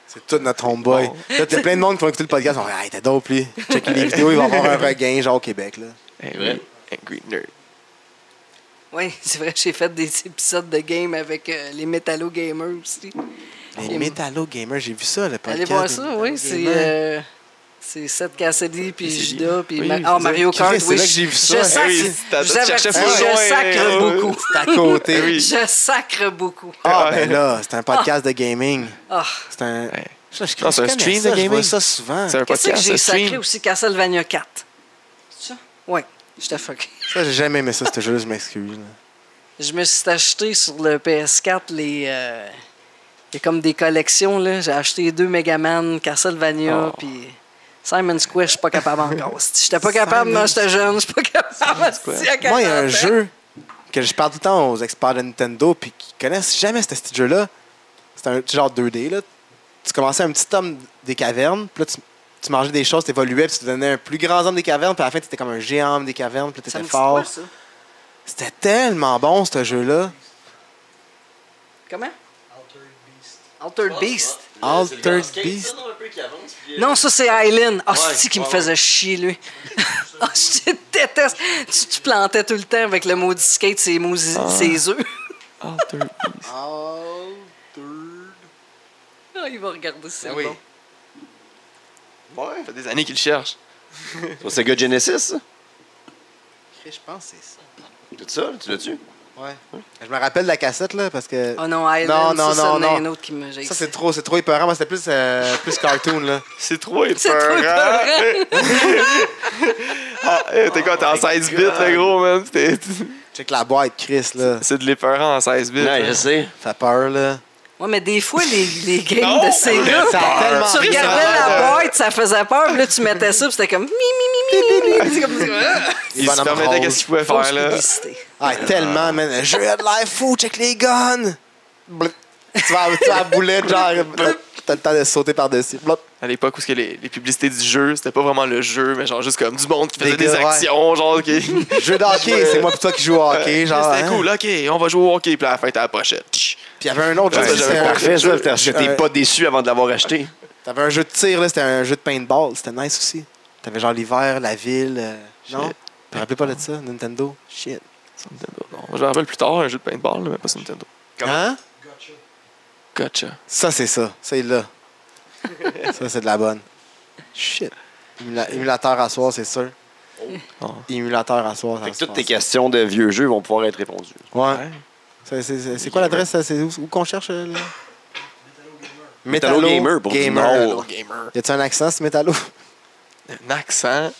[SPEAKER 3] C'est tout notre homeboy. Là, t'as plein de monde qui vont écouter le podcast. Ils vont dire, hey, t'es dope, lui. Check les vidéos, il va avoir un regain, genre au Québec, là.
[SPEAKER 1] Angry, Angry Nerd.
[SPEAKER 2] Oui, c'est vrai, j'ai fait des épisodes de game avec euh, les Metallo Gamers aussi.
[SPEAKER 3] Les Metallo Gamers, j'ai vu ça, le podcast.
[SPEAKER 2] Allez voir
[SPEAKER 3] des
[SPEAKER 2] ça,
[SPEAKER 3] Metallo
[SPEAKER 2] oui. C'est
[SPEAKER 3] Gamers.
[SPEAKER 2] euh, c'est Seth Cassidy, puis
[SPEAKER 1] Cassidy.
[SPEAKER 2] Judas, puis
[SPEAKER 1] Oui,
[SPEAKER 2] Ma-
[SPEAKER 1] c'est
[SPEAKER 2] Ah,
[SPEAKER 1] ça.
[SPEAKER 2] Mario Kart.
[SPEAKER 3] Chris, c'est
[SPEAKER 2] oui,
[SPEAKER 3] là que j'ai
[SPEAKER 2] je-
[SPEAKER 3] vu ça.
[SPEAKER 2] Je sacre,
[SPEAKER 1] Eh oui, t'as-
[SPEAKER 2] je vous
[SPEAKER 1] tu cherchais
[SPEAKER 2] avertis,
[SPEAKER 1] pas
[SPEAKER 2] je
[SPEAKER 1] loin,
[SPEAKER 2] sacre
[SPEAKER 1] hein.
[SPEAKER 2] beaucoup.
[SPEAKER 3] C'est à côté.
[SPEAKER 1] Eh oui.
[SPEAKER 2] Je sacre beaucoup.
[SPEAKER 3] euh, Ah, ben là, c'est un podcast de gaming.
[SPEAKER 2] Ah,
[SPEAKER 3] C'est un. Je, je,
[SPEAKER 1] Non, c'est un
[SPEAKER 3] je connais
[SPEAKER 1] stream
[SPEAKER 3] ça,
[SPEAKER 1] de
[SPEAKER 3] je vois
[SPEAKER 1] gaming.
[SPEAKER 3] ça souvent.
[SPEAKER 1] C'est un
[SPEAKER 2] Qu'est-ce que
[SPEAKER 1] podcast.
[SPEAKER 2] j'ai
[SPEAKER 1] ça stream.
[SPEAKER 2] sacré aussi Castlevania 4? C'est ça? Oui, je t'ai fucké.
[SPEAKER 3] Ça, j'ai jamais aimé ça, ce jeu, je m'excuse. là.
[SPEAKER 2] Je me suis acheté sur le PS4 les. euh, Il y a comme des collections, là. J'ai acheté deux Megaman, Castlevania,
[SPEAKER 3] Ah.
[SPEAKER 1] Oh.
[SPEAKER 2] puis Simon's Quest, je suis pas capable encore. Si J'étais pas capable, non,
[SPEAKER 3] Simon's-
[SPEAKER 2] j'étais jeune, je suis pas capable. si, à 40
[SPEAKER 3] Moi, il y a un
[SPEAKER 2] ans.
[SPEAKER 3] jeu que je parle tout le temps aux experts de Nintendo puis qui connaissent jamais ce petit jeu-là. C'est un petit genre 2D. Là. Tu commençais un petit homme des cavernes, puis là, tu, tu mangeais des choses, tu évoluais, puis tu devenais un plus grand homme des cavernes, puis à la fin, tu étais comme un géant homme des cavernes, puis tu
[SPEAKER 2] Ça me
[SPEAKER 3] étais
[SPEAKER 2] dit quoi,
[SPEAKER 3] fort.
[SPEAKER 2] ça?
[SPEAKER 3] C'était tellement bon, ce jeu-là.
[SPEAKER 2] Comment? Altered Beast.
[SPEAKER 3] Altered Beast.
[SPEAKER 2] Non, ça c'est Eileen. Ah, c'est
[SPEAKER 4] Ouais,
[SPEAKER 2] qui me
[SPEAKER 4] ouais,
[SPEAKER 2] faisait chier, lui. Ah, je te déteste. Tu, tu plantais tout le temps avec le maudit skate ses, mousi- ses œufs.
[SPEAKER 1] Altered Beast.
[SPEAKER 2] Ah, il va regarder si c'est
[SPEAKER 3] Ah oui.
[SPEAKER 2] bon.
[SPEAKER 1] Ça fait des années qu'il le cherche.
[SPEAKER 4] Sur Sega Genesis, ça?
[SPEAKER 3] Je pense que c'est ça.
[SPEAKER 4] Tout ça, tu l'as-tu?
[SPEAKER 3] Ouais. Je me rappelle de la cassette, là, parce que.
[SPEAKER 2] Oh non, Eileen,
[SPEAKER 3] Non, non,
[SPEAKER 2] ça, c'est
[SPEAKER 3] non, non.
[SPEAKER 2] un autre qui me j'ai
[SPEAKER 3] Ça, c'est trop, c'est trop épeurant. Moi, c'était plus, euh, plus cartoon, là.
[SPEAKER 1] C'est trop
[SPEAKER 2] C'est trop
[SPEAKER 1] épeurant. Ah, eh, T'es quoi,
[SPEAKER 3] Oh
[SPEAKER 1] t'es en 16 bits, le gros, man? T'es-
[SPEAKER 3] Check la boîte, Chris, là.
[SPEAKER 1] C'est de l'épeurant en 16 bits.
[SPEAKER 4] Non,
[SPEAKER 1] hein.
[SPEAKER 4] je sais.
[SPEAKER 3] Ça fait peur, là.
[SPEAKER 2] Ouais, mais des fois, les, les games
[SPEAKER 1] Non,
[SPEAKER 2] de ces là
[SPEAKER 3] Ça a tellement
[SPEAKER 2] tu
[SPEAKER 3] peur.
[SPEAKER 2] regardais la boîte, ça faisait peur, puis là, tu mettais ça, puis c'était comme mi, mi, mi, mi, mi. C'est comme ça.
[SPEAKER 1] Il se
[SPEAKER 3] Bonhomme
[SPEAKER 1] permettait
[SPEAKER 3] rose.
[SPEAKER 1] qu'est-ce qu'il pouvait
[SPEAKER 2] Fausse
[SPEAKER 1] faire, là.
[SPEAKER 2] publicité.
[SPEAKER 3] Ah, tellement, man. Jeu de life fou, check les guns. Blip. Tu vas, tu vas à boulette, genre, blip. t'as le temps de sauter par-dessus. Blip.
[SPEAKER 1] À l'époque où ce que les, les publicités du jeu, c'était pas vraiment le jeu, mais genre juste comme du monde qui
[SPEAKER 3] Des
[SPEAKER 1] faisait des,
[SPEAKER 3] gars, ouais.
[SPEAKER 1] actions, genre qui.
[SPEAKER 3] Jeu de hockey, c'est moi pis toi qui joue au hockey, genre.
[SPEAKER 1] C'était
[SPEAKER 3] hein.
[SPEAKER 1] cool, ok, on va jouer au hockey, puis à la fin, t'as la pochette. Tch.
[SPEAKER 3] Puis il y avait un autre
[SPEAKER 1] Ouais,
[SPEAKER 3] jeu,
[SPEAKER 1] j'avais
[SPEAKER 3] c'était un-
[SPEAKER 4] Parfait, ça. parce que J'étais
[SPEAKER 3] Ouais.
[SPEAKER 4] pas déçu avant de l'avoir acheté.
[SPEAKER 3] T'avais un jeu de tir, là, c'était un jeu de paintball, c'était nice aussi. T'avais genre l'hiver, la ville, euh, non? Tu te rappelais pas de ça, Nintendo? Shit.
[SPEAKER 1] Sur Nintendo, non. Moi, je me rappelle plus tard, un jeu de paintball, là, mais pas sur Nintendo.
[SPEAKER 4] Comment?
[SPEAKER 3] Hein?
[SPEAKER 1] Gotcha.
[SPEAKER 3] Ça, c'est ça. C'est là. ça, c'est de la bonne. Shit. Émula- Émulateur à soir, c'est sûr.
[SPEAKER 1] Oh.
[SPEAKER 3] Émulateur à soir. ça
[SPEAKER 4] Fait que
[SPEAKER 3] se
[SPEAKER 4] toutes tes
[SPEAKER 3] passe.
[SPEAKER 4] questions de vieux jeux vont pouvoir être répondues.
[SPEAKER 3] Ouais.
[SPEAKER 1] Ouais.
[SPEAKER 3] C'est- C'est c'est- c'est quoi l'adresse? ça? C'est où, où qu'on cherche? euh, Là?
[SPEAKER 4] Metallo Gamer pour du
[SPEAKER 3] Gamer.
[SPEAKER 4] Nord.
[SPEAKER 1] gamer.
[SPEAKER 3] Y a-tu un accent, ce métallo?
[SPEAKER 1] Un accent.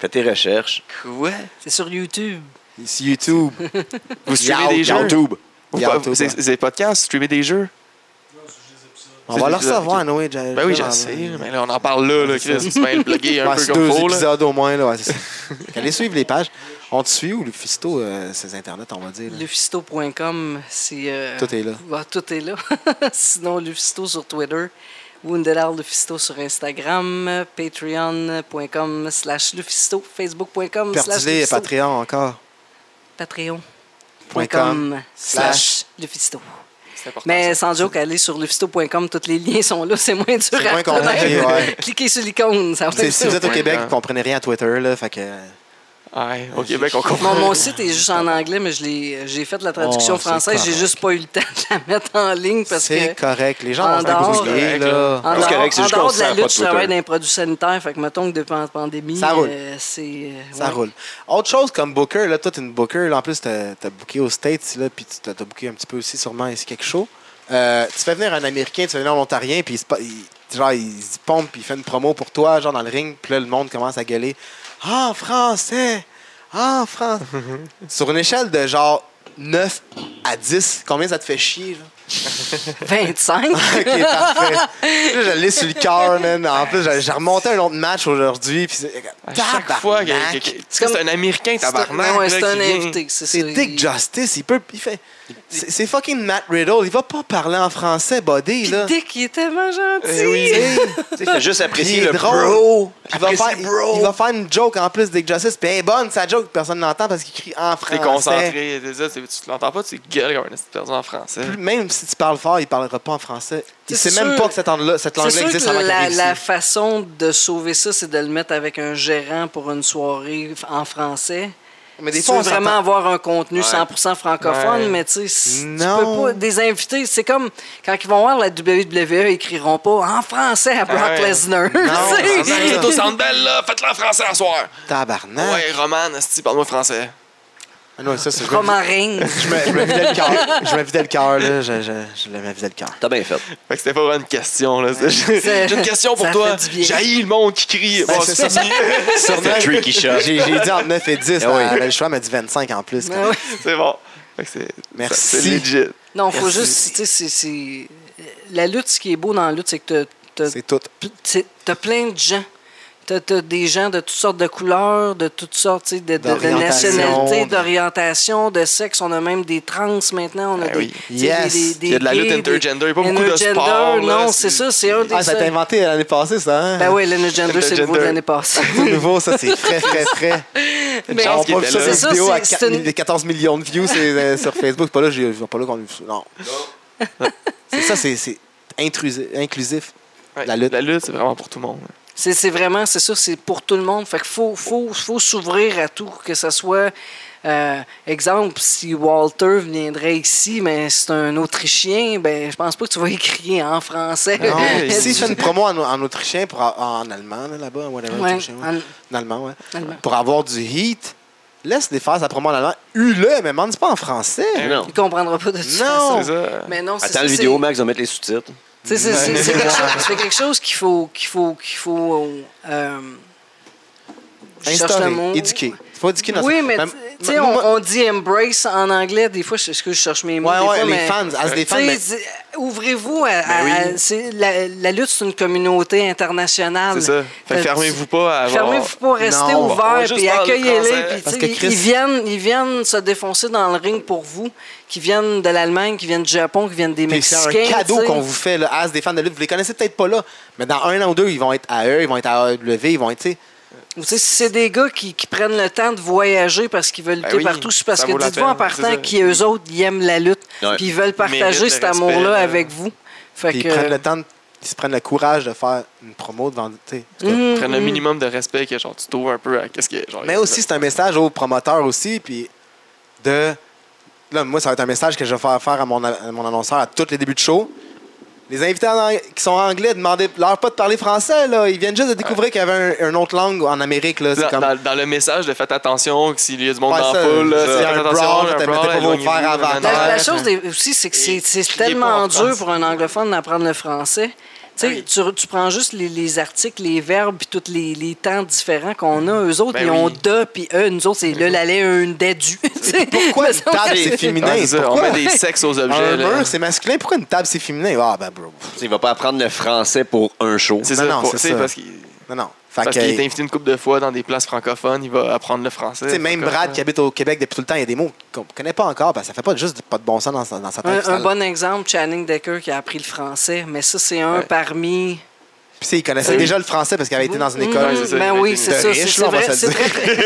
[SPEAKER 4] Fais tes recherches.
[SPEAKER 1] Quoi?
[SPEAKER 2] C'est sur YouTube.
[SPEAKER 3] C'est YouTube.
[SPEAKER 1] Vous streamez
[SPEAKER 3] Yout-
[SPEAKER 1] des jeux?
[SPEAKER 3] YouTube.
[SPEAKER 1] Vous-
[SPEAKER 3] Youtube,
[SPEAKER 1] c'est-
[SPEAKER 3] ouais.
[SPEAKER 1] C'est podcast, streamer des jeux.
[SPEAKER 3] On va
[SPEAKER 1] C'est
[SPEAKER 3] le
[SPEAKER 1] des
[SPEAKER 3] recevoir,
[SPEAKER 1] épisodes.
[SPEAKER 3] Noé.
[SPEAKER 1] Ben oui, j'en sais, mais là, on en parle là, là Chris. Tu peux le plugger un
[SPEAKER 3] Ouais,
[SPEAKER 1] peu
[SPEAKER 3] c'est
[SPEAKER 1] comme
[SPEAKER 3] deux
[SPEAKER 1] faut, là.
[SPEAKER 3] épisodes au moins. Là, ouais, c'est ça. Allez suivre les pages. On te suit ou le Fisto, euh, ses internets, on va dire. là.
[SPEAKER 2] Lufisto.com, c'est. euh,
[SPEAKER 3] Tout est là.
[SPEAKER 2] bah, tout est là. Sinon, Lufisto sur Twitter. Wounded Owl Lufisto sur Instagram. Patreon.com slash Lufisto. Facebook.com slash
[SPEAKER 3] Pertilé et
[SPEAKER 2] Lufisto.
[SPEAKER 3] Patreon encore.
[SPEAKER 2] Patreon.com
[SPEAKER 3] com
[SPEAKER 2] slash
[SPEAKER 3] slash
[SPEAKER 2] Lufisto.
[SPEAKER 1] C'est important,
[SPEAKER 2] Mais
[SPEAKER 1] ça.
[SPEAKER 2] sans joke, allez sur lufisto.com, tous les liens sont là, c'est moins dur
[SPEAKER 3] C'est
[SPEAKER 2] à
[SPEAKER 3] moins compliqué,
[SPEAKER 2] reconnaître.
[SPEAKER 3] ouais.
[SPEAKER 2] Cliquez sur l'icône, ça va
[SPEAKER 3] C'est-
[SPEAKER 2] être
[SPEAKER 3] Si vous êtes au
[SPEAKER 1] Ouais,
[SPEAKER 3] Québec,
[SPEAKER 1] hein.
[SPEAKER 3] vous comprenez rien à Twitter, là, fait que... euh,
[SPEAKER 1] Ah Ouais, au Québec, on comprend.
[SPEAKER 2] Mon, mon site est juste en anglais, mais je l'ai- j'ai fait la traduction
[SPEAKER 3] Oh, c'est
[SPEAKER 2] française. J'ai
[SPEAKER 3] correct.
[SPEAKER 2] juste pas eu le temps de la mettre en ligne parce
[SPEAKER 3] C'est
[SPEAKER 2] que.
[SPEAKER 3] correct. Les gens
[SPEAKER 2] en
[SPEAKER 3] vont
[SPEAKER 2] dehors,
[SPEAKER 3] se débrouiller,
[SPEAKER 1] c'est correct,
[SPEAKER 3] là.
[SPEAKER 2] En
[SPEAKER 4] C'est
[SPEAKER 2] dehors,
[SPEAKER 4] correct, c'est
[SPEAKER 2] en
[SPEAKER 4] juste
[SPEAKER 2] dehors
[SPEAKER 4] qu'on
[SPEAKER 2] de
[SPEAKER 4] se sert
[SPEAKER 2] la
[SPEAKER 4] pas de
[SPEAKER 2] lutte, je
[SPEAKER 4] Twitter.
[SPEAKER 2] travaille dans les produits sanitaires. Fait que mettons que depuis la pandémie,
[SPEAKER 3] Ça roule.
[SPEAKER 2] euh, c'est. euh,
[SPEAKER 3] Ça
[SPEAKER 2] ouais.
[SPEAKER 3] roule. Autre chose comme Booker, là, toi, t'es une Booker. Là, en plus, t'as as booké aux States, là, puis tu t'as t'as booké un petit peu aussi, sûrement, ici, quelque chose. Euh, tu fais venir un Américain, tu fais venir un Ontarien, puis il, se pa- il- genre, il se pompe, puis il fait une promo pour toi, genre, dans le ring, puis là, le monde commence à gueuler. Ah, français! Ah, français! Sur une échelle de genre 9 à 10, combien ça te fait chier, genre?
[SPEAKER 2] 25.
[SPEAKER 3] ok, parfait. Là, j'allais sur le cœur, man. En plus, j'allais- j'ai remonté un autre match aujourd'hui. Puis c'est.
[SPEAKER 1] À chaque fois que. que- que-
[SPEAKER 2] C'est comme-
[SPEAKER 1] C'est un Américain,
[SPEAKER 2] C'est un-
[SPEAKER 1] tabarnak.
[SPEAKER 2] ouais,
[SPEAKER 1] là,
[SPEAKER 2] C'est
[SPEAKER 1] qui
[SPEAKER 2] un
[SPEAKER 1] vient.
[SPEAKER 2] invité. C'est ça,
[SPEAKER 3] C'est Dick
[SPEAKER 2] il-
[SPEAKER 3] Justice, il peut. Il fait. C'est c'est fucking Matt Riddle. Il va pas parler en français, buddy,
[SPEAKER 2] Puis
[SPEAKER 3] là.
[SPEAKER 2] Dick, il est tellement gentil.
[SPEAKER 1] Eh oui.
[SPEAKER 4] Tu sais, fais juste apprécier
[SPEAKER 3] Il est
[SPEAKER 4] le
[SPEAKER 3] drôle.
[SPEAKER 4] bro.
[SPEAKER 3] Il va,
[SPEAKER 4] Apprécie
[SPEAKER 3] faire, il,
[SPEAKER 4] bro.
[SPEAKER 3] il va faire une joke en plus, Dick Justice. Puis elle est bonne, sa joke, personne l'entend parce qu'il crie en
[SPEAKER 2] Ah,
[SPEAKER 3] français.
[SPEAKER 1] T'es concentré, hein. t'es là, t'es- tu te l'entends pas, tu gueules comme un petit personne en français.
[SPEAKER 3] Plus- Même si tu parles fort, il parlera pas en français. Il
[SPEAKER 2] C'est
[SPEAKER 3] sait même
[SPEAKER 2] sûr-
[SPEAKER 3] pas que cette langue-là cette
[SPEAKER 2] C'est
[SPEAKER 3] langue-là
[SPEAKER 2] sûr
[SPEAKER 3] existe
[SPEAKER 2] que
[SPEAKER 3] avant qu'il
[SPEAKER 2] la,
[SPEAKER 3] arrive
[SPEAKER 2] la
[SPEAKER 3] ici.
[SPEAKER 2] façon de sauver ça, c'est de le mettre avec un gérant pour une soirée f- en français.
[SPEAKER 3] Mais
[SPEAKER 2] Il
[SPEAKER 3] fois,
[SPEAKER 2] faut
[SPEAKER 3] on s'entend
[SPEAKER 2] vraiment avoir un contenu
[SPEAKER 4] Ouais.
[SPEAKER 2] 100% francophone,
[SPEAKER 1] Ouais.
[SPEAKER 2] mais tu sais, si- tu
[SPEAKER 3] Non.
[SPEAKER 2] peux pas. Des invités, c'est comme quand ils vont voir la WWE, ils crieront pas en français à Brock
[SPEAKER 1] Ouais.
[SPEAKER 2] Lesnar.
[SPEAKER 3] Ah Non,
[SPEAKER 1] Ah,
[SPEAKER 2] tu sais.
[SPEAKER 3] non,
[SPEAKER 1] Tabarnak, Vous êtes au Sandbell, là, faites-le en français à soir.
[SPEAKER 3] Tabarnak.
[SPEAKER 1] Ouais, Roman, esti, parle-moi français.
[SPEAKER 3] Ah non, ça, c'est je me-
[SPEAKER 2] Roman Reigns.
[SPEAKER 3] Je me, je me vidais le cœur. Je me vidais le cœur, là. Je, je, je me vidais le cœur.
[SPEAKER 4] T'as bien fait.
[SPEAKER 1] Fait que c'était pas vraiment une question, là. C'est- J'ai une question pour
[SPEAKER 2] ça
[SPEAKER 1] toi.
[SPEAKER 2] fait du bien.
[SPEAKER 1] J'haïs le monde qui crie.
[SPEAKER 3] Ben,
[SPEAKER 1] Bon,
[SPEAKER 3] c'est
[SPEAKER 1] c'est
[SPEAKER 3] ça.
[SPEAKER 4] C'était tricky shot.
[SPEAKER 3] J'ai j'ai dit entre 9 et 10.
[SPEAKER 4] Ah oui.
[SPEAKER 3] là, Le choix m'a dit 25 en plus. quand même.
[SPEAKER 2] Ah oui.
[SPEAKER 1] c'est bon. Fait que c'est-
[SPEAKER 3] Merci.
[SPEAKER 1] C'est legit.
[SPEAKER 2] Non, faut
[SPEAKER 3] Merci.
[SPEAKER 2] juste, tu sais, c'est- c'est. La lutte, ce qui est beau dans la lutte, c'est que t'as- t'as
[SPEAKER 3] C'est tout.
[SPEAKER 2] pl- t'sais, T'as plein de gens. T'as t'as des gens de toutes sortes de couleurs, de toutes sortes t'sais, de, de- de
[SPEAKER 3] D'orientation,
[SPEAKER 2] nationalités,
[SPEAKER 3] de-
[SPEAKER 2] d'orientation, de sexe. On a même des trans maintenant. On a
[SPEAKER 1] Ah
[SPEAKER 2] des,
[SPEAKER 1] oui.
[SPEAKER 2] t'sais,
[SPEAKER 3] Yes.
[SPEAKER 2] des, des- des
[SPEAKER 1] Il y a de la
[SPEAKER 2] gays,
[SPEAKER 1] lutte
[SPEAKER 2] des-
[SPEAKER 1] intergender, pas beaucoup de
[SPEAKER 2] intergender,
[SPEAKER 1] sports, là,
[SPEAKER 2] Non,
[SPEAKER 1] c'est-
[SPEAKER 2] c'est ça. C'est un des.
[SPEAKER 3] Ah, ça a été
[SPEAKER 2] seuls-
[SPEAKER 3] inventé l'année passée, ça. Hein?
[SPEAKER 2] ben oui, l'intergender, c'est le mot de
[SPEAKER 1] Intergender.
[SPEAKER 2] l'année passée.
[SPEAKER 3] C'est nouveau, ça. C'est frais, frais, frais.
[SPEAKER 2] Mais
[SPEAKER 3] Genre, on
[SPEAKER 1] qu'il
[SPEAKER 3] pas vu
[SPEAKER 1] était
[SPEAKER 3] ça,
[SPEAKER 1] là.
[SPEAKER 3] cette
[SPEAKER 2] C'est ça,
[SPEAKER 3] vidéo à
[SPEAKER 2] c'est-
[SPEAKER 3] 4
[SPEAKER 2] c'est une-
[SPEAKER 3] 000 des 14 millions de views c'est, euh, sur Facebook. C'est pas là, j'ai- c'est pas là qu'on a vu ça. Non. C'est ça, c'est- c'est intrusif- inclusif.
[SPEAKER 1] Ouais,
[SPEAKER 3] La lutte.
[SPEAKER 1] c'est vraiment pour tout le monde.
[SPEAKER 2] C'est c'est vraiment, c'est ça, c'est pour tout le monde. Fait qu'il faut, faut, faut s'ouvrir à tout, que ce soit. euh, exemple, si Walter viendrait ici, mais c'est un Autrichien, ben je pense pas que tu vas écrire en français.
[SPEAKER 3] Non,
[SPEAKER 1] Ouais,
[SPEAKER 3] si
[SPEAKER 1] il-
[SPEAKER 3] je fais une promo en, en autrichien, pour, a- en allemand, là, là-bas, whatever,
[SPEAKER 2] Ouais,
[SPEAKER 3] autrichien, ouais.
[SPEAKER 2] en-
[SPEAKER 3] en allemand, ouais.
[SPEAKER 2] Allemand.
[SPEAKER 3] Pour avoir du heat, laisse-les faire sa promo en allemand. Hue-le, mais demande pas en français.
[SPEAKER 1] Eh
[SPEAKER 4] Non.
[SPEAKER 2] Il comprendra pas de toute
[SPEAKER 3] Non.
[SPEAKER 2] façon.
[SPEAKER 1] C'est ça.
[SPEAKER 2] Mais non, c'est
[SPEAKER 4] Attends
[SPEAKER 2] ça,
[SPEAKER 4] la
[SPEAKER 2] c'est-
[SPEAKER 4] vidéo, Max, on va mettre les sous-titres.
[SPEAKER 2] tu sais, C'est c'est- c'est quelque chose, c'est quelque chose qu'il faut, qu'il faut, qu'il faut. euh, je cherche le mot.
[SPEAKER 3] éduquer. C'est pas éduquer notre
[SPEAKER 2] Oui, mais
[SPEAKER 3] Même-
[SPEAKER 2] tu tu sais,
[SPEAKER 3] Ben, moi-
[SPEAKER 2] on, on dit embrace en anglais. Des fois, je, excuse, je cherche mes mots.
[SPEAKER 3] Ouais,
[SPEAKER 2] des
[SPEAKER 3] ouais,
[SPEAKER 2] fois,
[SPEAKER 3] les
[SPEAKER 2] mais-
[SPEAKER 3] fans, as des
[SPEAKER 2] Tu
[SPEAKER 3] fans,
[SPEAKER 2] sais,
[SPEAKER 3] mais- Ben
[SPEAKER 2] dis- Ouvrez-vous à, à-
[SPEAKER 1] oui.
[SPEAKER 2] à- c'est- la, la lutte, c'est une communauté
[SPEAKER 3] Ah,
[SPEAKER 2] internationale.
[SPEAKER 1] C'est ça. Fait que
[SPEAKER 2] Euh,
[SPEAKER 1] fermez-vous pas à avoir...
[SPEAKER 2] Fermez-vous pas, restez
[SPEAKER 3] Non, on
[SPEAKER 1] va- on va
[SPEAKER 2] ouverts,
[SPEAKER 1] juste
[SPEAKER 2] puis
[SPEAKER 1] parler
[SPEAKER 2] accueillez-les.
[SPEAKER 1] français.
[SPEAKER 2] puis tu
[SPEAKER 3] Parce
[SPEAKER 2] sais,
[SPEAKER 3] que
[SPEAKER 2] ils-
[SPEAKER 3] Chris-
[SPEAKER 2] Ils viennent, ils viennent se défoncer dans le ring pour vous, qui viennent de l'Allemagne, qui viennent du Japon, qui viennent des
[SPEAKER 3] Puis c'est
[SPEAKER 2] Mexicains.
[SPEAKER 3] un cadeau
[SPEAKER 2] tu sais.
[SPEAKER 3] qu'on vous fait, là, as des fans de lutte. Vous les connaissez peut-être pas là, mais dans un an ou deux, ils vont être à eux, ils vont être à AEW, ils vont être, tu sais.
[SPEAKER 2] Ou tu sais, si c'est des gars qui, qui prennent le temps de voyager parce qu'ils veulent
[SPEAKER 1] Ben
[SPEAKER 2] lutter
[SPEAKER 1] oui,
[SPEAKER 2] partout, c'est parce
[SPEAKER 1] ça
[SPEAKER 2] que
[SPEAKER 1] vaut la
[SPEAKER 2] dites-vous en
[SPEAKER 1] peine, c'est
[SPEAKER 2] partant
[SPEAKER 1] ça.
[SPEAKER 2] qu'eux autres, ils aiment la lutte,
[SPEAKER 4] Ouais.
[SPEAKER 2] puis ils veulent
[SPEAKER 1] méritent
[SPEAKER 2] partager
[SPEAKER 1] le
[SPEAKER 2] cet
[SPEAKER 1] respect,
[SPEAKER 2] amour-là
[SPEAKER 1] là.
[SPEAKER 2] avec vous. Fait
[SPEAKER 3] Puis
[SPEAKER 2] que,
[SPEAKER 3] ils prennent le temps, de- ils se prennent le courage de faire une promo devant, tu sais. en tout cas.
[SPEAKER 2] Mm,
[SPEAKER 1] Prenne le
[SPEAKER 2] mm.
[SPEAKER 1] Ah, minimum de respect que genre, tu t'ouvres un peu à qu'est-ce que... Genre,
[SPEAKER 3] Mais aussi, c'est un message aux promoteurs aussi, puis de. Là, moi, ça va être un message que je vais faire faire à mon, à mon annonceur à tous les débuts de show. Les invités en ang- qui sont anglais, demandez-leur pas de parler français. Là. Ils viennent juste de découvrir qu'il y avait un- une autre langue en Amérique. Là. C'est
[SPEAKER 1] Dans,
[SPEAKER 3] comme.
[SPEAKER 1] dans- dans le message de faites attention, que s'il y a du monde
[SPEAKER 3] Ouais,
[SPEAKER 1] dans la
[SPEAKER 3] ça,
[SPEAKER 1] foule, là,
[SPEAKER 3] ça.
[SPEAKER 1] faites
[SPEAKER 3] Il y a un
[SPEAKER 1] attention,
[SPEAKER 3] brawl,
[SPEAKER 1] un
[SPEAKER 3] mettez
[SPEAKER 1] brawl,
[SPEAKER 3] pas vos
[SPEAKER 1] éloignez-vous,
[SPEAKER 3] verres avant.
[SPEAKER 1] nanana.
[SPEAKER 2] La, la
[SPEAKER 3] Ouais.
[SPEAKER 2] chose des- aussi, c'est que c'est-
[SPEAKER 1] Et
[SPEAKER 2] c'est
[SPEAKER 1] criez pas en
[SPEAKER 2] tellement dur
[SPEAKER 1] France.
[SPEAKER 2] pour un anglophone d'apprendre le français. Tu, sais,
[SPEAKER 1] Oui.
[SPEAKER 2] tu, tu prends juste les, les articles, les verbes, puis tous les, les temps différents qu'on a. Eux autres,
[SPEAKER 1] Ben
[SPEAKER 2] ils ont
[SPEAKER 1] oui. Mm-hmm.
[SPEAKER 2] de, puis eux, nous autres, c'est le, la, lait, un, des, du. Tu sais,
[SPEAKER 3] Pourquoi
[SPEAKER 2] me
[SPEAKER 3] une
[SPEAKER 2] semble
[SPEAKER 3] table,
[SPEAKER 2] que
[SPEAKER 3] c'est féminin?
[SPEAKER 1] Ouais, c'est ça, on
[SPEAKER 3] Pourquoi?
[SPEAKER 1] met des sexes aux objets.
[SPEAKER 3] Un
[SPEAKER 1] là.
[SPEAKER 3] mur, c'est masculin. Pourquoi une table, c'est féminin? Ah, ben, bro.
[SPEAKER 4] Il va pas apprendre le français pour un show.
[SPEAKER 1] C'est
[SPEAKER 3] Non,
[SPEAKER 1] ça,
[SPEAKER 3] non,
[SPEAKER 1] pour-
[SPEAKER 3] c'est
[SPEAKER 1] tu sais,
[SPEAKER 3] ça.
[SPEAKER 1] parce qu'il
[SPEAKER 3] Non, non. Fait
[SPEAKER 1] parce
[SPEAKER 3] que,
[SPEAKER 1] qu'il est invité une couple de fois dans des places francophones, il va apprendre le français.
[SPEAKER 3] Tu sais, même
[SPEAKER 1] Francophone.
[SPEAKER 3] Brad qui habite au Québec depuis tout le temps, il y a des mots qu'on connaît pas encore. parce que ça fait pas juste pas de bon sens dans, sa- dans sa tête.
[SPEAKER 2] Un, un
[SPEAKER 3] finalement.
[SPEAKER 2] bon exemple, Channing Decker qui a appris le français, mais ça, c'est un
[SPEAKER 1] Ouais.
[SPEAKER 2] parmi.
[SPEAKER 3] Puis, tu sais, il connaissait
[SPEAKER 2] Oui.
[SPEAKER 3] déjà le français parce qu'il avait été dans une
[SPEAKER 2] Mhm,
[SPEAKER 3] école.
[SPEAKER 1] c'est ça,
[SPEAKER 2] ben
[SPEAKER 1] il
[SPEAKER 2] oui,
[SPEAKER 1] était
[SPEAKER 2] c'est
[SPEAKER 3] de
[SPEAKER 2] ça.
[SPEAKER 3] riche,
[SPEAKER 2] c'est-
[SPEAKER 3] là,
[SPEAKER 2] C'est
[SPEAKER 3] on va
[SPEAKER 2] vrai,
[SPEAKER 3] se
[SPEAKER 2] c'est
[SPEAKER 3] le
[SPEAKER 2] très,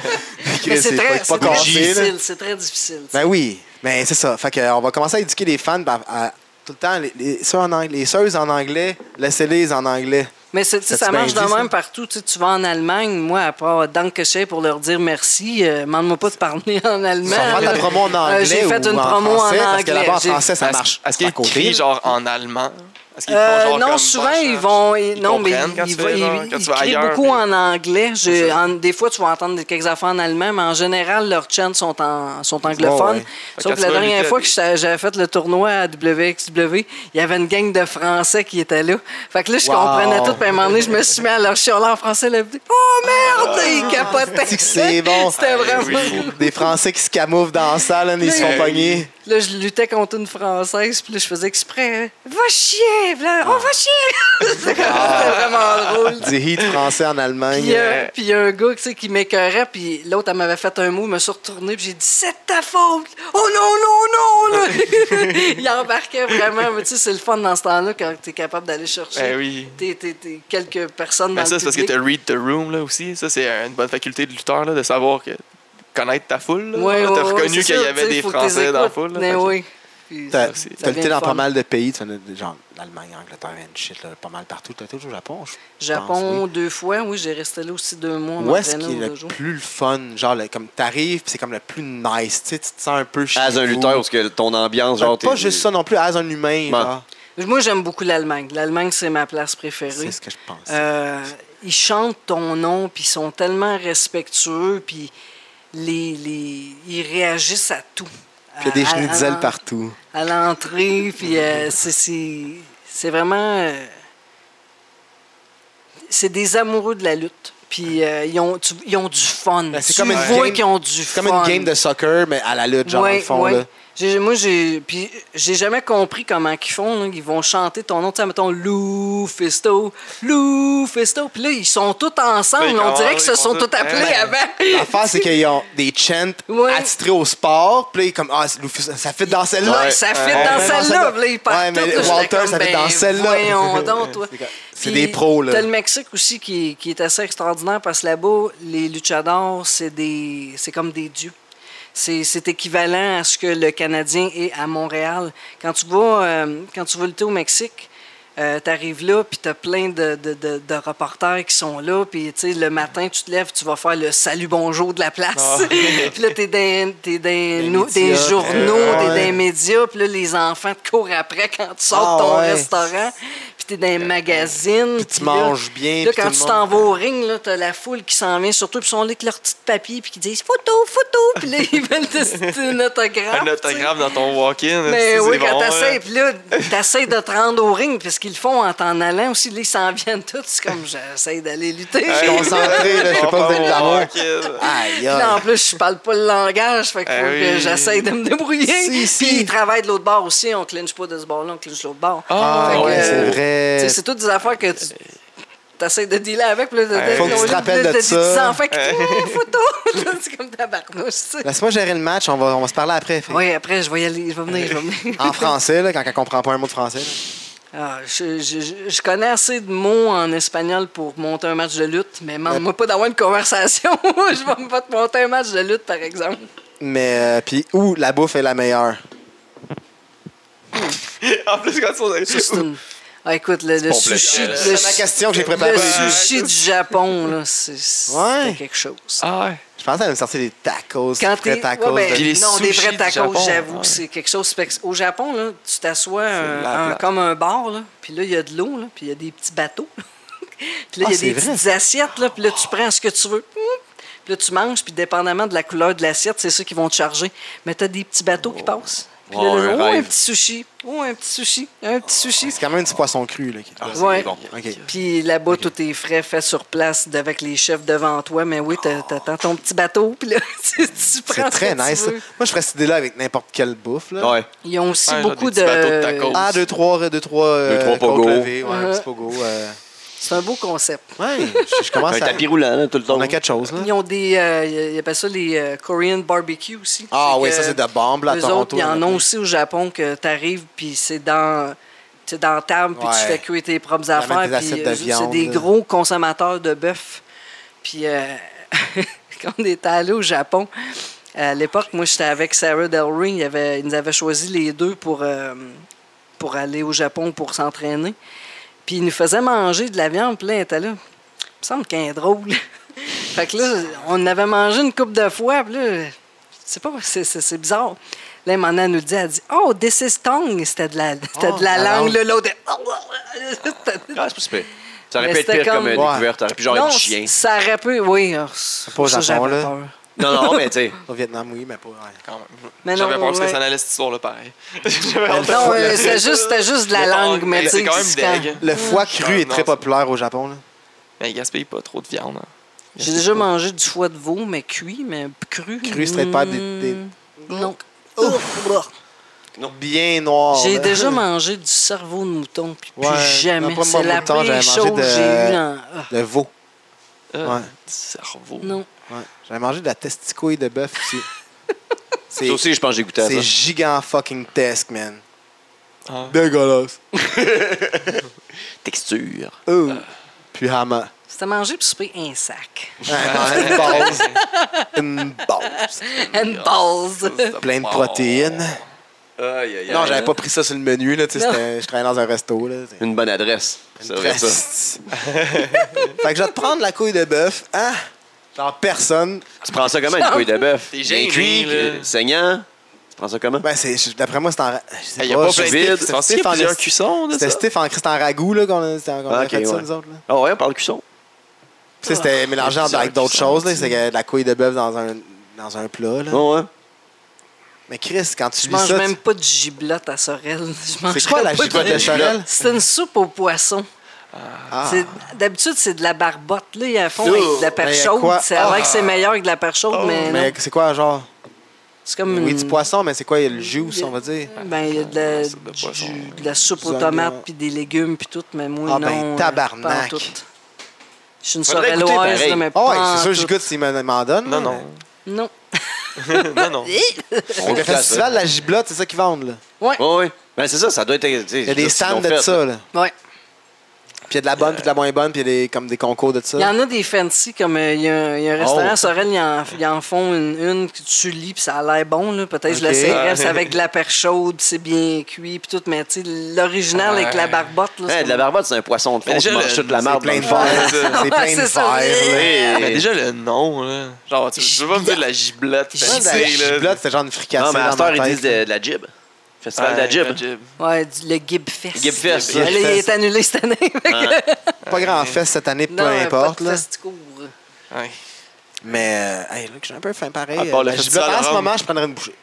[SPEAKER 2] mais c'est
[SPEAKER 3] pas-
[SPEAKER 2] très,
[SPEAKER 3] pas
[SPEAKER 2] c'est très
[SPEAKER 3] cassé, là.
[SPEAKER 2] difficile. C'est très difficile.
[SPEAKER 3] Ben oui, mais c'est ça. Fait que, euh, on va commencer à éduquer les fans ben, à- à- tout le temps. Les, les, ceux en anglais, les seuses en anglais, laissez-les en anglais.
[SPEAKER 2] Mais c'est- tu sais, ça
[SPEAKER 3] Ça, tu
[SPEAKER 2] marche de
[SPEAKER 3] m'as dit,
[SPEAKER 2] même
[SPEAKER 3] ça?
[SPEAKER 2] partout. Tu sais, tu vas en Allemagne, moi, à part Dankeschön pour leur dire merci, euh, demande-moi pas de parler en allemand.
[SPEAKER 3] Sans faire de la
[SPEAKER 2] là.
[SPEAKER 3] promo en
[SPEAKER 2] Euh,
[SPEAKER 3] anglais.
[SPEAKER 2] J'ai fait
[SPEAKER 3] ou
[SPEAKER 2] une
[SPEAKER 3] en
[SPEAKER 2] promo
[SPEAKER 3] français,
[SPEAKER 2] en
[SPEAKER 3] Parce que
[SPEAKER 2] anglais.
[SPEAKER 3] là-bas, en
[SPEAKER 2] J'ai-
[SPEAKER 3] français, ça
[SPEAKER 1] Est-ce-
[SPEAKER 3] marche.
[SPEAKER 1] Est-ce qu'ils
[SPEAKER 3] Fait qu'au
[SPEAKER 1] crient
[SPEAKER 3] pire,
[SPEAKER 1] genre en allemand? Est-ce qu'ils
[SPEAKER 2] Euh,
[SPEAKER 1] font genre
[SPEAKER 2] non,
[SPEAKER 1] comme
[SPEAKER 2] souvent
[SPEAKER 1] Bonjour,
[SPEAKER 2] ils vont.
[SPEAKER 1] ils
[SPEAKER 2] non, mais
[SPEAKER 1] comprennent quand
[SPEAKER 2] ils,
[SPEAKER 1] tu vas-
[SPEAKER 2] ils-
[SPEAKER 1] genre, quand
[SPEAKER 2] ils
[SPEAKER 1] tu vas
[SPEAKER 2] crient
[SPEAKER 1] ailleurs,
[SPEAKER 2] beaucoup
[SPEAKER 1] puis-
[SPEAKER 2] en anglais. Je-
[SPEAKER 1] C'est ça.
[SPEAKER 2] en- des fois, tu vas entendre des- quelques affaires en allemand, mais en général, leurs chants sont, en, sont anglophones.
[SPEAKER 3] ouais.
[SPEAKER 1] Fait
[SPEAKER 2] Sauf
[SPEAKER 1] que
[SPEAKER 2] que la
[SPEAKER 1] tu vas
[SPEAKER 2] dernière
[SPEAKER 1] lutter-
[SPEAKER 2] fois que j'étais- j'avais fait le tournoi à WXW, il y avait une gang de Français qui était là. Fait que là, je
[SPEAKER 3] Wow.
[SPEAKER 2] comprenais tout. Puis à un moment donné, je me suis mis à leur chialer en français. Là, puis, oh merde! ils capotaient.
[SPEAKER 3] C'est que c'est bon.
[SPEAKER 2] C'était vraiment.
[SPEAKER 1] Ah. oui.
[SPEAKER 3] Des Français qui se camouflent dans la salle, hein, ils se font
[SPEAKER 1] Oui.
[SPEAKER 3] pogner.
[SPEAKER 2] Là, je luttais contre une Française, puis là, je faisais exprès. hein, Va chier! Puis là, on va chier! C'était vraiment drôle.
[SPEAKER 3] Du hit français en Allemagne.
[SPEAKER 2] Puis euh, puis il y a un gars tu sais, qui m'écœurait, puis l'autre, elle m'avait fait un mot, il me suis retourné, puis j'ai dit C'est de ta faute Oh non, non, non là. Il embarquait vraiment, mais tu sais, c'est le fun dans ce temps-là quand t'es capable d'aller chercher
[SPEAKER 1] Ben oui.
[SPEAKER 2] tes, tes- tes quelques personnes
[SPEAKER 1] Mais
[SPEAKER 2] dans
[SPEAKER 1] ça,
[SPEAKER 2] le
[SPEAKER 1] c'est parce que
[SPEAKER 2] public.
[SPEAKER 1] tu read the room là, aussi. Ça, c'est une bonne faculté de lutteur là, de savoir que connaître ta foule. là.
[SPEAKER 2] Ouais,
[SPEAKER 1] T'as
[SPEAKER 2] ouais, ouais,
[SPEAKER 1] reconnu
[SPEAKER 2] c'est
[SPEAKER 1] qu'il y
[SPEAKER 2] ça,
[SPEAKER 1] avait
[SPEAKER 2] tu sais,
[SPEAKER 1] des
[SPEAKER 2] faut que t'es
[SPEAKER 1] Français dans la
[SPEAKER 2] écoutes.
[SPEAKER 1] foule. là.
[SPEAKER 2] Ben
[SPEAKER 1] Fait que-
[SPEAKER 2] oui. Puis
[SPEAKER 3] T'as
[SPEAKER 2] ça, ça
[SPEAKER 3] t'as
[SPEAKER 2] devient
[SPEAKER 3] lutté dans
[SPEAKER 2] fun.
[SPEAKER 3] pas mal de pays, tu fais de- genre l'Allemagne, l'Angleterre, and shit, là, pas mal partout. T'as été au Japon, je pense,
[SPEAKER 2] Japon,
[SPEAKER 3] oui.
[SPEAKER 2] deux fois, oui, j'ai resté là aussi deux mois.
[SPEAKER 3] Où est-ce
[SPEAKER 2] m'entraînant
[SPEAKER 3] qui est
[SPEAKER 2] aux
[SPEAKER 3] le
[SPEAKER 2] deux jours.
[SPEAKER 3] plus le fun? Genre, le- comme t'arrives, puis c'est comme le plus nice, tu sais, tu te sens un peu chez
[SPEAKER 4] As un
[SPEAKER 3] vous.
[SPEAKER 4] lutteur, parce que ton ambiance, genre.
[SPEAKER 3] Pas
[SPEAKER 4] t'es-
[SPEAKER 3] juste ça non plus, as un humain,
[SPEAKER 4] Bon.
[SPEAKER 3] genre.
[SPEAKER 2] Moi, j'aime beaucoup l'Allemagne. L'Allemagne, c'est ma place préférée.
[SPEAKER 3] C'est ce que je pense.
[SPEAKER 2] Euh, ils chantent ton nom, puis ils sont tellement respectueux, puis les, les- ils réagissent à tout.
[SPEAKER 3] Puis il y a des
[SPEAKER 2] À-
[SPEAKER 3] genoux
[SPEAKER 2] à-
[SPEAKER 3] d'iselle partout.
[SPEAKER 2] À l'entrée, puis euh, c'est- c'est c'est vraiment... euh, c'est des amoureux de la lutte. Puis euh, ils, ont, tu- ils ont du fun.
[SPEAKER 3] Ben, c'est
[SPEAKER 2] Tu
[SPEAKER 3] comme une
[SPEAKER 2] vois
[SPEAKER 3] game-
[SPEAKER 2] qu'ils ont du
[SPEAKER 3] C'est
[SPEAKER 2] fun.
[SPEAKER 3] comme une game de soccer, mais à la lutte, genre, dans
[SPEAKER 2] Ouais,
[SPEAKER 3] le fond,
[SPEAKER 2] ouais.
[SPEAKER 3] là.
[SPEAKER 2] J'ai- moi, j'ai. Puis, j'ai jamais compris comment qu'ils font. là. Ils vont chanter ton nom, tu sais, mettons Lou Festo, Lou Festo. Puis là, ils sont tous ensemble.
[SPEAKER 1] Ouais,
[SPEAKER 2] on dirait
[SPEAKER 1] ils
[SPEAKER 2] qu'ils se
[SPEAKER 1] font
[SPEAKER 2] sont
[SPEAKER 1] tout-
[SPEAKER 2] tous appelés
[SPEAKER 1] Ouais.
[SPEAKER 2] avant.
[SPEAKER 3] L'affaire, c'est qu'ils ont des chants
[SPEAKER 2] Ouais.
[SPEAKER 3] attitrés au sport, puis là, ils sont comme, ah, c'est- ça fit dans celle-là.
[SPEAKER 2] Ouais, ça fit
[SPEAKER 3] Ouais.
[SPEAKER 2] dans
[SPEAKER 3] Ouais.
[SPEAKER 2] celle-là. Puis là, ils partent
[SPEAKER 3] Ouais, mais
[SPEAKER 2] tous, là, j'étais
[SPEAKER 3] Walter,
[SPEAKER 2] comme,
[SPEAKER 3] ça fait dans
[SPEAKER 2] ben,
[SPEAKER 3] celle-là.
[SPEAKER 2] voyons donc, toi.
[SPEAKER 3] C'est comme- c'est
[SPEAKER 2] Puis,
[SPEAKER 3] des pros, là.
[SPEAKER 2] T'as le Mexique aussi qui, qui est assez extraordinaire parce que là-bas, les luchadors, c'est des, c'est comme des dieux. C'est, c'est équivalent à ce que le Canadien est à Montréal. Quand tu vas, euh, quand tu vas lutter au Mexique, tu arrives là, puis t'as plein de, de, de, de reporters qui sont là, puis tu sais, le matin, tu te lèves, tu vas faire le salut-bonjour de la place. puis là, t'es dans, t'es dans nos- des
[SPEAKER 3] Ah. médias,
[SPEAKER 2] journaux,
[SPEAKER 3] euh,
[SPEAKER 2] t'es dans
[SPEAKER 3] ouais.
[SPEAKER 2] les médias, puis là, les enfants te courent après quand tu sors de
[SPEAKER 3] Ah
[SPEAKER 2] ton
[SPEAKER 3] ouais. Euh,
[SPEAKER 2] restaurant, puis t'es dans les magazines.
[SPEAKER 3] Puis tu
[SPEAKER 2] là-
[SPEAKER 3] manges bien,
[SPEAKER 2] Là,
[SPEAKER 3] puis
[SPEAKER 2] quand
[SPEAKER 3] tout
[SPEAKER 2] tu
[SPEAKER 3] le
[SPEAKER 2] t'en
[SPEAKER 3] monde-
[SPEAKER 2] vas au ring, là, t'as la foule qui s'en vient, surtout, puis ils sont là avec leurs petites papiers, puis qui disent « Photo, photo! » Puis là, ils veulent te citer un autographe.
[SPEAKER 1] Un
[SPEAKER 2] tu sais.
[SPEAKER 1] autographe dans ton walk-in.
[SPEAKER 2] Mais
[SPEAKER 1] c'est
[SPEAKER 2] oui,
[SPEAKER 1] bon,
[SPEAKER 2] quand t'essayes,
[SPEAKER 1] hein.
[SPEAKER 2] puis là, t'essayes de te rendre au ring, puis ce qu'ils font en t'en allant aussi, là, ils s'en viennent tous. C'est comme, j'essaie d'aller lutter.
[SPEAKER 1] Hey,
[SPEAKER 3] suis concentré, là, je sais
[SPEAKER 1] on
[SPEAKER 3] pas, vous
[SPEAKER 1] va
[SPEAKER 3] êtes
[SPEAKER 1] faire
[SPEAKER 3] d'amour.
[SPEAKER 1] mon walk-in.
[SPEAKER 3] Aïe, Ah,
[SPEAKER 2] Puis là, en
[SPEAKER 3] aïe.
[SPEAKER 2] plus, je parle pas le langage, fait qu'il
[SPEAKER 1] Ah
[SPEAKER 2] faut que
[SPEAKER 1] oui.
[SPEAKER 2] j'essaie de me débrouiller.
[SPEAKER 3] Si, si.
[SPEAKER 2] Puis ils travaillent de l'autre bord aussi, on clinche pas de ce bord-là, on clinche de l'autre bord.
[SPEAKER 1] Ah,
[SPEAKER 3] Ah, Euh,
[SPEAKER 2] Fait que, euh,
[SPEAKER 3] ouais,
[SPEAKER 2] Tu
[SPEAKER 3] c'est
[SPEAKER 2] sais,
[SPEAKER 3] vrai.
[SPEAKER 2] C'est toutes des affaires que tu essaies de dealer avec. Puis là,
[SPEAKER 1] Ouais. Faut que
[SPEAKER 3] tu te rappelles de ça.
[SPEAKER 2] En fait, photo. Là, C'est comme ta barnouche, tu sais.
[SPEAKER 3] Laisse-moi gérer le match, on va, on va se parler après. fait.
[SPEAKER 2] Oui, après, je vais y aller, je vais venir, je vais venir.
[SPEAKER 3] En français, là, quand elle comprend pas un mot de français. là.
[SPEAKER 2] Ah, je, je- je- je connais assez de mots en espagnol pour monter un match de lutte, mais demande-moi pas d'avoir une conversation. je vais pas te monter un match de lutte, par exemple.
[SPEAKER 3] Mais, euh, puis où la bouffe est la meilleure?
[SPEAKER 1] En plus, quand tu
[SPEAKER 2] Ça, c'est une- Ah, écoute, le, le
[SPEAKER 4] bon
[SPEAKER 2] sushi,
[SPEAKER 4] plaisir.
[SPEAKER 2] le
[SPEAKER 3] C'est ma
[SPEAKER 2] su-
[SPEAKER 3] question que j'ai préparée.
[SPEAKER 2] le sushi du Japon, là, c'est c'est
[SPEAKER 3] Ouais.
[SPEAKER 2] quelque chose.
[SPEAKER 1] Ah ouais.
[SPEAKER 3] Je pensais à me sortir des tacos,
[SPEAKER 2] Quand
[SPEAKER 3] des
[SPEAKER 2] t'es-
[SPEAKER 3] vrais tacos.
[SPEAKER 2] ouais, ben,
[SPEAKER 3] de-
[SPEAKER 1] Puis les
[SPEAKER 2] non, des
[SPEAKER 1] sushis
[SPEAKER 2] vrais
[SPEAKER 1] du
[SPEAKER 2] tacos,
[SPEAKER 1] Japon,
[SPEAKER 2] j'avoue,
[SPEAKER 1] ouais.
[SPEAKER 2] c'est quelque chose. Fait que Au Japon, là, tu t'assois euh,
[SPEAKER 1] la
[SPEAKER 2] en-
[SPEAKER 1] place.
[SPEAKER 2] comme un bar, là, puis là, il y a de l'eau, là, puis il y a des petits bateaux. puis là, il
[SPEAKER 3] Ah,
[SPEAKER 2] y a
[SPEAKER 3] c'est
[SPEAKER 2] des
[SPEAKER 3] vrai,
[SPEAKER 2] petites assiettes, là, puis là, tu prends ce que tu veux. Puis là, tu manges, puis dépendamment de la couleur de l'assiette, c'est ceux qui vont te charger. Mais t'as des petits bateaux qui passent. Puis là,
[SPEAKER 4] Oh,
[SPEAKER 2] là,
[SPEAKER 4] un
[SPEAKER 2] oh, un
[SPEAKER 4] rêve.
[SPEAKER 2] petit sushi, oh, un petit sushi, un petit sushi.
[SPEAKER 3] C'est quand même du poisson cru. Là, qui-
[SPEAKER 4] Ah, c'est
[SPEAKER 2] Ouais.
[SPEAKER 4] bon.
[SPEAKER 3] OK.
[SPEAKER 2] Puis là-bas, tout est frais, fait sur place, avec les chefs devant toi. Mais oui, t'a- t'attends ton petit bateau, puis là, tu tu prends
[SPEAKER 3] C'est
[SPEAKER 2] ce
[SPEAKER 3] très
[SPEAKER 2] que tu
[SPEAKER 3] nice. ça.
[SPEAKER 2] veux.
[SPEAKER 3] Moi, je ferais cette idée-là avec n'importe quelle bouffe. Là.
[SPEAKER 4] Ouais.
[SPEAKER 2] Ils ont aussi
[SPEAKER 1] Ouais, genre
[SPEAKER 2] beaucoup
[SPEAKER 1] des
[SPEAKER 2] de.
[SPEAKER 1] petits bateaux de tacos.
[SPEAKER 3] Ah, deux, trois, deux, trois, euh,
[SPEAKER 4] trois
[SPEAKER 3] côtes
[SPEAKER 4] pogos.
[SPEAKER 3] levées, ouais, un
[SPEAKER 2] Uh-huh.
[SPEAKER 3] petit pogo. euh.
[SPEAKER 2] C'est un beau concept.
[SPEAKER 3] Ouais, je, je commence
[SPEAKER 4] Un
[SPEAKER 3] à...
[SPEAKER 4] tapis roulant, là, tout le temps.
[SPEAKER 3] On a quelque chose, là.
[SPEAKER 2] Ils ont des. euh, ils appellent ça les euh, Korean barbecue aussi.
[SPEAKER 3] Ah
[SPEAKER 2] C'est
[SPEAKER 3] oui,
[SPEAKER 2] que
[SPEAKER 3] ça, c'est de bombe, là, à
[SPEAKER 2] eux
[SPEAKER 3] Toronto,
[SPEAKER 2] autres, ils en
[SPEAKER 3] là.
[SPEAKER 2] ont aussi au Japon que tu arrives, puis c'est dans. C'est dans la table, puis
[SPEAKER 3] Ouais.
[SPEAKER 2] tu fais cuire tes propres
[SPEAKER 3] Ils amènent
[SPEAKER 2] affaires.
[SPEAKER 3] des
[SPEAKER 2] puis
[SPEAKER 3] assiettes de
[SPEAKER 2] eux autres, C'est
[SPEAKER 3] viande,
[SPEAKER 2] des
[SPEAKER 3] là.
[SPEAKER 2] gros consommateurs de bœuf. Puis euh, quand on était allé au Japon, à l'époque, moi, j'étais avec Sarah Delry. Il, y avait, il nous avait choisi les deux pour, euh, pour aller au Japon pour s'entraîner. Puis il nous faisait manger de la viande, puis là, elle était là. Il me semble qu'elle est drôle. fait que là, on avait mangé une coupe de fois, puis là, je sais pas, c'est, c'est- c'est bizarre. Là, maman elle nous le dit, elle dit Oh, this is tongue. C'était de la, c'était
[SPEAKER 3] Oh,
[SPEAKER 2] de la
[SPEAKER 3] la
[SPEAKER 2] langue,
[SPEAKER 3] langue.
[SPEAKER 2] là, l'autre. oh,
[SPEAKER 4] Ah, c'est pas super. Ça aurait
[SPEAKER 2] Mais
[SPEAKER 4] pu être
[SPEAKER 2] c'était
[SPEAKER 4] pire comme,
[SPEAKER 2] comme-
[SPEAKER 4] une
[SPEAKER 3] Ouais.
[SPEAKER 4] découverte. Ça aurait pu genre
[SPEAKER 2] non,
[SPEAKER 4] être du chien.
[SPEAKER 2] ça aurait pu, oui. alors, c'est
[SPEAKER 3] Pas au
[SPEAKER 2] pour ça que
[SPEAKER 3] Japon,
[SPEAKER 2] j'avais
[SPEAKER 3] là.
[SPEAKER 2] peur.
[SPEAKER 4] Non, non, mais tu sais.
[SPEAKER 3] Au Vietnam, oui, mais pas... ouais.
[SPEAKER 1] Quand même.
[SPEAKER 2] Mais non,
[SPEAKER 1] J'avais peur parce que
[SPEAKER 2] ouais.
[SPEAKER 1] ça allait cette histoire-là pareil. J'avais hâte de-
[SPEAKER 2] Non, euh, c'était juste, c'était juste de la
[SPEAKER 1] Mais
[SPEAKER 2] langue, mais tu sais,
[SPEAKER 1] c'est quand même
[SPEAKER 2] c'est quand-
[SPEAKER 1] deg.
[SPEAKER 3] Le foie cru
[SPEAKER 1] non,
[SPEAKER 3] est très
[SPEAKER 1] c'est-
[SPEAKER 3] populaire au Japon. Là.
[SPEAKER 1] Mais ils gaspillent pas trop de viande. hein. Ils
[SPEAKER 2] J'ai
[SPEAKER 1] gaspillent
[SPEAKER 2] déjà
[SPEAKER 1] pas.
[SPEAKER 2] mangé du foie de veau, mais cuit, mais cru.
[SPEAKER 3] Cru, straight pas des-
[SPEAKER 2] hmm,
[SPEAKER 3] des- Mm.
[SPEAKER 2] Non.
[SPEAKER 3] Bien noir.
[SPEAKER 2] J'ai
[SPEAKER 3] là.
[SPEAKER 2] déjà mangé du cerveau de mouton, puis plus
[SPEAKER 3] Ouais,
[SPEAKER 2] jamais.
[SPEAKER 3] non, pas de
[SPEAKER 2] C'est la
[SPEAKER 3] mouton,
[SPEAKER 2] pire
[SPEAKER 3] j'avais mangé
[SPEAKER 2] chose que
[SPEAKER 3] de-
[SPEAKER 2] j'ai eue en... Ah,
[SPEAKER 3] Le veau.
[SPEAKER 1] Euh,
[SPEAKER 3] Ouais.
[SPEAKER 1] Du cerveau.
[SPEAKER 2] non.
[SPEAKER 3] Ouais. J'avais mangé de la testicouille de bœuf aussi. C'est-
[SPEAKER 4] Ça aussi, je pense que j'ai goûté à ça.
[SPEAKER 3] C'est gigant fucking test, man.
[SPEAKER 1] Ah.
[SPEAKER 3] Dégueulasse.
[SPEAKER 4] Texture.
[SPEAKER 3] Oh. Puis hama.
[SPEAKER 2] C'était manger puis souper un sac.
[SPEAKER 3] Une base. Une base.
[SPEAKER 2] Une base.
[SPEAKER 3] Plein de protéines.
[SPEAKER 4] Aïe, aïe,
[SPEAKER 3] Non, j'avais pas pris ça sur le menu. Là, tu sais,
[SPEAKER 2] Non.
[SPEAKER 3] c'était- je travaillais dans un resto. Là, tu sais.
[SPEAKER 4] Une bonne adresse. Ça aurait été ça.
[SPEAKER 3] fait que je vais te prendre la couille de bœuf. Hein? Genre personne.
[SPEAKER 4] Tu prends ça comment, une couille de bœuf?
[SPEAKER 1] T'es gêné,
[SPEAKER 4] Bien cuit,
[SPEAKER 1] là.
[SPEAKER 4] euh, saignant. Tu prends ça comment?
[SPEAKER 3] Ben, c'est, je- d'après moi, c'est en. ra- je sais
[SPEAKER 1] Il n'y a pas
[SPEAKER 3] je-
[SPEAKER 1] plein
[SPEAKER 4] vide.
[SPEAKER 1] de
[SPEAKER 3] C'est
[SPEAKER 1] Tu penses qu'il y
[SPEAKER 3] stiff
[SPEAKER 1] a
[SPEAKER 3] en
[SPEAKER 1] plusieurs
[SPEAKER 3] esti.
[SPEAKER 1] cuissons de
[SPEAKER 3] C'était
[SPEAKER 1] ça?
[SPEAKER 3] stiff en Christ en ragoût là, qu'on a, qu'on a
[SPEAKER 4] Ah, ok,
[SPEAKER 3] fait ça,
[SPEAKER 4] ouais.
[SPEAKER 3] nous autres. Là. Ah.
[SPEAKER 4] Ah ouais, on parle cuisson.
[SPEAKER 3] Puis ça, c'était mélangé en-
[SPEAKER 1] plusieurs
[SPEAKER 3] avec d'autres
[SPEAKER 1] cuissons,
[SPEAKER 3] choses. Là,
[SPEAKER 1] aussi.
[SPEAKER 3] c'est que de la couille de bœuf dans un, dans un plat. Là.
[SPEAKER 1] Oh.
[SPEAKER 4] Ah ouais.
[SPEAKER 3] Mais Chris, quand tu
[SPEAKER 2] Je
[SPEAKER 3] lis
[SPEAKER 2] mange
[SPEAKER 3] ça,
[SPEAKER 2] même
[SPEAKER 3] tu-
[SPEAKER 2] pas de giblotte à sorel. Je
[SPEAKER 3] c'est
[SPEAKER 2] mangerais
[SPEAKER 3] quoi la
[SPEAKER 2] pas de-
[SPEAKER 3] giblotte de Chanel?
[SPEAKER 2] C'est une soupe au poisson.
[SPEAKER 3] Ah.
[SPEAKER 2] C'est- D'habitude, c'est de la barbotte. Là, ils la font
[SPEAKER 3] Ouh.
[SPEAKER 2] avec de la
[SPEAKER 3] Mais
[SPEAKER 2] perche
[SPEAKER 3] y a quoi?
[SPEAKER 2] chaude. C'est vrai
[SPEAKER 3] Ah. Oh,
[SPEAKER 2] que c'est meilleur que de la perche chaude, mais non.
[SPEAKER 3] Mais c'est quoi, genre?
[SPEAKER 2] C'est comme
[SPEAKER 3] Oui,
[SPEAKER 2] une-
[SPEAKER 3] du poisson, mais c'est quoi? Il y a le juice, on va dire.
[SPEAKER 2] Ben, il y a de la,
[SPEAKER 1] La soupe de
[SPEAKER 2] du-
[SPEAKER 1] poisson.
[SPEAKER 2] de la soupe aux
[SPEAKER 3] Zanga.
[SPEAKER 2] tomates, puis des légumes, puis tout, mais moi,
[SPEAKER 3] Ah, ben,
[SPEAKER 2] non. euh,
[SPEAKER 3] tabarnak.
[SPEAKER 2] pas en tout. Je suis une
[SPEAKER 4] Faudrait
[SPEAKER 2] sorelloise,
[SPEAKER 4] goûter
[SPEAKER 2] là,
[SPEAKER 4] pareil.
[SPEAKER 2] mais
[SPEAKER 3] Ah
[SPEAKER 2] pas
[SPEAKER 3] ouais,
[SPEAKER 2] en
[SPEAKER 3] c'est sûr que je
[SPEAKER 2] tout.
[SPEAKER 3] goûte s'il me- m'en donne.
[SPEAKER 1] Non,
[SPEAKER 3] là,
[SPEAKER 1] non.
[SPEAKER 2] Non. Eh!
[SPEAKER 1] Non, non.
[SPEAKER 4] On
[SPEAKER 3] Le
[SPEAKER 4] goûte à ça.
[SPEAKER 3] festival de la giblotte, c'est ça qu'ils vendent, là.
[SPEAKER 2] Ouais,
[SPEAKER 4] Ouais, ouais. Ben, c'est ça, ça doit être.
[SPEAKER 3] Il y a des stands de ça, là.
[SPEAKER 2] ouais.
[SPEAKER 3] Puis il y a de la bonne, puis de la moins bonne, puis il y a des, comme des concours de ça.
[SPEAKER 2] Il y en a des fancy, comme euh, il y, a un- il y a un restaurant
[SPEAKER 4] Oh.
[SPEAKER 2] à Sorel, ils en, ils en font une, une que tu lis, puis ça a l'air bon. là. Peut-être que je
[SPEAKER 3] Ok.
[SPEAKER 4] Ah.
[SPEAKER 2] l'essaierais, c'est avec de la perche chaude, puis c'est bien cuit, puis tout, mais tu sais, l'original avec la barbotte. Là,
[SPEAKER 4] Hey,
[SPEAKER 2] c'est-
[SPEAKER 4] de la barbotte, c'est un poisson de fond.
[SPEAKER 1] Mais
[SPEAKER 4] Tu
[SPEAKER 1] déjà,
[SPEAKER 4] manges
[SPEAKER 1] le-
[SPEAKER 4] toute la
[SPEAKER 3] C'est
[SPEAKER 4] marde.
[SPEAKER 3] plein de
[SPEAKER 4] dans le fond.
[SPEAKER 3] verres. C'est plein de
[SPEAKER 2] c'est ça.
[SPEAKER 3] verres,
[SPEAKER 4] Hey,
[SPEAKER 1] Mais déjà le nom, là. Genre, tu tu veux pas me dire de la giblotte.
[SPEAKER 3] là.
[SPEAKER 1] fancy,
[SPEAKER 3] La
[SPEAKER 1] là.
[SPEAKER 3] giblotte, Ah, c'est genre une fricassée.
[SPEAKER 4] Non, mais à
[SPEAKER 3] dans ma
[SPEAKER 4] cette heure, ils
[SPEAKER 3] tête,
[SPEAKER 4] disent euh,
[SPEAKER 3] là.
[SPEAKER 4] de de la jib. Festival de
[SPEAKER 1] Ouais,
[SPEAKER 4] la jib.
[SPEAKER 2] Ouais, du- le Gibfest.
[SPEAKER 4] Gibfest,
[SPEAKER 2] Là, il
[SPEAKER 3] Gibfest.
[SPEAKER 2] est annulé cette année. fait que-
[SPEAKER 3] Pas grand fest cette année, peu
[SPEAKER 2] non, pas de
[SPEAKER 3] importe, là.
[SPEAKER 2] festicourt.
[SPEAKER 1] Ouais.
[SPEAKER 3] Mais, euh, hey, là, que j'ai un peu faim pareil.
[SPEAKER 1] À part
[SPEAKER 3] euh,
[SPEAKER 1] le
[SPEAKER 3] la
[SPEAKER 1] festival
[SPEAKER 3] giblotte, en
[SPEAKER 1] de
[SPEAKER 3] ce
[SPEAKER 1] Rome.
[SPEAKER 3] moment, je prendrais une bouchée.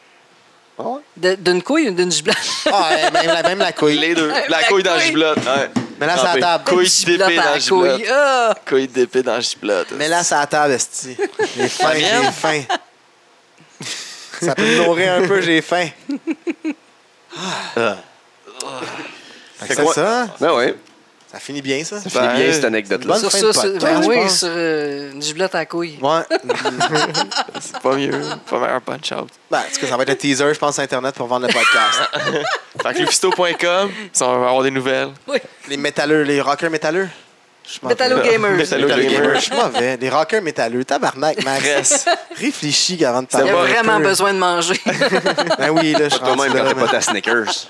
[SPEAKER 3] Ah ouais?
[SPEAKER 2] De- D'une couille ou d'une giblotte?
[SPEAKER 3] Ah, ouais, même, la, même la couille.
[SPEAKER 1] Les deux. La
[SPEAKER 2] La
[SPEAKER 1] couille dans la
[SPEAKER 2] couille.
[SPEAKER 1] giblotte. ouais.
[SPEAKER 3] Mais là, c'est à
[SPEAKER 1] Trempé.
[SPEAKER 3] table.
[SPEAKER 1] Couille
[SPEAKER 2] Giblotte
[SPEAKER 1] d'épée
[SPEAKER 2] à
[SPEAKER 1] dans la
[SPEAKER 2] la
[SPEAKER 1] giblotte.
[SPEAKER 2] couille. Ah!
[SPEAKER 1] Couille d'épée dans la giblotte.
[SPEAKER 3] Mais là, c'est à table, esti. J'ai faim,
[SPEAKER 1] vient?
[SPEAKER 3] j'ai faim. Ça peut me nourrir un peu, j'ai faim. Fait que
[SPEAKER 4] Fait quoi?
[SPEAKER 3] Ah. C'est ça, hein?
[SPEAKER 4] Ben oui.
[SPEAKER 3] ça finit bien, ça.
[SPEAKER 4] Je finis bien cette anecdote-là.
[SPEAKER 3] Bonne
[SPEAKER 2] Sur
[SPEAKER 3] fin
[SPEAKER 2] ça,
[SPEAKER 3] de
[SPEAKER 2] sur,
[SPEAKER 3] podcast,
[SPEAKER 2] ben
[SPEAKER 3] je
[SPEAKER 2] oui,
[SPEAKER 3] pense.
[SPEAKER 2] sur euh, une giblotte à couille.
[SPEAKER 3] Ouais.
[SPEAKER 1] C'est pas mieux. Pas meilleur punch out.
[SPEAKER 3] Ben, en tout cas, ça va être le teaser, je pense, sur Internet pour vendre le podcast.
[SPEAKER 1] Fait que lufisto.com, ça va avoir des nouvelles.
[SPEAKER 3] les métalleux, les rockers métalleux. Je suis mauvais.
[SPEAKER 2] Metallo Gamers.
[SPEAKER 1] Metallo
[SPEAKER 3] Métallo
[SPEAKER 1] Gamers.
[SPEAKER 3] gamer, je suis mauvais. Les rockers métalleux. Tabarnak, Max.
[SPEAKER 1] Presse.
[SPEAKER 3] Réfléchis avant de
[SPEAKER 2] Il y
[SPEAKER 3] parler.
[SPEAKER 2] a
[SPEAKER 1] Bon,
[SPEAKER 2] vraiment
[SPEAKER 3] un peu.
[SPEAKER 2] besoin de manger.
[SPEAKER 3] Ben oui, là, je suis
[SPEAKER 4] Toi-même,
[SPEAKER 3] rendu
[SPEAKER 4] quand
[SPEAKER 3] là,
[SPEAKER 4] t'as
[SPEAKER 3] mais-
[SPEAKER 4] pas ta Snickers.